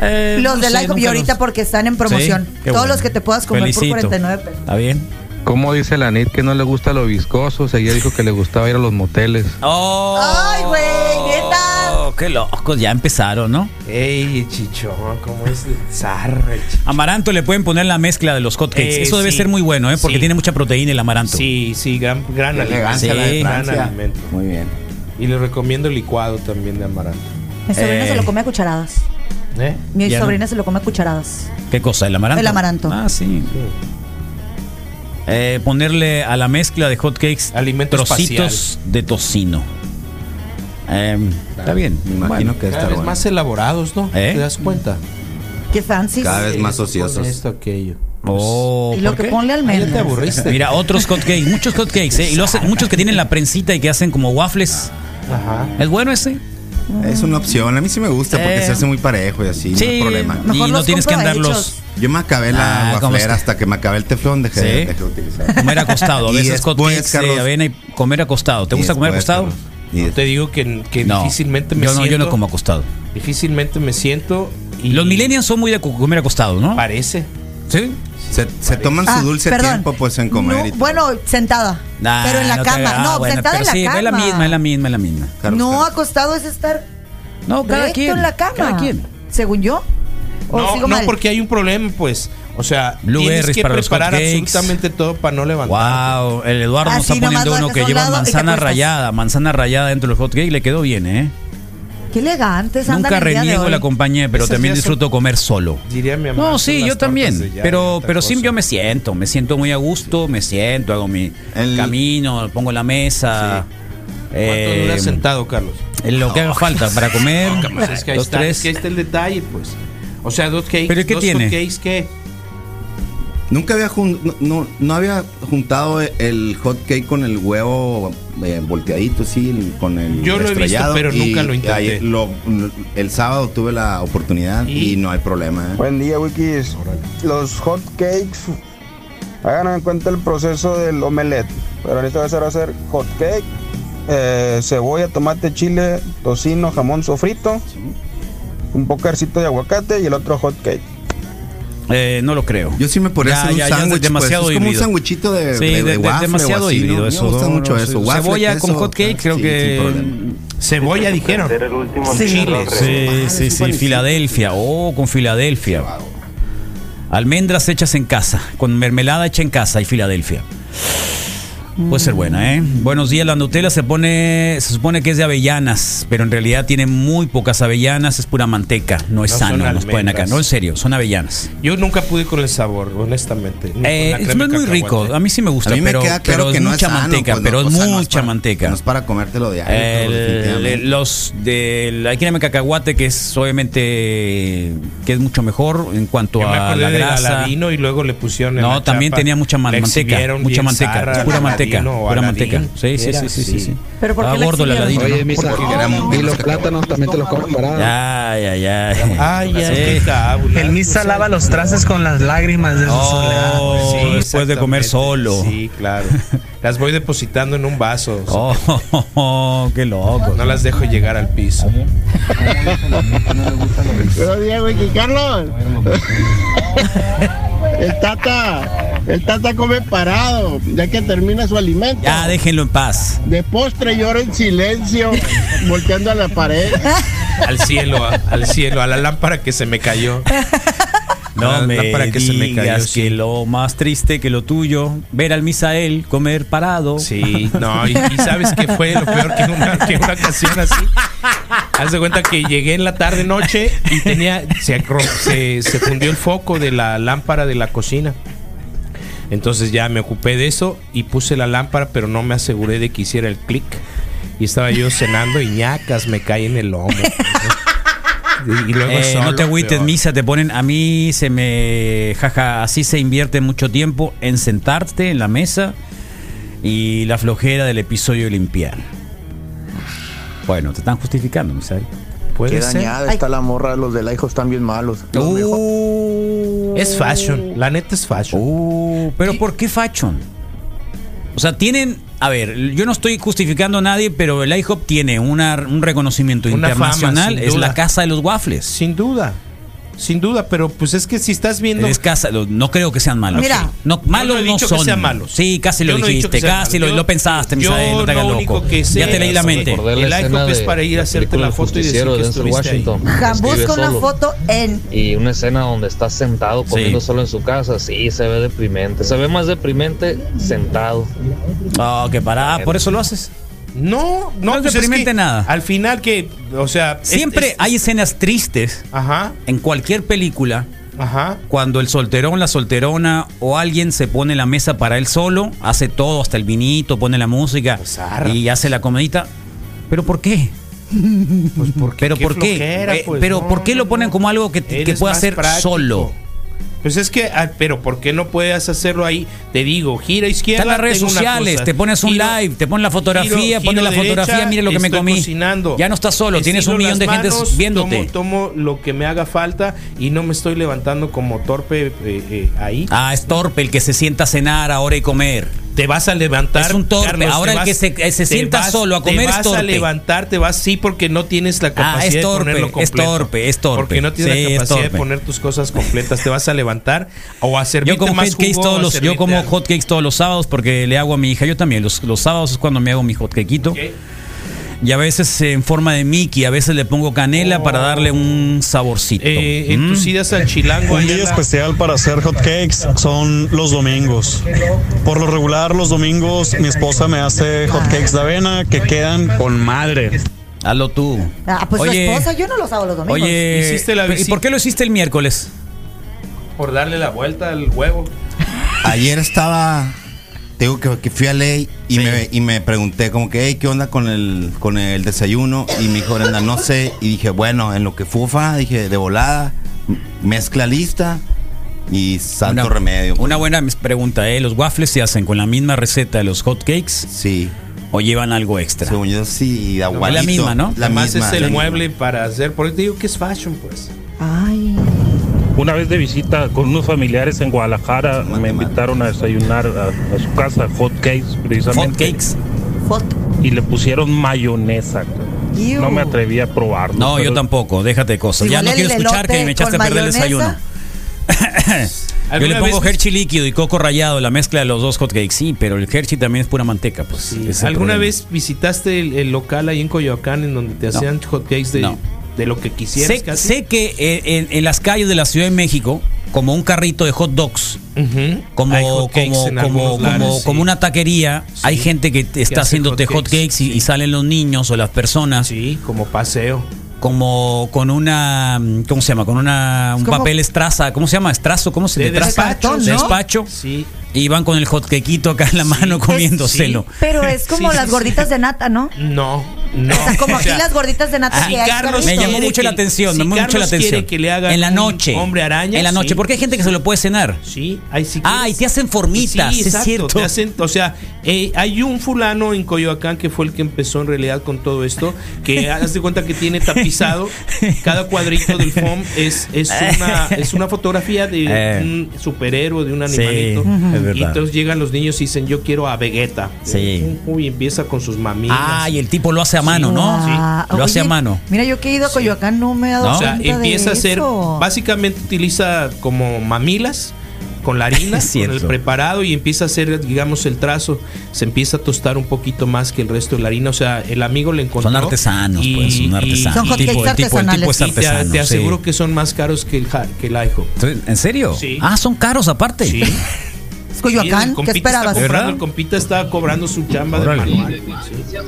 [SPEAKER 2] Eh,
[SPEAKER 3] Los
[SPEAKER 2] no
[SPEAKER 3] del
[SPEAKER 2] sé,
[SPEAKER 3] IHOP y
[SPEAKER 2] nunca
[SPEAKER 3] ahorita
[SPEAKER 2] los-
[SPEAKER 3] porque están en promoción.
[SPEAKER 2] Sí, qué
[SPEAKER 3] Todos
[SPEAKER 2] bueno.
[SPEAKER 3] los que te puedas comer
[SPEAKER 2] Felicito.
[SPEAKER 3] por 49 pesos.
[SPEAKER 2] Está bien.
[SPEAKER 8] ¿Cómo dice la NIT que no le gusta lo viscoso? O sea, ella dijo que le gustaba ir a los moteles.
[SPEAKER 2] Oh,
[SPEAKER 3] Ay, güey, neta.
[SPEAKER 2] Oh, qué locos, ya empezaron, ¿no?
[SPEAKER 4] Ey, chichón, cómo es de zarra el chichón.
[SPEAKER 2] Amaranto le pueden poner la mezcla de los hotcakes.
[SPEAKER 4] Eh,
[SPEAKER 2] Eso debe
[SPEAKER 4] sí.
[SPEAKER 2] ser muy bueno, ¿eh? Porque
[SPEAKER 4] Sí.
[SPEAKER 2] tiene mucha proteína el amaranto.
[SPEAKER 4] Sí, sí, gran, gran
[SPEAKER 5] Qué
[SPEAKER 4] alimento.
[SPEAKER 5] elegancia la de
[SPEAKER 2] Sí.
[SPEAKER 4] gran
[SPEAKER 5] Francia.
[SPEAKER 4] alimento.
[SPEAKER 5] Muy bien.
[SPEAKER 4] Y le recomiendo licuado también de amaranto.
[SPEAKER 3] Mi sobrino
[SPEAKER 2] Eh.
[SPEAKER 3] se lo come a cucharadas.
[SPEAKER 4] ¿Eh?
[SPEAKER 3] Mi
[SPEAKER 2] Ya no.
[SPEAKER 3] sobrina se lo come a cucharadas.
[SPEAKER 2] ¿Qué cosa? ¿El amaranto?
[SPEAKER 3] El amaranto.
[SPEAKER 2] Ah, sí. Ah, Eh, ponerle a la mezcla de hotcakes
[SPEAKER 4] Alimento
[SPEAKER 2] trocitos
[SPEAKER 4] espacial.
[SPEAKER 2] de tocino. Em, Está bien.
[SPEAKER 5] Me imagino
[SPEAKER 2] Bueno.
[SPEAKER 5] que
[SPEAKER 4] Cada
[SPEAKER 5] está
[SPEAKER 4] vez
[SPEAKER 5] bueno.
[SPEAKER 4] más elaborados, ¿no?
[SPEAKER 5] ¿Eh?
[SPEAKER 4] ¿Te das cuenta?
[SPEAKER 3] Qué fancy.
[SPEAKER 5] Cada vez más
[SPEAKER 4] Esto con
[SPEAKER 5] ociosos.
[SPEAKER 4] Esto, aquello.
[SPEAKER 2] Oh,
[SPEAKER 3] y lo
[SPEAKER 2] ¿por
[SPEAKER 3] que
[SPEAKER 2] qué?
[SPEAKER 3] ponle
[SPEAKER 4] Ah, ya te
[SPEAKER 3] almendras.
[SPEAKER 4] aburriste.
[SPEAKER 2] Mira, otros hotcakes, muchos hotcakes, ¿eh? Y lo hacen, muchos que tienen la prensita y que hacen como waffles.
[SPEAKER 4] Ajá.
[SPEAKER 2] ¿Es bueno ese?
[SPEAKER 5] Es una opción. A mí sí me gusta porque
[SPEAKER 2] Eh.
[SPEAKER 5] se hace muy parejo y así. no hay problema.
[SPEAKER 2] Y no
[SPEAKER 3] Mejor los
[SPEAKER 2] tienes que
[SPEAKER 3] compra
[SPEAKER 2] andarlos
[SPEAKER 5] Yo me acabé la
[SPEAKER 2] Ah, ¿cómo
[SPEAKER 5] guaflera
[SPEAKER 2] está?
[SPEAKER 5] hasta que me acabé el teflón. Dejé,
[SPEAKER 2] Sí.
[SPEAKER 5] dejé de utilizar.
[SPEAKER 2] comer acostado. A
[SPEAKER 5] Y
[SPEAKER 2] veces
[SPEAKER 5] después,
[SPEAKER 2] hotcakes de
[SPEAKER 5] Carlos-
[SPEAKER 2] avena y comer acostado. ¿Te
[SPEAKER 5] Y
[SPEAKER 2] gusta comer
[SPEAKER 5] después,
[SPEAKER 2] acostado?
[SPEAKER 5] Carlos, y
[SPEAKER 4] Te
[SPEAKER 5] después-
[SPEAKER 4] digo que, que
[SPEAKER 2] No,
[SPEAKER 4] difícilmente me
[SPEAKER 2] yo no,
[SPEAKER 4] siento.
[SPEAKER 2] yo no como acostado.
[SPEAKER 4] Difícilmente me siento. Y
[SPEAKER 2] Los millennials son muy de co- comer acostado, ¿no?
[SPEAKER 4] Parece.
[SPEAKER 2] Sí.
[SPEAKER 5] se, se toman
[SPEAKER 3] Ah,
[SPEAKER 5] su dulce
[SPEAKER 3] perdón.
[SPEAKER 5] tiempo pues en comer.
[SPEAKER 3] No,
[SPEAKER 5] y todo.
[SPEAKER 3] bueno, sentada.
[SPEAKER 2] Nah,
[SPEAKER 3] pero en la
[SPEAKER 2] no te
[SPEAKER 3] cama.
[SPEAKER 2] hagas- ah,
[SPEAKER 3] no,
[SPEAKER 2] bueno,
[SPEAKER 3] sentada en
[SPEAKER 2] pero
[SPEAKER 3] la
[SPEAKER 2] sí,
[SPEAKER 3] cama.
[SPEAKER 2] Es la misma, es la misma, es la misma.
[SPEAKER 5] Carlos,
[SPEAKER 3] no,
[SPEAKER 5] Carlos.
[SPEAKER 3] acostado es estar
[SPEAKER 2] No, cada
[SPEAKER 3] recto
[SPEAKER 2] quien.
[SPEAKER 3] en la cama.
[SPEAKER 2] Cada quien.
[SPEAKER 3] Según yo. ¿O
[SPEAKER 4] No,
[SPEAKER 3] sigo
[SPEAKER 4] no,
[SPEAKER 3] mal?
[SPEAKER 4] porque hay un problema, pues. O sea,
[SPEAKER 2] Blueberries
[SPEAKER 4] tienes que
[SPEAKER 2] para los
[SPEAKER 4] preparar
[SPEAKER 2] hotcakes.
[SPEAKER 4] absolutamente todo para no levantar.
[SPEAKER 2] Wow, el Eduardo nos
[SPEAKER 3] Así
[SPEAKER 2] está
[SPEAKER 3] nomás
[SPEAKER 2] poniendo
[SPEAKER 3] lo
[SPEAKER 2] uno
[SPEAKER 3] dejas
[SPEAKER 2] que
[SPEAKER 3] a un
[SPEAKER 2] lleva
[SPEAKER 3] lado y te
[SPEAKER 2] manzana
[SPEAKER 3] acuestas.
[SPEAKER 2] rayada, manzana rayada dentro de los hotcakes, le quedó bien, ¿eh?
[SPEAKER 3] Qué elegantes andan
[SPEAKER 2] Nunca
[SPEAKER 3] Pues el día de
[SPEAKER 2] reniego
[SPEAKER 3] hoy.
[SPEAKER 2] la compañía, pero
[SPEAKER 4] Esas
[SPEAKER 2] también
[SPEAKER 4] ya son-
[SPEAKER 2] disfruto comer solo.
[SPEAKER 4] Diría mi mamá,
[SPEAKER 2] No,
[SPEAKER 4] son
[SPEAKER 2] sí,
[SPEAKER 4] las
[SPEAKER 2] yo
[SPEAKER 4] tortas
[SPEAKER 2] también.
[SPEAKER 4] de ya, y
[SPEAKER 2] Pero,
[SPEAKER 4] otra
[SPEAKER 2] pero sí,
[SPEAKER 4] cosa.
[SPEAKER 2] yo me siento, me siento muy a gusto, me siento, hago mi
[SPEAKER 5] El-
[SPEAKER 2] camino, pongo la mesa.
[SPEAKER 4] ¿Cuánto
[SPEAKER 2] eh,
[SPEAKER 4] duras sentado, Carlos?
[SPEAKER 2] lo que haga falta para comer.
[SPEAKER 4] Pues es que ahí
[SPEAKER 2] dos,
[SPEAKER 4] está,
[SPEAKER 2] tres.
[SPEAKER 4] es que ahí está el detalle, pues. O sea, dos cakes.
[SPEAKER 2] ¿Pero qué
[SPEAKER 4] dos
[SPEAKER 2] tiene?
[SPEAKER 4] hotcakes, ¿qué?
[SPEAKER 5] Nunca había, jun- no, no- no había juntado el hot cake con el huevo eh, volteadito, sí, el- con el
[SPEAKER 4] Yo lo he visto,
[SPEAKER 5] estrellado,
[SPEAKER 4] pero
[SPEAKER 5] y
[SPEAKER 4] nunca lo intenté.
[SPEAKER 5] ayer lo- el sábado tuve la oportunidad
[SPEAKER 4] Y-
[SPEAKER 5] y, no hay problema. ¿eh?
[SPEAKER 9] Buen día, Wikis. Los hot cakes. Hagan en cuenta el proceso del omelette. Pero en esta vez ahora hacer hot cake, eh, cebolla, tomate, chile, tocino, jamón sofrito, un pocarcito de aguacate y el otro hot cake.
[SPEAKER 2] Eh, no lo creo.
[SPEAKER 5] Yo sí me podría
[SPEAKER 2] Ya,
[SPEAKER 5] hacer un
[SPEAKER 2] ya, ya es
[SPEAKER 5] sándwich. pues,
[SPEAKER 2] demasiado
[SPEAKER 5] es como un
[SPEAKER 2] híbrido.
[SPEAKER 5] sándwichito de,
[SPEAKER 2] Sí,
[SPEAKER 5] de,
[SPEAKER 2] de-
[SPEAKER 5] de
[SPEAKER 2] de-
[SPEAKER 5] waffle o
[SPEAKER 2] demasiado
[SPEAKER 5] así, ¿no?
[SPEAKER 2] híbrido
[SPEAKER 5] Me
[SPEAKER 2] eso.
[SPEAKER 5] gusta
[SPEAKER 2] no, no,
[SPEAKER 5] mucho
[SPEAKER 2] sí.
[SPEAKER 5] eso. Waffle,
[SPEAKER 2] Cebolla con
[SPEAKER 5] queso,
[SPEAKER 2] hot cake, creo
[SPEAKER 5] sí, sin problema.
[SPEAKER 2] que.
[SPEAKER 4] Cebolla, Pues dijeron. Chile.
[SPEAKER 5] Ah,
[SPEAKER 2] Sí, sí, sí, Filadelfia. Oh, con Filadelfia. Almendras hechas en casa, con mermelada hecha en casa y Filadelfia. Puede ser buena, ¿eh? Buenos días, la Nutella se pone, se supone que es de avellanas, pero en realidad tiene muy pocas avellanas, es pura manteca, no es
[SPEAKER 4] No son
[SPEAKER 2] sano, nos pueden acá,
[SPEAKER 4] almendras.
[SPEAKER 2] no en serio, son avellanas.
[SPEAKER 4] Yo nunca pude con el sabor, honestamente. Ni con
[SPEAKER 2] Eh,
[SPEAKER 4] la
[SPEAKER 2] es
[SPEAKER 4] crema
[SPEAKER 2] muy, muy
[SPEAKER 4] de
[SPEAKER 2] rico,
[SPEAKER 4] cacahuate.
[SPEAKER 2] a mí sí me
[SPEAKER 5] A
[SPEAKER 2] gusta,
[SPEAKER 5] mí me
[SPEAKER 2] pero,
[SPEAKER 5] queda claro
[SPEAKER 2] pero
[SPEAKER 5] que
[SPEAKER 2] es
[SPEAKER 5] no
[SPEAKER 2] mucha
[SPEAKER 5] es sano,
[SPEAKER 2] manteca,
[SPEAKER 5] pues, no,
[SPEAKER 2] pero
[SPEAKER 5] o
[SPEAKER 2] es
[SPEAKER 5] sea, no
[SPEAKER 2] mucha
[SPEAKER 5] para-
[SPEAKER 2] manteca.
[SPEAKER 5] No es para comértelo de
[SPEAKER 2] El- los de la crema de cacahuate que es obviamente que es mucho mejor en cuanto
[SPEAKER 4] Yo me
[SPEAKER 2] a
[SPEAKER 4] acordé
[SPEAKER 2] la
[SPEAKER 4] del
[SPEAKER 2] grasa
[SPEAKER 4] Aladino y luego le pusieron. en
[SPEAKER 2] no
[SPEAKER 4] la
[SPEAKER 2] también
[SPEAKER 4] chapa,
[SPEAKER 2] tenía mucha man-
[SPEAKER 4] le
[SPEAKER 2] manteca
[SPEAKER 4] exhibieron
[SPEAKER 2] mucha
[SPEAKER 4] bien
[SPEAKER 2] manteca
[SPEAKER 4] zarra al
[SPEAKER 2] pura manteca
[SPEAKER 4] Aladino o
[SPEAKER 2] pura
[SPEAKER 4] Aladino.
[SPEAKER 2] manteca sí sí
[SPEAKER 4] Era
[SPEAKER 2] sí sí sí,
[SPEAKER 4] así.
[SPEAKER 2] sí.
[SPEAKER 3] ¿Pero por qué
[SPEAKER 2] Estaba
[SPEAKER 3] la
[SPEAKER 2] gordo el
[SPEAKER 3] exhibieron?
[SPEAKER 2] aladino
[SPEAKER 10] Oye,
[SPEAKER 2] ¿no?
[SPEAKER 10] misa,
[SPEAKER 5] Porque éramos-
[SPEAKER 10] y los plátanos también te los comes parados.
[SPEAKER 2] ay ay ay
[SPEAKER 4] Ay,
[SPEAKER 2] Sí.
[SPEAKER 4] ay, ay.
[SPEAKER 10] El Misa lava los trastes con las lágrimas de su
[SPEAKER 2] Oh,
[SPEAKER 10] soledad.
[SPEAKER 2] sí, después de comer
[SPEAKER 4] exactamente.
[SPEAKER 2] solo
[SPEAKER 4] Sí, claro. Las voy depositando en un vaso. o sea,
[SPEAKER 2] oh, qué loco
[SPEAKER 4] No las dejo llegar al piso.
[SPEAKER 6] Buenos días, Wiki Carlos. El Tata, el Tata come parado, ya que termina su alimento.
[SPEAKER 2] ya déjenlo en paz
[SPEAKER 6] De postre llora en silencio, volteando a la pared.
[SPEAKER 4] Al cielo, a- al cielo, a la lámpara que se me cayó.
[SPEAKER 2] no
[SPEAKER 4] La- la
[SPEAKER 2] me
[SPEAKER 4] Ah, para que se me
[SPEAKER 2] digas
[SPEAKER 4] cayó,
[SPEAKER 2] que
[SPEAKER 4] sí.
[SPEAKER 2] lo más triste que lo tuyo ver al Misael comer parado Eh,
[SPEAKER 4] Sí, no, y, y sabes qué fue lo peor que una, que una ocasión así. Haz de cuenta que llegué en la tarde noche y tenía se, acro- se, se fundió el foco de la lámpara de la cocina. Entonces ya me ocupé de eso y puse la lámpara, pero no me aseguré de que hiciera el clic. Y estaba yo cenando y ñacas me cae en el lomo. Y- y luego
[SPEAKER 2] Eh, no
[SPEAKER 4] solo,
[SPEAKER 2] te agüites,
[SPEAKER 4] peor.
[SPEAKER 2] misa, te ponen. A mí se me. Jaja, así se invierte mucho tiempo en sentarte en la mesa y la flojera del episodio de limpiar. Bueno, te están justificando, misa.
[SPEAKER 4] Puede ser.
[SPEAKER 9] está la morra, los de la hijo están bien malos.
[SPEAKER 10] Uh.
[SPEAKER 4] Es fashion, la neta es fashion.
[SPEAKER 2] Uh, pero ¿por qué fashion? O sea, tienen. A ver, yo no estoy justificando a nadie, pero el IHOP tiene una- un reconocimiento
[SPEAKER 4] Una fama,
[SPEAKER 2] internacional.
[SPEAKER 4] sin
[SPEAKER 2] es
[SPEAKER 4] duda.
[SPEAKER 2] la casa de los waffles.
[SPEAKER 4] Sin duda. Sin duda, pero pues es que si estás viendo.
[SPEAKER 2] Es casa, lo- no creo que sean malos.
[SPEAKER 3] Mira.
[SPEAKER 2] no, malos
[SPEAKER 4] Yo no he
[SPEAKER 2] no,
[SPEAKER 4] dicho que
[SPEAKER 2] son.
[SPEAKER 4] sean malos.
[SPEAKER 2] Sí, casi lo
[SPEAKER 4] Yo no he dicho
[SPEAKER 2] dijiste,
[SPEAKER 4] que sean
[SPEAKER 2] casi lo,
[SPEAKER 4] malos. Yo-
[SPEAKER 2] lo pensaste,
[SPEAKER 4] yo
[SPEAKER 2] Misael, no te hagas
[SPEAKER 4] lo
[SPEAKER 2] loco.
[SPEAKER 4] único que sé
[SPEAKER 2] ya te leí la
[SPEAKER 4] es
[SPEAKER 2] mente.
[SPEAKER 4] recordar- El IHOP es para ir a hacerte la foto y decir que estuviste
[SPEAKER 3] Jamás con la foto en.
[SPEAKER 10] Y una escena donde estás sentado
[SPEAKER 2] comiendo Sí.
[SPEAKER 10] solo en su casa, sí, se ve deprimente. Se ve más deprimente sentado.
[SPEAKER 2] Ah, que para, por eso lo haces.
[SPEAKER 4] No, no,
[SPEAKER 2] No
[SPEAKER 4] pues es
[SPEAKER 2] deprimente
[SPEAKER 4] que
[SPEAKER 2] nada.
[SPEAKER 4] Al final que, o sea, es-
[SPEAKER 2] Siempre
[SPEAKER 4] es-
[SPEAKER 2] hay escenas tristes
[SPEAKER 4] Ajá.
[SPEAKER 2] en cualquier película
[SPEAKER 4] Ajá.
[SPEAKER 2] Cuando el solterón, la solterona o alguien se pone la mesa para él solo, hace todo, hasta el vinito, pone la música y hace la comedita. ¿Pero por qué?
[SPEAKER 4] Pues porque,
[SPEAKER 2] ¿Pero por qué?
[SPEAKER 4] flojera,
[SPEAKER 2] Eh,
[SPEAKER 4] pues,
[SPEAKER 2] ¿Pero
[SPEAKER 4] no,
[SPEAKER 2] por qué lo ponen como algo que, que
[SPEAKER 4] Eres
[SPEAKER 2] pueda
[SPEAKER 4] más
[SPEAKER 2] hacer
[SPEAKER 4] práctico.
[SPEAKER 2] solo?
[SPEAKER 4] Pues es que, ah, pero ¿por qué no puedes hacerlo ahí? Te digo, gira
[SPEAKER 2] Está
[SPEAKER 4] izquierda.
[SPEAKER 2] en las redes
[SPEAKER 4] tengo una
[SPEAKER 2] sociales,
[SPEAKER 4] cosa.
[SPEAKER 2] te pones un
[SPEAKER 4] Giro-
[SPEAKER 2] live, te pones la fotografía,
[SPEAKER 4] giro-
[SPEAKER 2] pones
[SPEAKER 4] giro
[SPEAKER 2] la fotografía,
[SPEAKER 4] derecha,
[SPEAKER 2] mire lo que me
[SPEAKER 4] estoy
[SPEAKER 2] comí.
[SPEAKER 4] cocinando.
[SPEAKER 2] Ya no estás solo, tienes
[SPEAKER 4] Estiro
[SPEAKER 2] un millón
[SPEAKER 4] las
[SPEAKER 2] de gente
[SPEAKER 4] manos,
[SPEAKER 2] viéndote.
[SPEAKER 4] Tomo, tomo lo que me haga falta y no me estoy levantando como torpe eh, eh, ahí.
[SPEAKER 2] Ah, es torpe el que se sienta a cenar ahora y comer.
[SPEAKER 4] Te vas a levantar.
[SPEAKER 2] Es un torpe.
[SPEAKER 4] Carlos, te
[SPEAKER 2] ahora el
[SPEAKER 4] vas-
[SPEAKER 2] que se, eh, se
[SPEAKER 4] te
[SPEAKER 2] sienta
[SPEAKER 4] vas-
[SPEAKER 2] solo a
[SPEAKER 4] Te
[SPEAKER 2] comer
[SPEAKER 4] vas
[SPEAKER 2] es torpe. Ah,
[SPEAKER 4] a levantar, te vas sí porque no tienes la capacidad
[SPEAKER 2] es
[SPEAKER 4] de
[SPEAKER 2] torpe,
[SPEAKER 4] ponerlo
[SPEAKER 2] es
[SPEAKER 4] completo.
[SPEAKER 2] torpe, es torpe.
[SPEAKER 4] Porque no tienes
[SPEAKER 2] Sí,
[SPEAKER 4] la
[SPEAKER 2] es
[SPEAKER 4] capacidad de
[SPEAKER 2] torpe.
[SPEAKER 4] poner tus cosas completas. Te vas a levantar o a servirte
[SPEAKER 2] Yo como
[SPEAKER 4] más
[SPEAKER 2] hotcakes
[SPEAKER 4] jugo,
[SPEAKER 2] todos
[SPEAKER 4] a
[SPEAKER 2] los, yo
[SPEAKER 4] servirte
[SPEAKER 2] como
[SPEAKER 4] algo.
[SPEAKER 2] hotcakes todos los sábados porque le hago a mi hija. Yo también los, los sábados es cuando me hago mi hotcakeito. Y a veces eh, en forma de Mickey, a veces le pongo canela para darle un saborcito.
[SPEAKER 4] Oh.
[SPEAKER 2] Mm.
[SPEAKER 4] Eh, en tus idas al chilango.
[SPEAKER 11] Un
[SPEAKER 4] ahí
[SPEAKER 11] día
[SPEAKER 4] en la-
[SPEAKER 11] especial para hacer hotcakes son los domingos. Por lo regular, los domingos mi esposa me hace hotcakes de avena que quedan con madre.
[SPEAKER 2] Hazlo tú.
[SPEAKER 3] Ah, pues
[SPEAKER 2] Oye.
[SPEAKER 3] su esposa, yo no los hago los domingos.
[SPEAKER 2] Oye,
[SPEAKER 4] Hiciste la
[SPEAKER 2] pero ¿y
[SPEAKER 4] visita.
[SPEAKER 2] por qué lo hiciste el miércoles?
[SPEAKER 4] Por darle la vuelta al huevo.
[SPEAKER 5] Ayer estaba, te digo que, que fui a Ley y, me, y me pregunté como que, hey, ¿qué onda con el, con el desayuno? Y me dijo, Brenda, no sé. Y dije, bueno, en lo que fufa, dije, de volada, m- mezcla lista y santo
[SPEAKER 2] Una-
[SPEAKER 5] remedio.
[SPEAKER 2] Una buena mis- pregunta, ¿eh? ¿Los waffles se hacen con la misma receta de los hotcakes?
[SPEAKER 5] Sí.
[SPEAKER 2] ¿O llevan algo extra?
[SPEAKER 5] Según yo, sí,
[SPEAKER 2] Es
[SPEAKER 5] aguadito.
[SPEAKER 2] la misma, ¿no?
[SPEAKER 5] La
[SPEAKER 4] Además
[SPEAKER 5] misma.
[SPEAKER 4] es el
[SPEAKER 5] la misma.
[SPEAKER 4] mueble para hacer. Por eso te digo que es fashion, pues.
[SPEAKER 3] Ay.
[SPEAKER 12] Una vez de visita con unos familiares en Guadalajara, me invitaron a desayunar a, a su casa, hot cakes, precisamente. Y le pusieron mayonesa. cabrón.
[SPEAKER 3] Ew.
[SPEAKER 12] No me atreví a probarlo.
[SPEAKER 2] No,
[SPEAKER 12] pero
[SPEAKER 2] yo tampoco, déjate de cosas.
[SPEAKER 3] Si
[SPEAKER 2] ya
[SPEAKER 3] huele
[SPEAKER 2] no quiero
[SPEAKER 3] el
[SPEAKER 2] escuchar que
[SPEAKER 3] elote
[SPEAKER 2] me echaste a
[SPEAKER 3] con
[SPEAKER 2] perder el desayuno.
[SPEAKER 3] mayonesa.
[SPEAKER 2] Yo le
[SPEAKER 4] ¿Alguna
[SPEAKER 2] pongo
[SPEAKER 4] vez-
[SPEAKER 2] Hershey líquido y coco rallado, la mezcla de los dos hotcakes, sí, pero el Hershey también es pura manteca, pues. ese es el
[SPEAKER 4] ¿Alguna
[SPEAKER 2] problema.
[SPEAKER 4] vez visitaste el, el local ahí en Coyoacán en donde te
[SPEAKER 2] No.
[SPEAKER 4] hacían hotcakes de,
[SPEAKER 2] No.
[SPEAKER 4] de lo que quisieras?
[SPEAKER 2] Sé,
[SPEAKER 4] casi?
[SPEAKER 2] sé que eh, en, en las calles de la Ciudad de México, como un carrito de hot dogs,
[SPEAKER 4] Ujú. Hay
[SPEAKER 2] como,
[SPEAKER 4] hotcakes
[SPEAKER 2] como,
[SPEAKER 4] en
[SPEAKER 2] como,
[SPEAKER 4] algunos lares,
[SPEAKER 2] como-
[SPEAKER 4] sí.
[SPEAKER 2] como una taquería, hay gente que
[SPEAKER 4] hace
[SPEAKER 2] está haciéndote hot
[SPEAKER 4] hotcakes,
[SPEAKER 2] cakes y, y salen los niños o las personas.
[SPEAKER 4] Sí, como paseo.
[SPEAKER 2] Como con una, mm, ¿cómo se llama? Con una, un
[SPEAKER 4] como-
[SPEAKER 2] papel estraza, ¿cómo se llama? Estrazo, ¿cómo se
[SPEAKER 4] De
[SPEAKER 2] le traza?
[SPEAKER 4] despacho,
[SPEAKER 2] De
[SPEAKER 4] ¿no?
[SPEAKER 2] Despacho.
[SPEAKER 4] Sí.
[SPEAKER 2] Y van con el hotcakeito acá en la mano comiéndoselo.
[SPEAKER 3] Pero es como
[SPEAKER 4] Sí,
[SPEAKER 3] las
[SPEAKER 4] sí,
[SPEAKER 3] gorditas de nata, ¿no?
[SPEAKER 4] No, no.
[SPEAKER 3] O sea, como
[SPEAKER 4] O
[SPEAKER 3] aquí
[SPEAKER 4] sea,
[SPEAKER 3] las gorditas de nata
[SPEAKER 2] Ah,
[SPEAKER 3] que
[SPEAKER 2] si
[SPEAKER 3] hay.
[SPEAKER 2] Carlos me
[SPEAKER 3] Carlitos.
[SPEAKER 2] llamó mucho la
[SPEAKER 4] que-
[SPEAKER 2] atención,
[SPEAKER 4] si
[SPEAKER 2] me llamó mucho la
[SPEAKER 4] Carlos
[SPEAKER 2] atención.
[SPEAKER 4] quiere que le hagan
[SPEAKER 2] en la
[SPEAKER 4] un
[SPEAKER 2] noche.
[SPEAKER 4] hombre araña,
[SPEAKER 2] En la
[SPEAKER 4] sí.
[SPEAKER 2] noche, porque hay gente que se lo puede cenar.
[SPEAKER 4] Sí, ahí sí.
[SPEAKER 2] Ah, y te hacen formitas,
[SPEAKER 4] Sí,
[SPEAKER 2] es
[SPEAKER 4] exacto,
[SPEAKER 2] cierto.
[SPEAKER 4] te hacen- o sea, eh, hay un fulano en Coyoacán que fue el que empezó en realidad con todo esto, que haz de cuenta que tiene tapizado, cada cuadrito del foam es, es, una, es una fotografía de
[SPEAKER 2] Eh.
[SPEAKER 4] un superhéroe, de un
[SPEAKER 2] Sí,
[SPEAKER 4] animalito.
[SPEAKER 2] es verdad.
[SPEAKER 4] y entonces llegan los niños y dicen, yo quiero a Vegeta.
[SPEAKER 2] Sí.
[SPEAKER 4] Uy, empieza con sus mamitas.
[SPEAKER 2] Ah, y el tipo lo hace a mano, ¿no?
[SPEAKER 3] Ah,
[SPEAKER 2] Lo hace a
[SPEAKER 3] oye,
[SPEAKER 2] mano.
[SPEAKER 3] Mira, yo que he ido a Coyoacán no me he dado
[SPEAKER 4] O sea,
[SPEAKER 3] cuenta
[SPEAKER 4] empieza
[SPEAKER 3] de
[SPEAKER 4] a ser,
[SPEAKER 3] eso.
[SPEAKER 4] básicamente utiliza como mamilas con la harina,
[SPEAKER 2] Es
[SPEAKER 4] con el
[SPEAKER 2] cierto.
[SPEAKER 4] preparado y empieza a hacer, digamos, el trazo. Se empieza a tostar un poquito más que el resto de la harina. O sea, el amigo le encontró.
[SPEAKER 2] Son artesanos,
[SPEAKER 4] y-
[SPEAKER 2] pues, son
[SPEAKER 4] y-
[SPEAKER 2] artesanos.
[SPEAKER 3] Son hot
[SPEAKER 2] El tipo-
[SPEAKER 3] cakes
[SPEAKER 2] el tipo- el tipo es
[SPEAKER 4] y te-
[SPEAKER 2] artesano,
[SPEAKER 4] te,
[SPEAKER 2] sí.
[SPEAKER 4] aseguro que son más caros que el, ja- que el IHOP.
[SPEAKER 2] ¿En serio?
[SPEAKER 4] Sí.
[SPEAKER 2] Ah, son caros aparte.
[SPEAKER 4] Sí.
[SPEAKER 3] Es
[SPEAKER 4] Sí, el
[SPEAKER 3] Coyoacán, ¿qué
[SPEAKER 4] compita está
[SPEAKER 3] esperabas?
[SPEAKER 4] cobrando, el compita está cobrando su chamba
[SPEAKER 2] Órale.
[SPEAKER 4] de manual.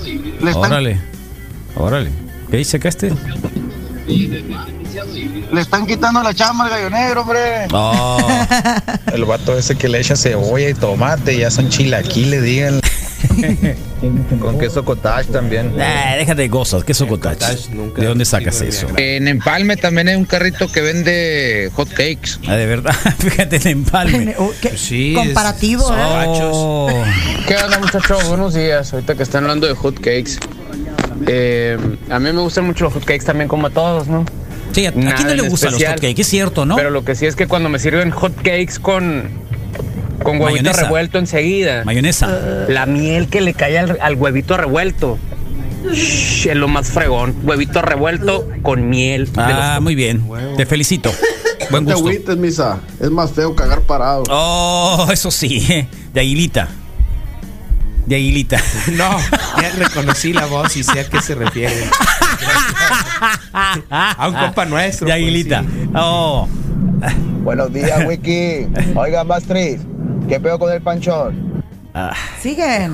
[SPEAKER 4] Sí.
[SPEAKER 2] Órale. Órale. ¿Qué dice acá este?
[SPEAKER 6] Le están quitando la chamba al gallo negro, hombre.
[SPEAKER 13] El vato ese que le echa cebolla y tomate, ya son chilaquiles, díganle. Con queso cottage también.
[SPEAKER 2] Ah, déjate de cosas, ¿qué son cotach? ¿De dónde sacas eso?
[SPEAKER 14] En Empalme también hay un carrito que vende hot cakes.
[SPEAKER 2] Ah, de verdad, fíjate el empalme.
[SPEAKER 4] Pues Sí,
[SPEAKER 3] oh, comparativo, ¿eh?
[SPEAKER 2] Oh.
[SPEAKER 14] ¿Qué onda, muchachos? Buenos días. Ahorita que están hablando de hot cakes. Eh, a mí me gustan mucho los hot cakes también, como a todos, ¿no?
[SPEAKER 2] Sí, ¿a, a quién no le gustan los hotcakes? Es cierto, ¿no?
[SPEAKER 14] Pero lo que sí es que cuando me sirven hot cakes con, con huevito
[SPEAKER 2] Mayonesa.
[SPEAKER 14] revuelto enseguida.
[SPEAKER 15] Uh.
[SPEAKER 2] Mayonesa.
[SPEAKER 14] La miel que le cae al, al huevito revuelto. Shh, es lo más fregón. Huevito revuelto con miel. de
[SPEAKER 2] Ah,
[SPEAKER 14] los-
[SPEAKER 2] muy bien. Te felicito. Buen
[SPEAKER 16] No te
[SPEAKER 2] gusto.
[SPEAKER 16] Este agüites, misa. Es más feo cagar parado.
[SPEAKER 2] Oh, eso sí, eh, de aguilita. De aguilita.
[SPEAKER 4] No, ya reconocí la voz y sé a qué se refiere. A un compa nuestro.
[SPEAKER 2] De aguilita.
[SPEAKER 14] pues
[SPEAKER 2] Oh.
[SPEAKER 17] Buenos días, Wiki. Oiga, Bastris, ¿qué pedo con el panchón?
[SPEAKER 2] Ah,
[SPEAKER 3] Siguen.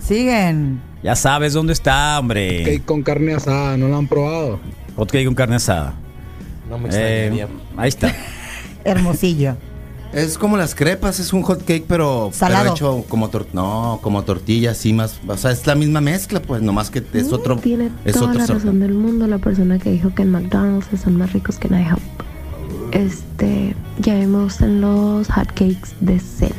[SPEAKER 3] Siguen.
[SPEAKER 2] ya sabes dónde está, hombre.
[SPEAKER 17] con carne asada, no lo han probado.
[SPEAKER 2] Hotcake con carne asada.
[SPEAKER 4] No
[SPEAKER 2] Eh,
[SPEAKER 4] me extrañaría.
[SPEAKER 2] ahí está.
[SPEAKER 3] Hermosillo.
[SPEAKER 5] Es como las crepas, es un hot cake, pero,
[SPEAKER 3] Salado.
[SPEAKER 5] pero hecho como tor- no, como tortilla, así más, o sea, es la misma mezcla, pues, nomás que es otro
[SPEAKER 18] Tiene
[SPEAKER 5] es
[SPEAKER 18] toda
[SPEAKER 5] otro
[SPEAKER 18] la
[SPEAKER 5] sabor.
[SPEAKER 18] razón del mundo la persona que dijo que en McDonald's son más ricos que en IHOP. Este, ya me gustan los hotcakes de cena.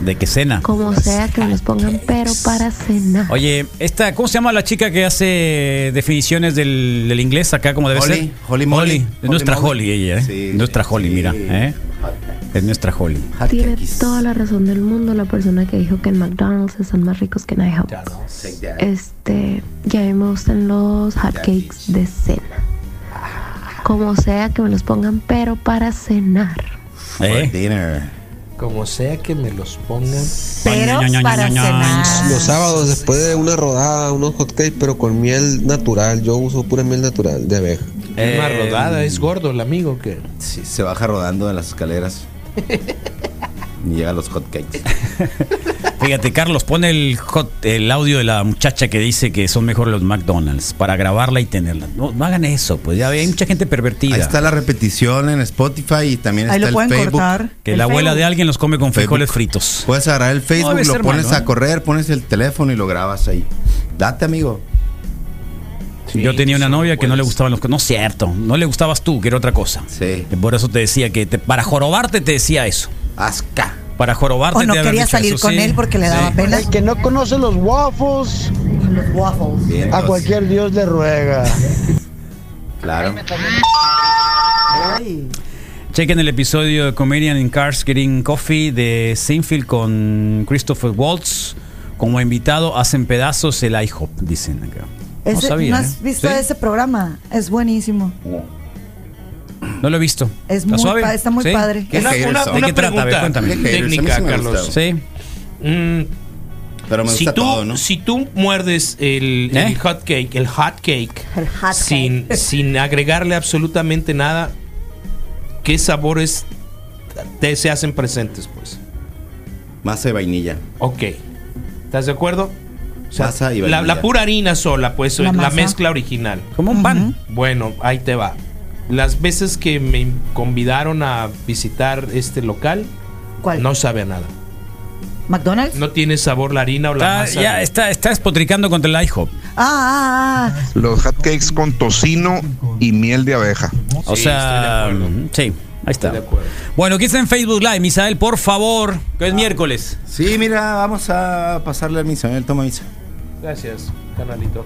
[SPEAKER 19] ¿De qué cena?
[SPEAKER 18] Como sea que nos pongan, pero para cena.
[SPEAKER 2] Oye, esta, ¿cómo se llama la chica que hace definiciones del, del inglés acá como debe
[SPEAKER 19] Holly,
[SPEAKER 2] ser?
[SPEAKER 19] Holly Molly.
[SPEAKER 2] Es nuestra
[SPEAKER 19] Holly
[SPEAKER 2] Holly ella, ¿eh? nuestra Holly, mira. ¿eh? Es nuestra Holly.
[SPEAKER 18] Tiene toda la razón del mundo la persona que dijo que en McDonald's son más ricos que en IHOP. Este, ya me gustan los hotcakes de cena. Como sea que me los pongan, pero para cenar.
[SPEAKER 2] ¿Eh?
[SPEAKER 5] For dinner.
[SPEAKER 4] Como sea que me los pongan.
[SPEAKER 18] Pero para cenar.
[SPEAKER 13] Los sábados después de una rodada, unos hotcakes, pero con miel natural. Yo uso pura miel natural de abeja.
[SPEAKER 4] Es
[SPEAKER 2] Eh,
[SPEAKER 4] una rodada, es gordo el amigo que.
[SPEAKER 5] Sí, se baja rodando de las escaleras. y llega a los hotcakes.
[SPEAKER 2] Fíjate, Carlos, pone el, hot- el audio de la muchacha que dice que son mejores los McDonald's para grabarla y tenerla. No, no hagan eso, pues ya ve, hay mucha gente pervertida.
[SPEAKER 5] Ahí está la repetición en Spotify y también
[SPEAKER 2] Ahí
[SPEAKER 5] está
[SPEAKER 2] lo
[SPEAKER 5] el
[SPEAKER 2] pueden
[SPEAKER 5] Facebook.
[SPEAKER 2] cortar. Que la abuela de alguien los come con frijoles fritos.
[SPEAKER 5] Puedes agarrar el
[SPEAKER 2] No
[SPEAKER 5] Facebook,
[SPEAKER 2] debe
[SPEAKER 5] lo
[SPEAKER 2] ser
[SPEAKER 5] pones
[SPEAKER 2] malo,
[SPEAKER 5] a
[SPEAKER 2] ¿eh?
[SPEAKER 5] correr, pones el teléfono y lo grabas ahí. Date, amigo.
[SPEAKER 2] Yo tenía una novia que no le
[SPEAKER 3] pues.
[SPEAKER 2] gustaban
[SPEAKER 4] pues.
[SPEAKER 2] los... No es cierto, no le gustabas tú, que era otra cosa.
[SPEAKER 5] Sí.
[SPEAKER 2] Por eso te decía que te- para jorobarte te decía eso.
[SPEAKER 5] Asca.
[SPEAKER 2] Para jorobarte
[SPEAKER 3] O no
[SPEAKER 2] te habían
[SPEAKER 3] quería
[SPEAKER 2] dicho
[SPEAKER 3] salir
[SPEAKER 2] eso,
[SPEAKER 3] con
[SPEAKER 2] sí.
[SPEAKER 3] él porque le daba pena.
[SPEAKER 17] El que no conoce los waffles,
[SPEAKER 3] Los waffles.
[SPEAKER 17] a cualquier dios le ruega.
[SPEAKER 5] Claro.
[SPEAKER 2] Chequen el episodio de Comedian in Cars Getting Coffee de Seinfeld con Christopher Waltz. Como invitado hacen pedazos el IHOP, dicen acá.
[SPEAKER 3] Ese-
[SPEAKER 2] no
[SPEAKER 3] no,
[SPEAKER 2] sabía.
[SPEAKER 3] has
[SPEAKER 2] ¿eh?
[SPEAKER 3] visto
[SPEAKER 2] Sí,
[SPEAKER 3] ese programa? Es buenísimo.
[SPEAKER 2] No lo he visto.
[SPEAKER 3] Es muy pa- está muy padre. Qué
[SPEAKER 2] Una-
[SPEAKER 3] haters
[SPEAKER 2] una-
[SPEAKER 5] son.
[SPEAKER 2] ¿De
[SPEAKER 5] Qué
[SPEAKER 2] qué trata? A ver,
[SPEAKER 5] pregunta
[SPEAKER 2] cuéntame.
[SPEAKER 5] qué haters, a mí sí
[SPEAKER 4] Técnica,
[SPEAKER 5] me
[SPEAKER 4] Carlos. Mm,
[SPEAKER 5] gusta.
[SPEAKER 2] Sí.
[SPEAKER 5] Pero me
[SPEAKER 4] si
[SPEAKER 5] gusta
[SPEAKER 4] tú,
[SPEAKER 5] todo, ¿no?
[SPEAKER 4] Si tú muerdes el,
[SPEAKER 2] ¿Eh?
[SPEAKER 4] el hot cake, el hot cake, sin, sin agregarle absolutamente nada, ¿qué sabores te se hacen presentes, pues?
[SPEAKER 5] Masa de vainilla.
[SPEAKER 4] Ok. ¿Estás de acuerdo? O sea,
[SPEAKER 5] Masa y
[SPEAKER 4] la,
[SPEAKER 5] vainilla.
[SPEAKER 4] la pura harina sola, pues,
[SPEAKER 5] La
[SPEAKER 4] la,
[SPEAKER 5] masa.
[SPEAKER 4] mezcla original.
[SPEAKER 2] Como un pan.
[SPEAKER 4] Bueno, ahí te va. Las veces que me convidaron a visitar este local, no sabe a nada.
[SPEAKER 3] ¿McDonald's?
[SPEAKER 4] No tiene sabor la harina o la
[SPEAKER 2] Está,
[SPEAKER 4] masa.
[SPEAKER 2] Ah, ya está, está despotricando contra el IHOP.
[SPEAKER 3] Ah, ah, ah.
[SPEAKER 20] Los hotcakes con tocino y miel de abeja.
[SPEAKER 2] O sea, mm, sí, ahí está. Bueno, ¿qué está en Facebook Live, Misael? Por favor, que es miércoles.
[SPEAKER 5] Sí, mira, vamos a pasarle a misa. Él toma misa.
[SPEAKER 4] Gracias, canalito.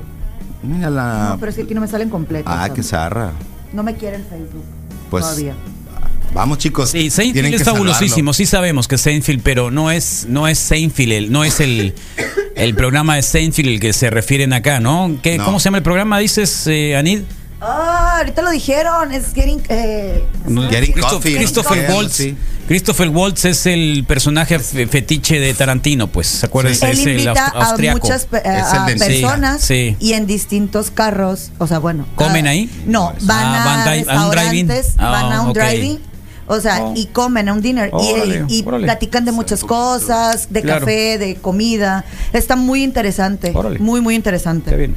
[SPEAKER 5] Mira la.
[SPEAKER 3] No, pero es que aquí no me salen completos.
[SPEAKER 5] ah,
[SPEAKER 3] Sam.
[SPEAKER 5] qué zarra.
[SPEAKER 3] No me quiere el Facebook.
[SPEAKER 5] Pues.
[SPEAKER 3] Todavía.
[SPEAKER 5] Vamos, chicos.
[SPEAKER 2] Sí, Seinfeld es fabulosísimo, sí sabemos que es Seinfeld, pero no es, no es Seinfeld, el- no es el, el programa de Seinfeld el que se refieren acá, ¿no? ¿Qué,
[SPEAKER 3] No.
[SPEAKER 2] ¿Cómo se llama el programa, dices, eh, Anid?
[SPEAKER 3] Ah, ahorita lo dijeron. Es getting. Eh,
[SPEAKER 5] Getting
[SPEAKER 2] Christo-
[SPEAKER 5] Coffee,
[SPEAKER 2] Christopher
[SPEAKER 5] no sé,
[SPEAKER 2] Waltz.
[SPEAKER 5] algo
[SPEAKER 2] Christopher Waltz es el personaje fe- fetiche de Tarantino, pues, acuérdense,
[SPEAKER 3] Él
[SPEAKER 2] es el
[SPEAKER 3] invita
[SPEAKER 2] aus-
[SPEAKER 3] a
[SPEAKER 2] austriaco.
[SPEAKER 3] muchas pe- eh,
[SPEAKER 2] Es el
[SPEAKER 3] a
[SPEAKER 2] de- sí,
[SPEAKER 3] personas
[SPEAKER 2] sí.
[SPEAKER 3] y en distintos carros. O sea, bueno.
[SPEAKER 2] ¿Comen ahí?
[SPEAKER 3] No, van
[SPEAKER 2] Ah,
[SPEAKER 3] a
[SPEAKER 2] van dri- a un driving.
[SPEAKER 3] restaurantes,
[SPEAKER 2] Ah,
[SPEAKER 3] van a un
[SPEAKER 2] ok.
[SPEAKER 3] driving. O sea,
[SPEAKER 2] Oh.
[SPEAKER 3] y comen a un dinner. y- eh,
[SPEAKER 2] Órale,
[SPEAKER 3] y y
[SPEAKER 2] órale.
[SPEAKER 3] platican de muchas cosas, de
[SPEAKER 4] Claro.
[SPEAKER 3] café, de comida. Está muy interesante.
[SPEAKER 4] Órale.
[SPEAKER 3] Muy, muy interesante.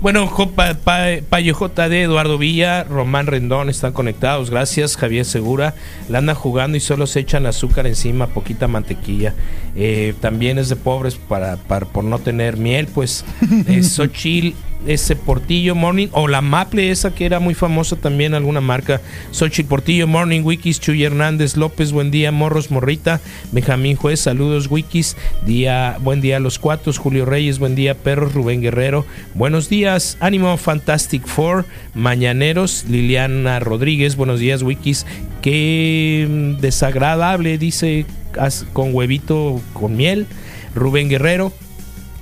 [SPEAKER 4] Bueno, jo- pa- pa- Payo JD, Eduardo Villa, Román Rendón están conectados. Gracias, Javier Segura. La andan jugando y solo se echan azúcar encima, poquita mantequilla. Eh, también es de pobres para, para- por no tener miel, pues. Eh, Xochitl, ese Portillo Morning, o la Maple, esa que era muy famosa también, alguna marca. Xochitl Portillo Morning, Wikis, Chuy Hernández López, buen día, Morros Morrita, Benjamín Juez, saludos, Wikis, día, buen día a los cuatos, Julio Reyes, buen día, Perros, Rubén Guerrero, buenos días, Ánimo Fantastic Four, Mañaneros, Liliana Rodríguez, buenos días, Wikis, qué mm, desagradable, dice, haz con huevito, con miel, Rubén Guerrero,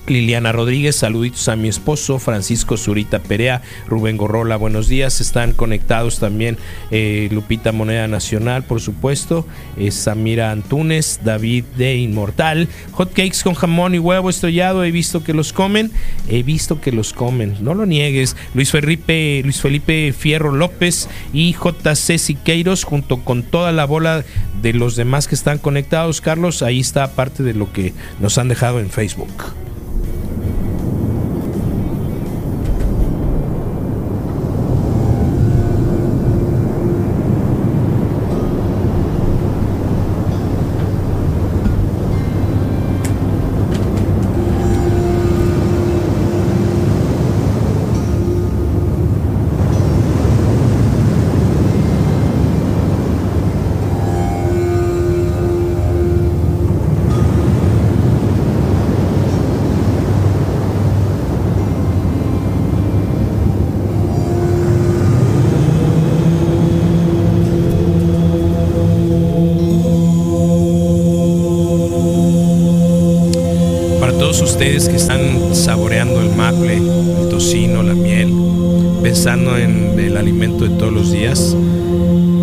[SPEAKER 4] Liliana Rodríguez, saluditos a mi esposo Francisco Zurita Perea, Rubén Gorrola, buenos días. Están conectados también eh, Lupita Moneda Nacional, por supuesto, eh, Samira Antunes, David de Inmortal, hotcakes con jamón y huevo estrellado. He visto que los comen, he visto que los comen, no lo niegues. Luis Felipe, Luis Felipe Fierro López y JC Siqueiros, junto con toda la bola de los demás que están conectados, Carlos, ahí está parte de lo que nos han dejado en Facebook. ustedes que están saboreando el maple, el tocino, la miel, pensando en el alimento de todos los días,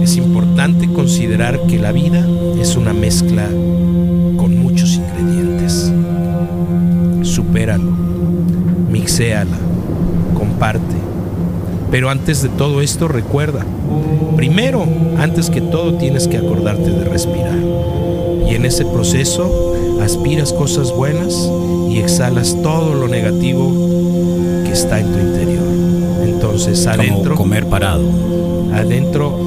[SPEAKER 4] es importante considerar que la vida es una mezcla con muchos ingredientes. Supéralo, mixéala, comparte. Pero antes de todo esto, recuerda, primero, antes que todo, tienes que acordarte de respirar. Y en ese proceso, aspiras cosas buenas y exhalas todo lo negativo que está en tu interior. Entonces, adentro.
[SPEAKER 2] comer parado.
[SPEAKER 4] Adentro,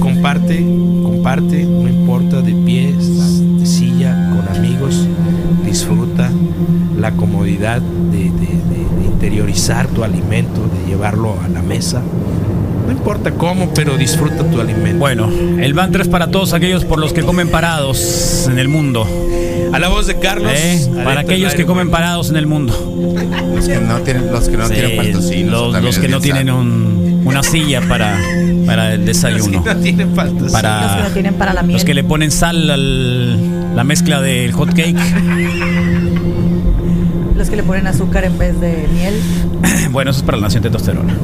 [SPEAKER 4] comparte, comparte, no importa de pies, de silla, con amigos, disfruta la comodidad de, de- de- de interiorizar tu alimento, de llevarlo a la mesa. No importa cómo, pero disfruta tu alimento.
[SPEAKER 2] Bueno, el Banter es para todos aquellos por los que comen parados en el mundo.
[SPEAKER 4] A la voz de Carlos.
[SPEAKER 2] ¿Eh? Para aquellos que comen parados en el mundo.
[SPEAKER 5] Los que no tienen, los que no
[SPEAKER 2] Sí,
[SPEAKER 5] tienen pantocinos,
[SPEAKER 2] los-
[SPEAKER 5] también
[SPEAKER 2] los
[SPEAKER 5] es
[SPEAKER 2] que no
[SPEAKER 5] bien
[SPEAKER 2] tienen
[SPEAKER 5] sano.
[SPEAKER 2] un- una silla para, para el desayuno.
[SPEAKER 4] no tienen faltas.
[SPEAKER 3] Los que
[SPEAKER 2] Para
[SPEAKER 3] no tienen para la miel.
[SPEAKER 2] Ah. los que le ponen sal al, la mezcla del hot cake.
[SPEAKER 3] Los que le ponen azúcar en vez de miel.
[SPEAKER 2] Bueno, eso es para la nación testosterona.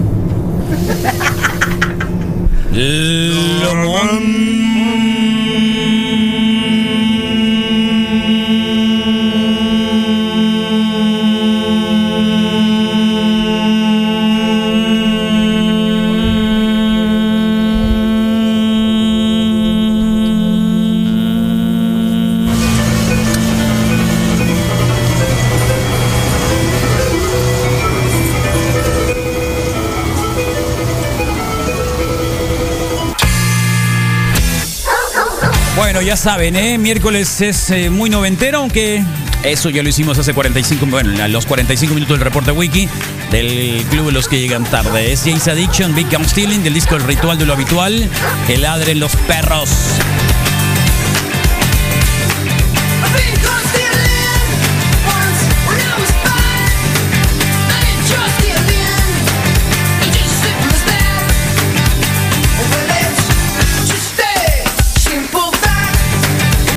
[SPEAKER 2] Bueno, ya saben, ¿eh? miércoles es eh, muy noventero, aunque eso ya lo hicimos hace 45, bueno, a los 45 minutos del reporte wiki del club de los que llegan tarde. Es James Addiction, Big Gang Stealing, del disco El Ritual de lo Habitual, que ladren los perros.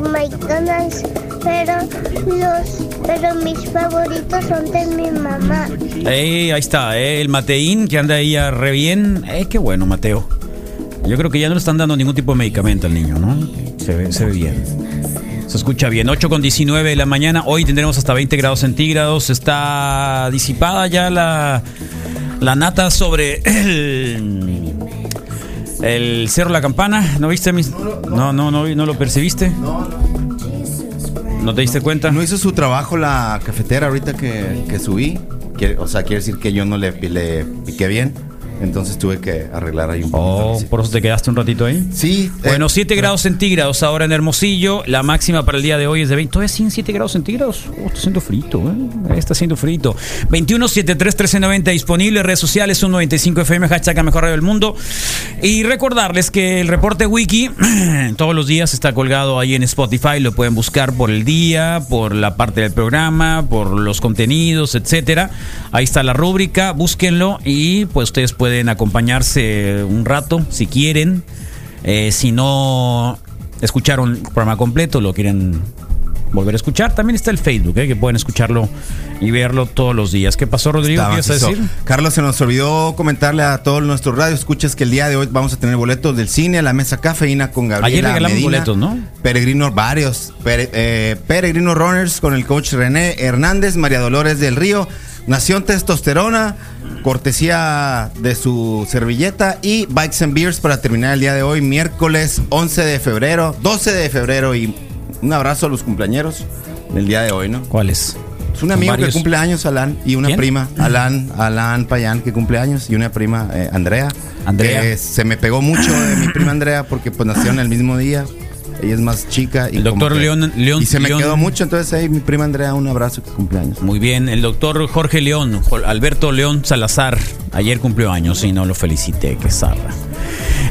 [SPEAKER 21] McDonald's, pero los pero mis favoritos son de mi mamá.
[SPEAKER 2] Ey, ahí está, ¿eh? el Mateín que anda ahí a re bien. Eh, qué bueno, Mateo. Yo creo que ya no le están dando ningún tipo de medicamento al niño, ¿no? Se ve, se ve bien. Se escucha bien. 8 con 19 de la mañana. Hoy tendremos hasta 20 grados centígrados. Está disipada ya la, la nata sobre el, el cerro La Campana. ¿No viste, mis? No, no, no, vi- no lo percibiste. ¿No te diste cuenta?
[SPEAKER 5] No hizo su trabajo la cafetera ahorita que, que subí. Quiere- o sea, quiere decir que yo no le, le piqué bien. Entonces tuve que arreglar ahí un poquito.
[SPEAKER 2] Oh, por eso te quedaste un ratito ahí.
[SPEAKER 5] Sí. eh,
[SPEAKER 2] Bueno, 7 grados centígrados ahora en Hermosillo. La máxima para el día de hoy es de 20. ¿Todavía siguen 7 grados centígrados? Oh, está haciendo frito, ¿eh? Está haciendo frito. 21 73 1390 disponible. Redes sociales 195FM, hashtag la mejor radio del mundo. Y recordarles que el reporte wiki todos los días está colgado ahí en Spotify. Lo pueden buscar por el día, por la parte del programa, por los contenidos, etcétera. Ahí está la rúbrica. Búsquenlo y pues ustedes pueden acompañarse un rato si quieren. Eh, si no escucharon el programa completo, lo quieren volver a escuchar, también está el Facebook, eh, que pueden escucharlo y verlo todos los días. ¿Qué pasó, Rodrigo? ¿Qué
[SPEAKER 5] Está
[SPEAKER 2] ibas a
[SPEAKER 5] macizo.
[SPEAKER 2] decir?
[SPEAKER 5] Carlos, se nos olvidó comentarle a todos nuestros radio escuchas que el día de hoy vamos a tener boletos del cine, la mesa cafeína con Gabriela
[SPEAKER 2] Ayer regalamos
[SPEAKER 5] Medina,
[SPEAKER 2] boletos, ¿no?
[SPEAKER 5] Peregrino varios, pere- eh, Peregrino Runners con el coach René Hernández, María Dolores del Río, Nación Testosterona, cortesía de su servilleta y Bikes and Beers para terminar el día de hoy, miércoles 11 de febrero, 12 de febrero y un abrazo a los cumpleañeros del día de hoy, ¿no?
[SPEAKER 2] ¿Cuáles?
[SPEAKER 5] Es un amigo que
[SPEAKER 2] Varios.
[SPEAKER 5] cumple años, Alan, y una
[SPEAKER 2] ¿Quién?
[SPEAKER 5] prima, Alan, Alan Payán, que cumple años, y una prima, eh, Andrea.
[SPEAKER 2] Andrea.
[SPEAKER 5] que se me pegó mucho de mi prima Andrea porque pues nacieron el mismo día. Ella es más chica. Y
[SPEAKER 2] El
[SPEAKER 5] como
[SPEAKER 2] doctor
[SPEAKER 5] que-
[SPEAKER 2] León- León-
[SPEAKER 5] Y se me
[SPEAKER 2] León-
[SPEAKER 5] quedó mucho, entonces ahí mi prima Andrea, un abrazo que cumple años.
[SPEAKER 2] Muy bien, el doctor Jorge León, Jo- Alberto León Salazar, ayer cumplió años y no lo felicité, que zarra.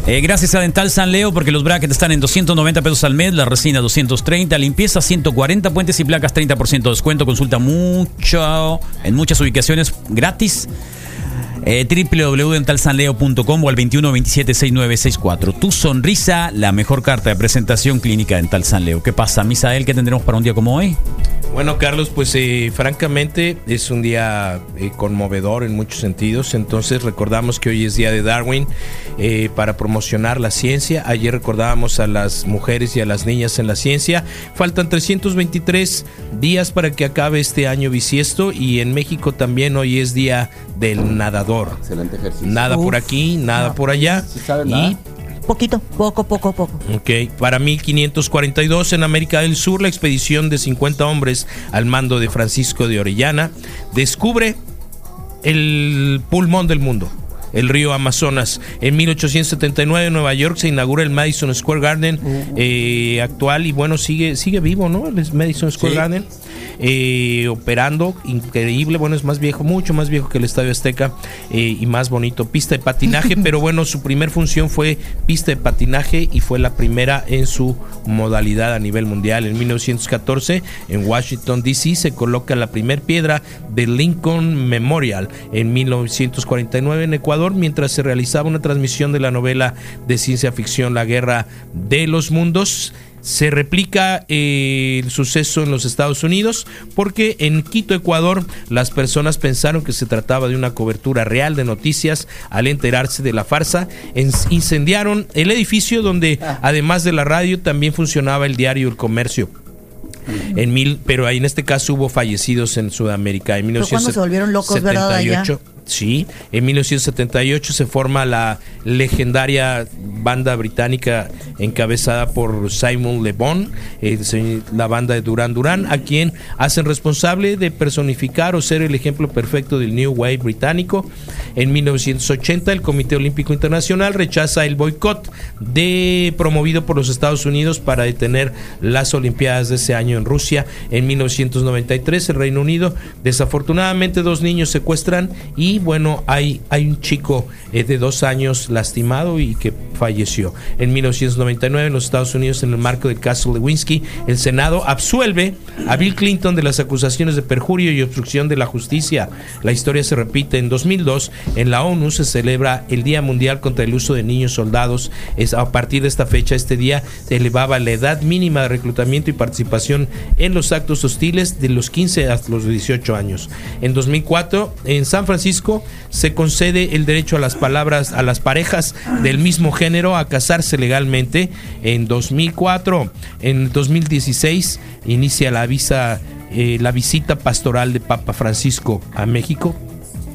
[SPEAKER 2] Eh, gracias a Dental San Leo porque los brackets están en 290 pesos al mes, la resina 230, limpieza 140, puentes y placas 30% de descuento, consulta mucho en muchas ubicaciones gratis. eh, www.dentalsanleo.com o al 2127-6964. Tu sonrisa, la mejor carta de presentación clínica Dental San Leo. ¿Qué pasa, Misael? ¿Qué tendremos para un día como hoy?
[SPEAKER 4] Bueno, Carlos, pues eh, francamente es un día eh, conmovedor en muchos sentidos. Entonces recordamos que hoy es Día de Darwin eh, para promocionar la ciencia. Ayer recordábamos a las mujeres y a las niñas en la ciencia. Faltan 323 días para que acabe este año bisiesto y en México también hoy es Día del Nadador.
[SPEAKER 5] Excelente ejercicio.
[SPEAKER 4] Nada por aquí, nada por allá. y
[SPEAKER 3] Poquito, poco, poco, poco.
[SPEAKER 4] Ok, para 1542 en América del Sur, la expedición de 50 hombres al mando de Francisco de Orellana descubre el pulmón del mundo. El río Amazonas. En 1879 en Nueva York se inaugura el Madison Square Garden eh, actual y bueno, sigue, sigue vivo, ¿no? El Madison Square
[SPEAKER 5] Sí.
[SPEAKER 4] Garden eh, operando, increíble, bueno, es más viejo, mucho más viejo que el Estadio Azteca eh, y más bonito, pista de patinaje, pero bueno, su primer función fue pista de patinaje y fue la primera en su modalidad a nivel mundial. En 1914, en Washington, D.C., se coloca la primer piedra del Lincoln Memorial. En 1949, en Ecuador, mientras se realizaba una transmisión de la novela de ciencia ficción La Guerra de los Mundos, se replica eh, el suceso en los Estados Unidos porque en Quito, Ecuador, las personas pensaron que se trataba de una cobertura real de noticias al enterarse de la farsa. en- incendiaron el edificio donde, además de la radio, también funcionaba el diario El Comercio. En mil, pero ahí en este caso hubo fallecidos en Sudamérica. En
[SPEAKER 3] Fue cuando se volvieron locos, ¿verdad, allá?
[SPEAKER 4] 1978, Sí, en 1978 se forma la legendaria banda británica encabezada por Simon Le Bon, eh, se- la banda de Duran Duran, a quien hacen responsable de personificar o ser el ejemplo perfecto del New Wave británico. En 1980 el Comité Olímpico Internacional rechaza el boicot de promovido por los Estados Unidos para detener las Olimpiadas de ese año en Rusia. En 1993 el Reino Unido desafortunadamente dos niños secuestran y bueno hay, hay un chico eh, de dos años lastimado y que falleció. En 1999 en los Estados Unidos en el marco del caso Lewinsky el Senado absuelve a Bill Clinton de las acusaciones de perjurio y obstrucción de la justicia. La historia se repite en 2002 en la ONU se celebra el Día Mundial contra el uso de niños soldados. Es a partir de esta fecha este día se elevaba la edad mínima de reclutamiento y participación en los actos hostiles de los 15 hasta los 18 años. En 2004, en San Francisco, se concede el derecho a las palabras a las parejas del mismo género a casarse legalmente. En 2004, en 2016, inicia la visa, eh, la visita pastoral de Papa Francisco a México.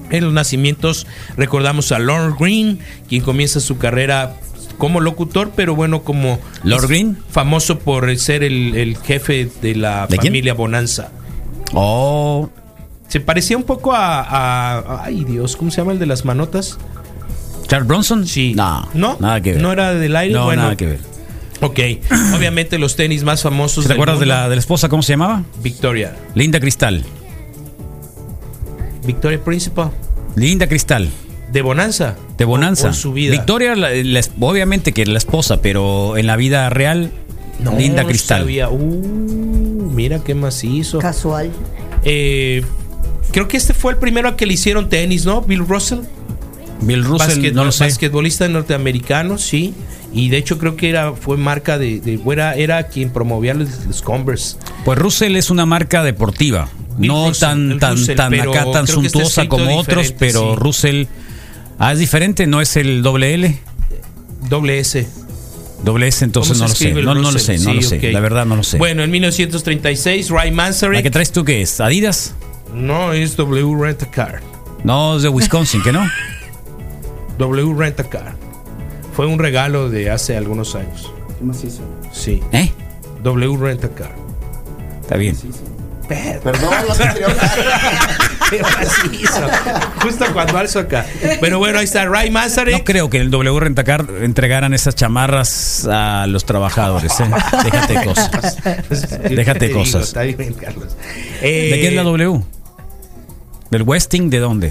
[SPEAKER 4] En los nacimientos recordamos a Lord Green, quien comienza su carrera como locutor, pero bueno, como
[SPEAKER 2] Lord Green.
[SPEAKER 4] famoso por ser el, el jefe de la
[SPEAKER 2] ¿De quién?
[SPEAKER 4] familia Bonanza. Oh. Se parecía un poco a, a- Ay, Dios, ¿cómo se llama el de las manotas?
[SPEAKER 2] ¿Charles Bronson?
[SPEAKER 4] Sí.
[SPEAKER 2] No.
[SPEAKER 4] ¿No?
[SPEAKER 2] Nada que ver.
[SPEAKER 4] ¿No era del aire?
[SPEAKER 2] No,
[SPEAKER 4] Bueno.
[SPEAKER 2] nada que ver.
[SPEAKER 4] Ok. Obviamente los tenis más famosos.
[SPEAKER 2] ¿Te
[SPEAKER 4] del
[SPEAKER 2] acuerdas de
[SPEAKER 4] mundo.
[SPEAKER 2] la, de la esposa? ¿Cómo se llamaba?
[SPEAKER 4] Victoria.
[SPEAKER 2] Linda Cristal.
[SPEAKER 4] Victoria Principal.
[SPEAKER 2] Linda Cristal.
[SPEAKER 4] De Bonanza.
[SPEAKER 2] De Bonanza.
[SPEAKER 4] Por su vida.
[SPEAKER 2] Victoria, la- la es- obviamente que la esposa, pero en la vida real,
[SPEAKER 4] No,
[SPEAKER 2] Linda
[SPEAKER 4] no
[SPEAKER 2] Cristal.
[SPEAKER 4] sabía. Uh, mira qué macizo.
[SPEAKER 3] Casual.
[SPEAKER 4] Eh, creo que este fue el primero a que le hicieron tenis, ¿no? Bill Russell.
[SPEAKER 2] Bill Russell,
[SPEAKER 4] Basquet-
[SPEAKER 2] no lo sé.
[SPEAKER 4] Basquetbolista norteamericano, sí. Y de hecho creo que era fue marca de... de era, era quien promovía los, los Converse.
[SPEAKER 2] Pues Russell es una marca deportiva.
[SPEAKER 4] Bill
[SPEAKER 2] no
[SPEAKER 4] Russell,
[SPEAKER 2] tan,
[SPEAKER 4] Bill
[SPEAKER 2] tan,
[SPEAKER 4] Russell,
[SPEAKER 2] tan
[SPEAKER 4] pero
[SPEAKER 2] acá,
[SPEAKER 4] creo
[SPEAKER 2] tan
[SPEAKER 4] que está
[SPEAKER 2] suntuosa
[SPEAKER 4] escrito
[SPEAKER 2] como otros,
[SPEAKER 4] diferente,
[SPEAKER 2] pero
[SPEAKER 4] sí.
[SPEAKER 2] Russell. Ah, es diferente, no es el doble L.
[SPEAKER 4] Doble S.
[SPEAKER 2] Doble S, entonces
[SPEAKER 4] ¿Cómo
[SPEAKER 2] no
[SPEAKER 4] se
[SPEAKER 2] lo sé.
[SPEAKER 4] escribe el
[SPEAKER 2] No, no lo
[SPEAKER 4] Russell?
[SPEAKER 2] sé, no
[SPEAKER 4] Sí,
[SPEAKER 2] lo sé.
[SPEAKER 4] ok.
[SPEAKER 2] La verdad no lo sé.
[SPEAKER 4] Bueno, en 1936, Ray
[SPEAKER 2] ¿La
[SPEAKER 4] Manzarek...
[SPEAKER 2] que traes tú qué es? ¿Adidas?
[SPEAKER 4] No, es W Rent a Car.
[SPEAKER 2] No, es de Wisconsin, ¿que no?
[SPEAKER 4] W Rent a Car. Fue un regalo de hace algunos años.
[SPEAKER 5] ¿Qué más hizo?
[SPEAKER 4] Sí.
[SPEAKER 2] ¿Eh?
[SPEAKER 4] W Rent a Car.
[SPEAKER 2] Está bien.
[SPEAKER 5] Perdón, lo que quería
[SPEAKER 4] Qué macizo. Justo cuando alzo acá. Pero bueno, ahí está Ray Manzarek.
[SPEAKER 2] No creo que el W Rentacar entregaran esas chamarras a los trabajadores. ¿eh? Déjate cosas. Déjate
[SPEAKER 4] Te digo,
[SPEAKER 2] cosas.
[SPEAKER 4] está bien, Carlos. Eh,
[SPEAKER 2] ¿De qué es la W? ¿Del Westing? ¿De dónde?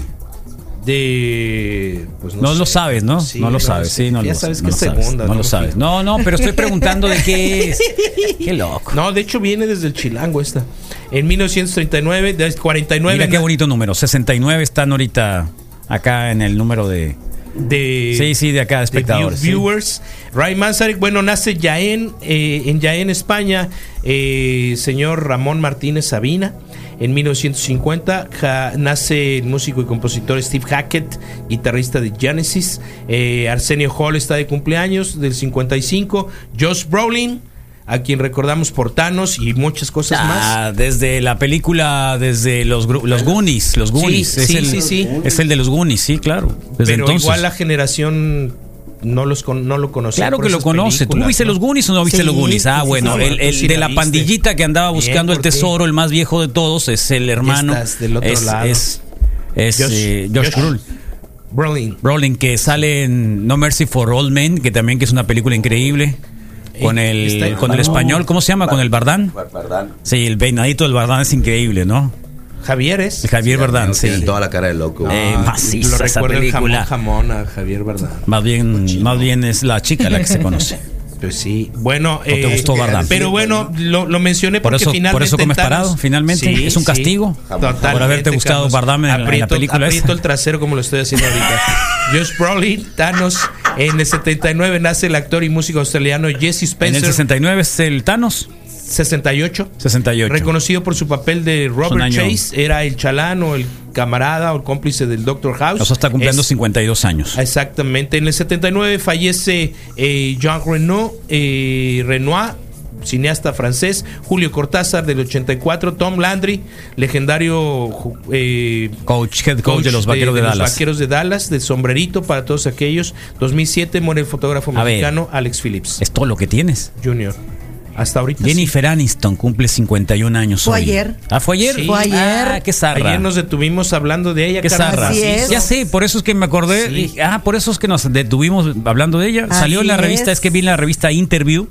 [SPEAKER 4] Eh, De. Pues no
[SPEAKER 2] No,
[SPEAKER 4] sé.
[SPEAKER 2] lo sabes, ¿no?
[SPEAKER 4] Sí,
[SPEAKER 2] no
[SPEAKER 4] no
[SPEAKER 2] lo sabes,
[SPEAKER 4] sé.
[SPEAKER 2] sí, no
[SPEAKER 4] Ya
[SPEAKER 2] lo
[SPEAKER 4] sabes
[SPEAKER 2] no
[SPEAKER 4] que
[SPEAKER 2] lo
[SPEAKER 4] es segunda,
[SPEAKER 2] No
[SPEAKER 4] ¿no?
[SPEAKER 2] lo sabes. No, no, pero estoy preguntando de qué es. Qué loco.
[SPEAKER 4] No, de hecho viene desde el Chilango esta. En 1939, desde 49.
[SPEAKER 2] Mira qué
[SPEAKER 4] na-
[SPEAKER 2] bonito número. 69 están ahorita acá en el número de.
[SPEAKER 4] de
[SPEAKER 2] Sí, sí, de acá, de espectadores.
[SPEAKER 4] de view- viewers. Ray Manzarek, bueno, nace Yaén, eh, en Yaén, España, eh, señor Ramón Martínez Sabina. En 1950 ja- nace el músico y compositor Steve Hackett, guitarrista de Genesis. Eh, Arsenio Hall está de cumpleaños del 55. Josh Brolin, a quien recordamos por Thanos y muchas cosas más.
[SPEAKER 2] Ah, desde la película, desde los, gru- los Goonies, los Goonies.
[SPEAKER 4] Sí,
[SPEAKER 2] es
[SPEAKER 4] sí,
[SPEAKER 2] el,
[SPEAKER 4] sí, sí.
[SPEAKER 2] Es el de los Goonies, sí, claro. Desde
[SPEAKER 4] Pero
[SPEAKER 2] entonces.
[SPEAKER 4] igual la generación no los con- no lo conoce.
[SPEAKER 2] Claro que lo conoce. ¿Tú viste los Goonies o no viste los Goonies? Ah, bueno, el, el de la pandillita que andaba
[SPEAKER 4] Bien,
[SPEAKER 2] buscando el
[SPEAKER 4] ¿por qué?
[SPEAKER 2] tesoro, el más viejo de todos, es el hermano.
[SPEAKER 4] estás del otro
[SPEAKER 2] es,
[SPEAKER 4] lado.
[SPEAKER 2] Es, es,
[SPEAKER 4] Josh-
[SPEAKER 2] eh, Josh,
[SPEAKER 4] Josh
[SPEAKER 2] Brolin.
[SPEAKER 4] Brolin.
[SPEAKER 2] que sale en No Mercy for Old Men, que también que es una película increíble. Con
[SPEAKER 5] Eh, está
[SPEAKER 2] el,
[SPEAKER 5] en
[SPEAKER 2] con el
[SPEAKER 5] Bardán.
[SPEAKER 2] español, ¿cómo se llama? Con el Bardán. Sí, el peinadito del Bardán es increíble, ¿no?
[SPEAKER 4] Javier es. Ah,
[SPEAKER 2] El Javier Bardán, sí.
[SPEAKER 5] Tiene toda la cara de loco.
[SPEAKER 2] Eh, maciza
[SPEAKER 4] lo
[SPEAKER 2] esa
[SPEAKER 4] recuerdo el
[SPEAKER 2] película.
[SPEAKER 4] jamón, jamón a Javier Bardán.
[SPEAKER 2] Más bien, más bien es la chica la que se conoce.
[SPEAKER 4] Pues sí. Bueno, eh,
[SPEAKER 2] te gustó Bardán?
[SPEAKER 4] Pero bueno, lo, lo mencioné
[SPEAKER 2] Por
[SPEAKER 4] porque
[SPEAKER 2] eso- por
[SPEAKER 4] finalmente.
[SPEAKER 2] eso comes
[SPEAKER 4] Thanos-
[SPEAKER 2] parado, finalmente. Es un castigo por
[SPEAKER 4] Totalmente,
[SPEAKER 2] haberte gustado
[SPEAKER 4] Carlos.
[SPEAKER 2] Bardán en la- en la
[SPEAKER 4] Aprieto-
[SPEAKER 2] película
[SPEAKER 4] aprieto
[SPEAKER 2] esa.
[SPEAKER 4] el trasero como lo estoy haciendo ahorita. Josh Brolin, Thanos. En el 79 nace el actor y músico australiano Jesse
[SPEAKER 2] En
[SPEAKER 4] Spencer.
[SPEAKER 2] el 69 es el Thanos.
[SPEAKER 4] 68.
[SPEAKER 2] 68.
[SPEAKER 4] Reconocido por su papel de
[SPEAKER 2] un
[SPEAKER 4] Robert
[SPEAKER 2] año.
[SPEAKER 4] Chase, era el chalán o el camarada o el cómplice del Dr. House.
[SPEAKER 2] O sea, está cumpliendo
[SPEAKER 4] Es-
[SPEAKER 2] 52 años.
[SPEAKER 4] Exactamente. En el 79 fallece eh, Jean Reno, eh, Renoir, cineasta francés. Julio Cortázar del 84. Tom Landry, legendario ju- eh,
[SPEAKER 2] Coach, head coach, de los Vaqueros de,
[SPEAKER 4] Los
[SPEAKER 2] Dallas.
[SPEAKER 4] Vaqueros de Dallas, del sombrerito para todos aquellos. 2007 muere el fotógrafo
[SPEAKER 2] A ver.
[SPEAKER 4] mexicano Alex Phillips
[SPEAKER 2] Es todo lo que tienes.
[SPEAKER 4] Jr. Hasta ahorita.
[SPEAKER 2] Jennifer Aniston cumple 51 años.
[SPEAKER 3] Fue
[SPEAKER 2] hoy.
[SPEAKER 3] ayer.
[SPEAKER 2] Ah, fue ayer.
[SPEAKER 4] Sí.
[SPEAKER 3] Fue ayer.
[SPEAKER 2] Ah, qué zarra.
[SPEAKER 4] Ayer nos detuvimos hablando de ella.
[SPEAKER 2] Qué
[SPEAKER 4] Carmen
[SPEAKER 2] zarra.
[SPEAKER 4] Narciso.
[SPEAKER 2] Ya sé, por eso es que me acordé.
[SPEAKER 4] Sí.
[SPEAKER 2] y- ah, por eso es que nos detuvimos hablando de ella. Salió en la
[SPEAKER 4] Así
[SPEAKER 2] revista,
[SPEAKER 4] es.
[SPEAKER 2] es que vi en la revista Interview.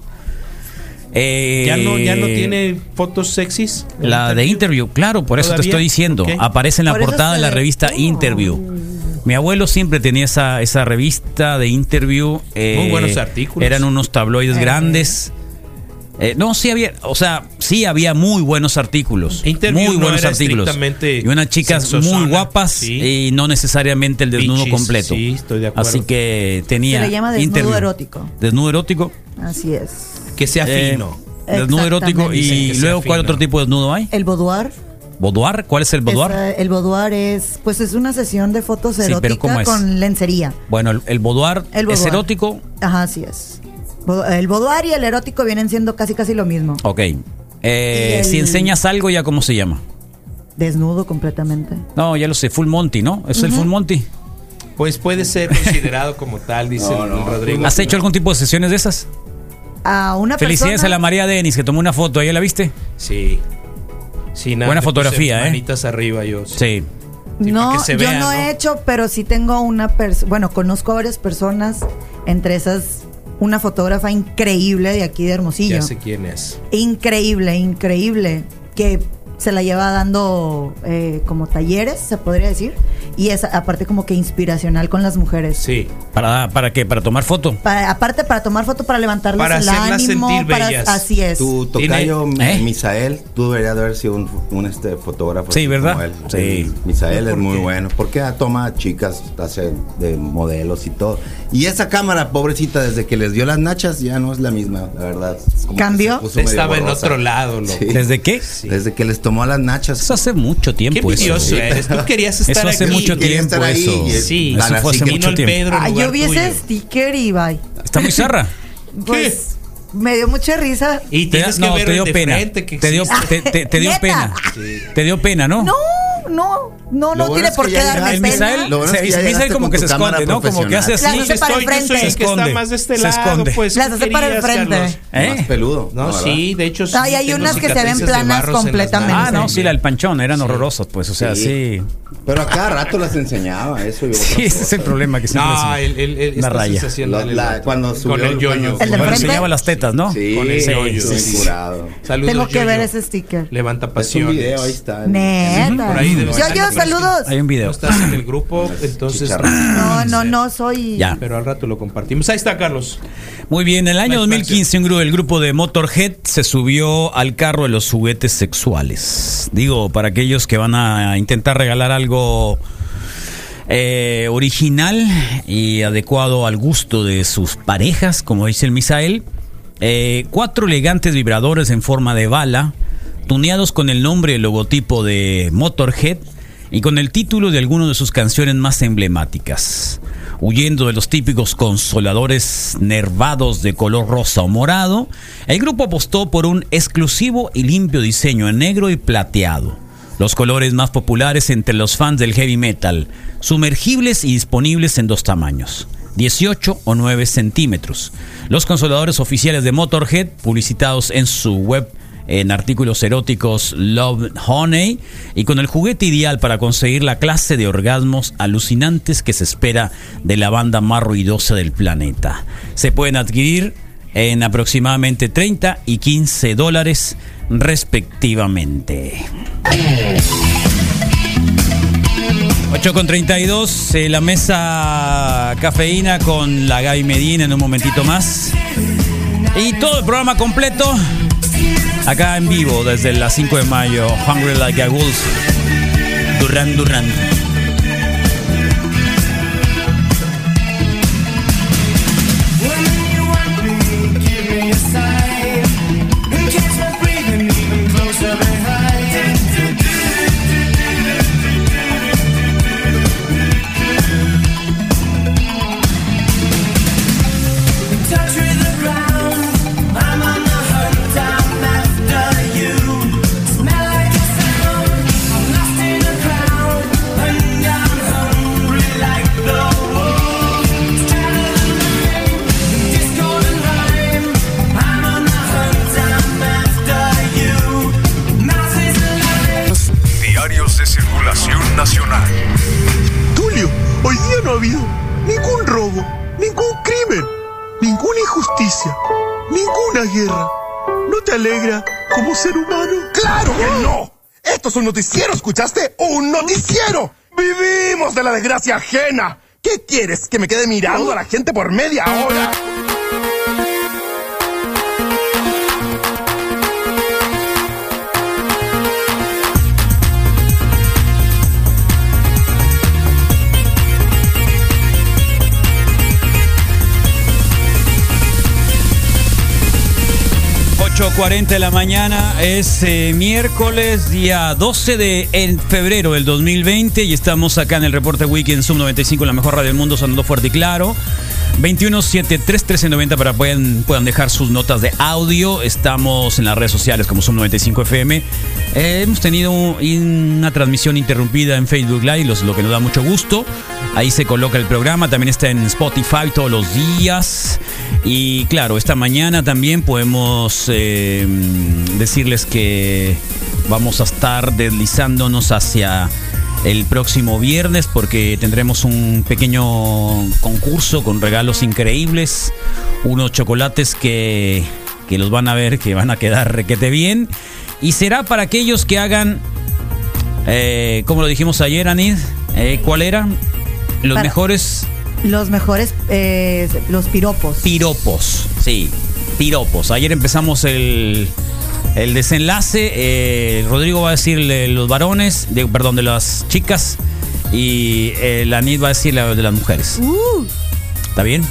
[SPEAKER 2] Eh,
[SPEAKER 4] Ya no, ya no tiene fotos sexys.
[SPEAKER 2] La de Interview, claro, por eso te
[SPEAKER 4] ¿Todavía?
[SPEAKER 2] estoy diciendo.
[SPEAKER 4] Ok.
[SPEAKER 2] Aparece en la
[SPEAKER 4] Por eso
[SPEAKER 2] portada
[SPEAKER 4] se
[SPEAKER 2] de la
[SPEAKER 4] le-
[SPEAKER 2] revista Interview.
[SPEAKER 3] Oh.
[SPEAKER 2] Mi abuelo siempre tenía esa, esa revista de Interview. eh,
[SPEAKER 4] Muy buenos artículos.
[SPEAKER 2] Eran unos tabloides
[SPEAKER 4] Eh.
[SPEAKER 2] grandes. Eh, no, sí había, o sea, sí había muy buenos artículos.
[SPEAKER 4] Interview
[SPEAKER 2] muy
[SPEAKER 4] no
[SPEAKER 2] buenos
[SPEAKER 4] era
[SPEAKER 2] artículos.
[SPEAKER 4] estrictamente
[SPEAKER 2] Y unas chicas
[SPEAKER 4] sexosona,
[SPEAKER 2] muy guapas
[SPEAKER 4] sí.
[SPEAKER 2] y no necesariamente el desnudo
[SPEAKER 4] Bichis,
[SPEAKER 2] completo.
[SPEAKER 4] sí, estoy de acuerdo.
[SPEAKER 2] Así que tenía.
[SPEAKER 3] Se le llama desnudo
[SPEAKER 2] Interview.
[SPEAKER 3] erótico.
[SPEAKER 2] Desnudo erótico.
[SPEAKER 3] Así es.
[SPEAKER 4] Que sea
[SPEAKER 2] Eh,
[SPEAKER 4] fino.
[SPEAKER 2] Desnudo erótico.
[SPEAKER 3] Exactamente. Dicen
[SPEAKER 2] Y
[SPEAKER 3] que sea
[SPEAKER 2] luego, ¿cuál
[SPEAKER 3] fino.
[SPEAKER 2] otro tipo de desnudo hay?
[SPEAKER 3] El boudoir.
[SPEAKER 2] ¿Boduar? ¿Cuál es el boduar?
[SPEAKER 3] Es, eh, el boudoir es, pues es una sesión de fotos
[SPEAKER 2] Sí, pero ¿cómo
[SPEAKER 3] eróticas
[SPEAKER 2] es?
[SPEAKER 3] con lencería.
[SPEAKER 2] Bueno, el, el boudoir
[SPEAKER 3] El
[SPEAKER 2] es
[SPEAKER 3] boudoir.
[SPEAKER 2] erótico.
[SPEAKER 3] Ajá, así es. Bo- El boudoir y el erótico vienen siendo casi casi lo mismo.
[SPEAKER 2] Ok. Eh,
[SPEAKER 3] Y el-
[SPEAKER 2] Si enseñas algo, ¿ya cómo se llama?
[SPEAKER 3] Desnudo completamente.
[SPEAKER 2] No, ya lo sé. Full Monty, ¿no? ¿Es el
[SPEAKER 3] Ujú.
[SPEAKER 2] Full Monty?
[SPEAKER 4] Pues puede ser considerado como tal, dice el don
[SPEAKER 5] pues
[SPEAKER 4] Rodrigo.
[SPEAKER 2] ¿Has hecho algún tipo de sesiones de esas?
[SPEAKER 3] A una
[SPEAKER 2] Felicidades
[SPEAKER 3] persona.
[SPEAKER 2] a la María Denis que tomó una foto. ¿Ella la viste?
[SPEAKER 4] Sí. Sí, nada,
[SPEAKER 2] Buena
[SPEAKER 4] le puse
[SPEAKER 2] fotografía, ¿eh?
[SPEAKER 4] Manitas arriba yo.
[SPEAKER 2] Sí.
[SPEAKER 3] No,
[SPEAKER 4] que se
[SPEAKER 3] yo
[SPEAKER 4] vea,
[SPEAKER 3] no,
[SPEAKER 4] ¿no?
[SPEAKER 3] he hecho, pero sí tengo una persona, bueno, conozco a varias personas, entre esas una fotógrafa increíble de aquí de Hermosillo.
[SPEAKER 4] Ya sé quién es.
[SPEAKER 3] Increíble, increíble, que se la lleva dando eh, como talleres, se podría decir, y es aparte como que inspiracional con las mujeres.
[SPEAKER 4] Sí.
[SPEAKER 2] ¿Para, para qué? ¿Para tomar foto?
[SPEAKER 3] Para- aparte para tomar foto, para levantarles
[SPEAKER 5] Para
[SPEAKER 3] el
[SPEAKER 5] hacerlas
[SPEAKER 3] ánimo,
[SPEAKER 5] sentir
[SPEAKER 3] para-
[SPEAKER 5] bellas.
[SPEAKER 3] así es.
[SPEAKER 5] Tu tocayo,
[SPEAKER 2] ¿Eh?
[SPEAKER 5] Misael, tú deberías de haber sido un, un, este, fotógrafo.
[SPEAKER 2] Sí,
[SPEAKER 5] así
[SPEAKER 2] ¿verdad?
[SPEAKER 5] como él.
[SPEAKER 2] Sí.
[SPEAKER 5] Misael es
[SPEAKER 2] ¿Por
[SPEAKER 5] muy
[SPEAKER 2] qué?
[SPEAKER 5] bueno. Porque toma chicas, hace de modelos y todo. Y esa cámara, pobrecita, desde que les dio las nachas, ya no es la misma, la verdad. Es como que
[SPEAKER 3] ¿Cambió?
[SPEAKER 5] se puso medio
[SPEAKER 4] Estaba en
[SPEAKER 5] borrosa.
[SPEAKER 4] otro lado, loco.
[SPEAKER 2] ¿Desde qué?
[SPEAKER 5] Desde que les tomó las nachas.
[SPEAKER 2] Eso hace mucho
[SPEAKER 4] Qué
[SPEAKER 2] tiempo. eso.
[SPEAKER 4] envidioso eres. Tú querías estar
[SPEAKER 2] Pues Eso hace
[SPEAKER 4] aquí.
[SPEAKER 2] mucho
[SPEAKER 4] Quería
[SPEAKER 2] tiempo.
[SPEAKER 4] estar ahí
[SPEAKER 2] eso.
[SPEAKER 4] y es- Sí.
[SPEAKER 2] Eso
[SPEAKER 4] tan
[SPEAKER 2] fue
[SPEAKER 4] así
[SPEAKER 2] hace
[SPEAKER 4] que
[SPEAKER 2] mucho
[SPEAKER 4] vino el
[SPEAKER 2] tiempo.
[SPEAKER 4] Pedro.
[SPEAKER 3] Ah, yo
[SPEAKER 4] lugar
[SPEAKER 3] vi ese
[SPEAKER 4] tuyo.
[SPEAKER 3] sticker y bye.
[SPEAKER 2] Está muy zarra.
[SPEAKER 3] Pues me dio mucha risa.
[SPEAKER 4] Y
[SPEAKER 2] Te da-
[SPEAKER 4] tienes que
[SPEAKER 2] no,
[SPEAKER 4] ver
[SPEAKER 2] te dio
[SPEAKER 4] de
[SPEAKER 2] pena.
[SPEAKER 4] frente que
[SPEAKER 2] Te dio,
[SPEAKER 4] existe.
[SPEAKER 2] te, te- te dio
[SPEAKER 3] ¡Neta!
[SPEAKER 2] pena. Te dio pena, ¿no?
[SPEAKER 3] No, no, no,
[SPEAKER 5] Lo
[SPEAKER 3] no
[SPEAKER 5] bueno
[SPEAKER 3] tiene
[SPEAKER 5] es que
[SPEAKER 3] por qué
[SPEAKER 5] ya
[SPEAKER 3] darme
[SPEAKER 2] El
[SPEAKER 5] llegaste.
[SPEAKER 3] pena.
[SPEAKER 2] Misael,
[SPEAKER 5] Lo bueno
[SPEAKER 2] se-
[SPEAKER 5] es que ya
[SPEAKER 2] Misael
[SPEAKER 5] llegaste
[SPEAKER 2] como
[SPEAKER 5] con
[SPEAKER 2] que
[SPEAKER 5] tu
[SPEAKER 2] se
[SPEAKER 5] cámara
[SPEAKER 2] esconde, ¿no? Como que hace así.
[SPEAKER 3] Ah, Las hace
[SPEAKER 2] se
[SPEAKER 3] para el
[SPEAKER 2] esconde,
[SPEAKER 3] frente.
[SPEAKER 2] se
[SPEAKER 3] Yo soy el
[SPEAKER 4] que está
[SPEAKER 2] esconde,
[SPEAKER 4] más de este
[SPEAKER 2] se
[SPEAKER 4] lado,
[SPEAKER 2] esconde.
[SPEAKER 4] pues.
[SPEAKER 3] Las hace para el
[SPEAKER 4] querías,
[SPEAKER 3] frente.
[SPEAKER 4] Carlos?
[SPEAKER 2] ¿Eh?
[SPEAKER 5] Más peludo.
[SPEAKER 4] No,
[SPEAKER 5] ¿verdad?
[SPEAKER 4] sí, de hecho sí.
[SPEAKER 3] Ay, hay
[SPEAKER 4] tengo
[SPEAKER 3] unas que se ven
[SPEAKER 4] cicatrices de
[SPEAKER 3] planas
[SPEAKER 4] barros en las
[SPEAKER 3] completamente.
[SPEAKER 4] manos.
[SPEAKER 2] Ah, no, sí, la del panchón. Eran horrorosos, pues. O sea, sí.
[SPEAKER 5] Sí. Pero a cada rato las enseñaba. Eso y otra
[SPEAKER 2] Sí, ese es el
[SPEAKER 5] cosa.
[SPEAKER 2] problema que siempre
[SPEAKER 4] No,
[SPEAKER 2] se-
[SPEAKER 4] el, el, el-
[SPEAKER 2] Una
[SPEAKER 4] esta
[SPEAKER 2] raya.
[SPEAKER 4] sensación
[SPEAKER 5] La-
[SPEAKER 4] del-
[SPEAKER 5] la- cuando
[SPEAKER 4] con
[SPEAKER 5] subió
[SPEAKER 4] el yoyo.
[SPEAKER 3] ¿El del
[SPEAKER 2] Cuando
[SPEAKER 3] frente?
[SPEAKER 2] enseñaba las tetas, ¿no?
[SPEAKER 5] Sí,
[SPEAKER 4] Con el yoyo.
[SPEAKER 5] sí,
[SPEAKER 4] Sí, sí.
[SPEAKER 5] curado.
[SPEAKER 4] Saludos,
[SPEAKER 3] Tengo que
[SPEAKER 4] yoyo.
[SPEAKER 3] ver ese sticker.
[SPEAKER 4] Levanta
[SPEAKER 5] Es un
[SPEAKER 4] pasión.
[SPEAKER 5] video, ahí está.
[SPEAKER 3] Neta.
[SPEAKER 4] Por ahí debe
[SPEAKER 3] Yo,
[SPEAKER 4] estar,
[SPEAKER 3] yo,
[SPEAKER 4] pero es que
[SPEAKER 3] saludos.
[SPEAKER 2] Hay un
[SPEAKER 4] No
[SPEAKER 2] video.
[SPEAKER 4] estás en el grupo, entonces.
[SPEAKER 3] No, no, no, soy.
[SPEAKER 2] Ya.
[SPEAKER 4] Pero al rato lo compartimos. Ahí está, Carlos.
[SPEAKER 2] Muy bien, en el año
[SPEAKER 4] La expansión.
[SPEAKER 2] 2015 un grupo, el grupo de Motorhead se subió al carro de los juguetes sexuales. Digo, para aquellos que van a intentar regalar algo eh, original y adecuado al gusto de sus parejas, como dice el Misael. Eh, cuatro elegantes vibradores en forma de bala, tuneados con el nombre y el logotipo de Motorhead y con el título de algunas de sus canciones más emblemáticas, huyendo de los típicos consoladores nervados de color rosa o morado, el grupo apostó por un exclusivo y limpio diseño en negro y plateado, los colores más populares entre los fans del heavy metal, sumergibles y disponibles en dos tamaños. 18 o 9 centímetros. Los consoladores oficiales de Motorhead, publicitados en su web en artículos eróticos Love Honey y con el juguete ideal para conseguir la clase de orgasmos alucinantes que se espera de la banda más ruidosa del planeta. Se pueden adquirir en aproximadamente 30 y 15 dólares respectivamente. 8 con 32, eh, la mesa cafeína con la Gaby Medina en un momentito más. Y todo el programa completo acá en vivo desde las 5 de mayo. Hungry Like a Wolf. Durán Durán.
[SPEAKER 22] Diarios de circulación nacional.
[SPEAKER 15] Tulio, hoy día no ha habido ningún robo, ningún crimen, ninguna injusticia, ninguna guerra. ¿No te alegra como ser humano? ¡Ah! ¡Claro que no! Esto es un noticiero, ¿escuchaste? ¡Un noticiero! ¡Vivimos de la desgracia ajena! ¿Qué quieres? ¿Que me quede mirando a la gente por media hora?
[SPEAKER 2] Ocho 8.40 de la mañana, es eh, miércoles, día 12 de en febrero del 2020 y estamos acá en el reporte Weekend Zoom 95, la mejor radio del mundo, sonando fuerte y claro. 2173-1390 para puedan, puedan dejar sus notas de audio. Estamos en las redes sociales como Zoom 95 FM. Eh, hemos tenido un- una transmisión interrumpida en Facebook Live, los- lo que nos da mucho gusto. Ahí se coloca el programa, también está en Spotify todos los días. Y claro, esta mañana también podemos eh, decirles que vamos a estar deslizándonos hacia el próximo viernes porque tendremos un pequeño concurso con regalos increíbles, unos chocolates que, que los van a ver, que van a quedar requete bien. Y será para aquellos que hagan, eh, como lo dijimos ayer, Anid, eh, ¿cuál era? Los
[SPEAKER 3] Para-
[SPEAKER 2] mejores
[SPEAKER 3] Los mejores, eh, los piropos.
[SPEAKER 2] piropos. Sí, piropos. Ayer empezamos el, el desenlace. eh, Rodrigo va a decir le- los varones, de- perdón, de las chicas. Y eh, la Nid va a decir la de las mujeres. ¿Está bien?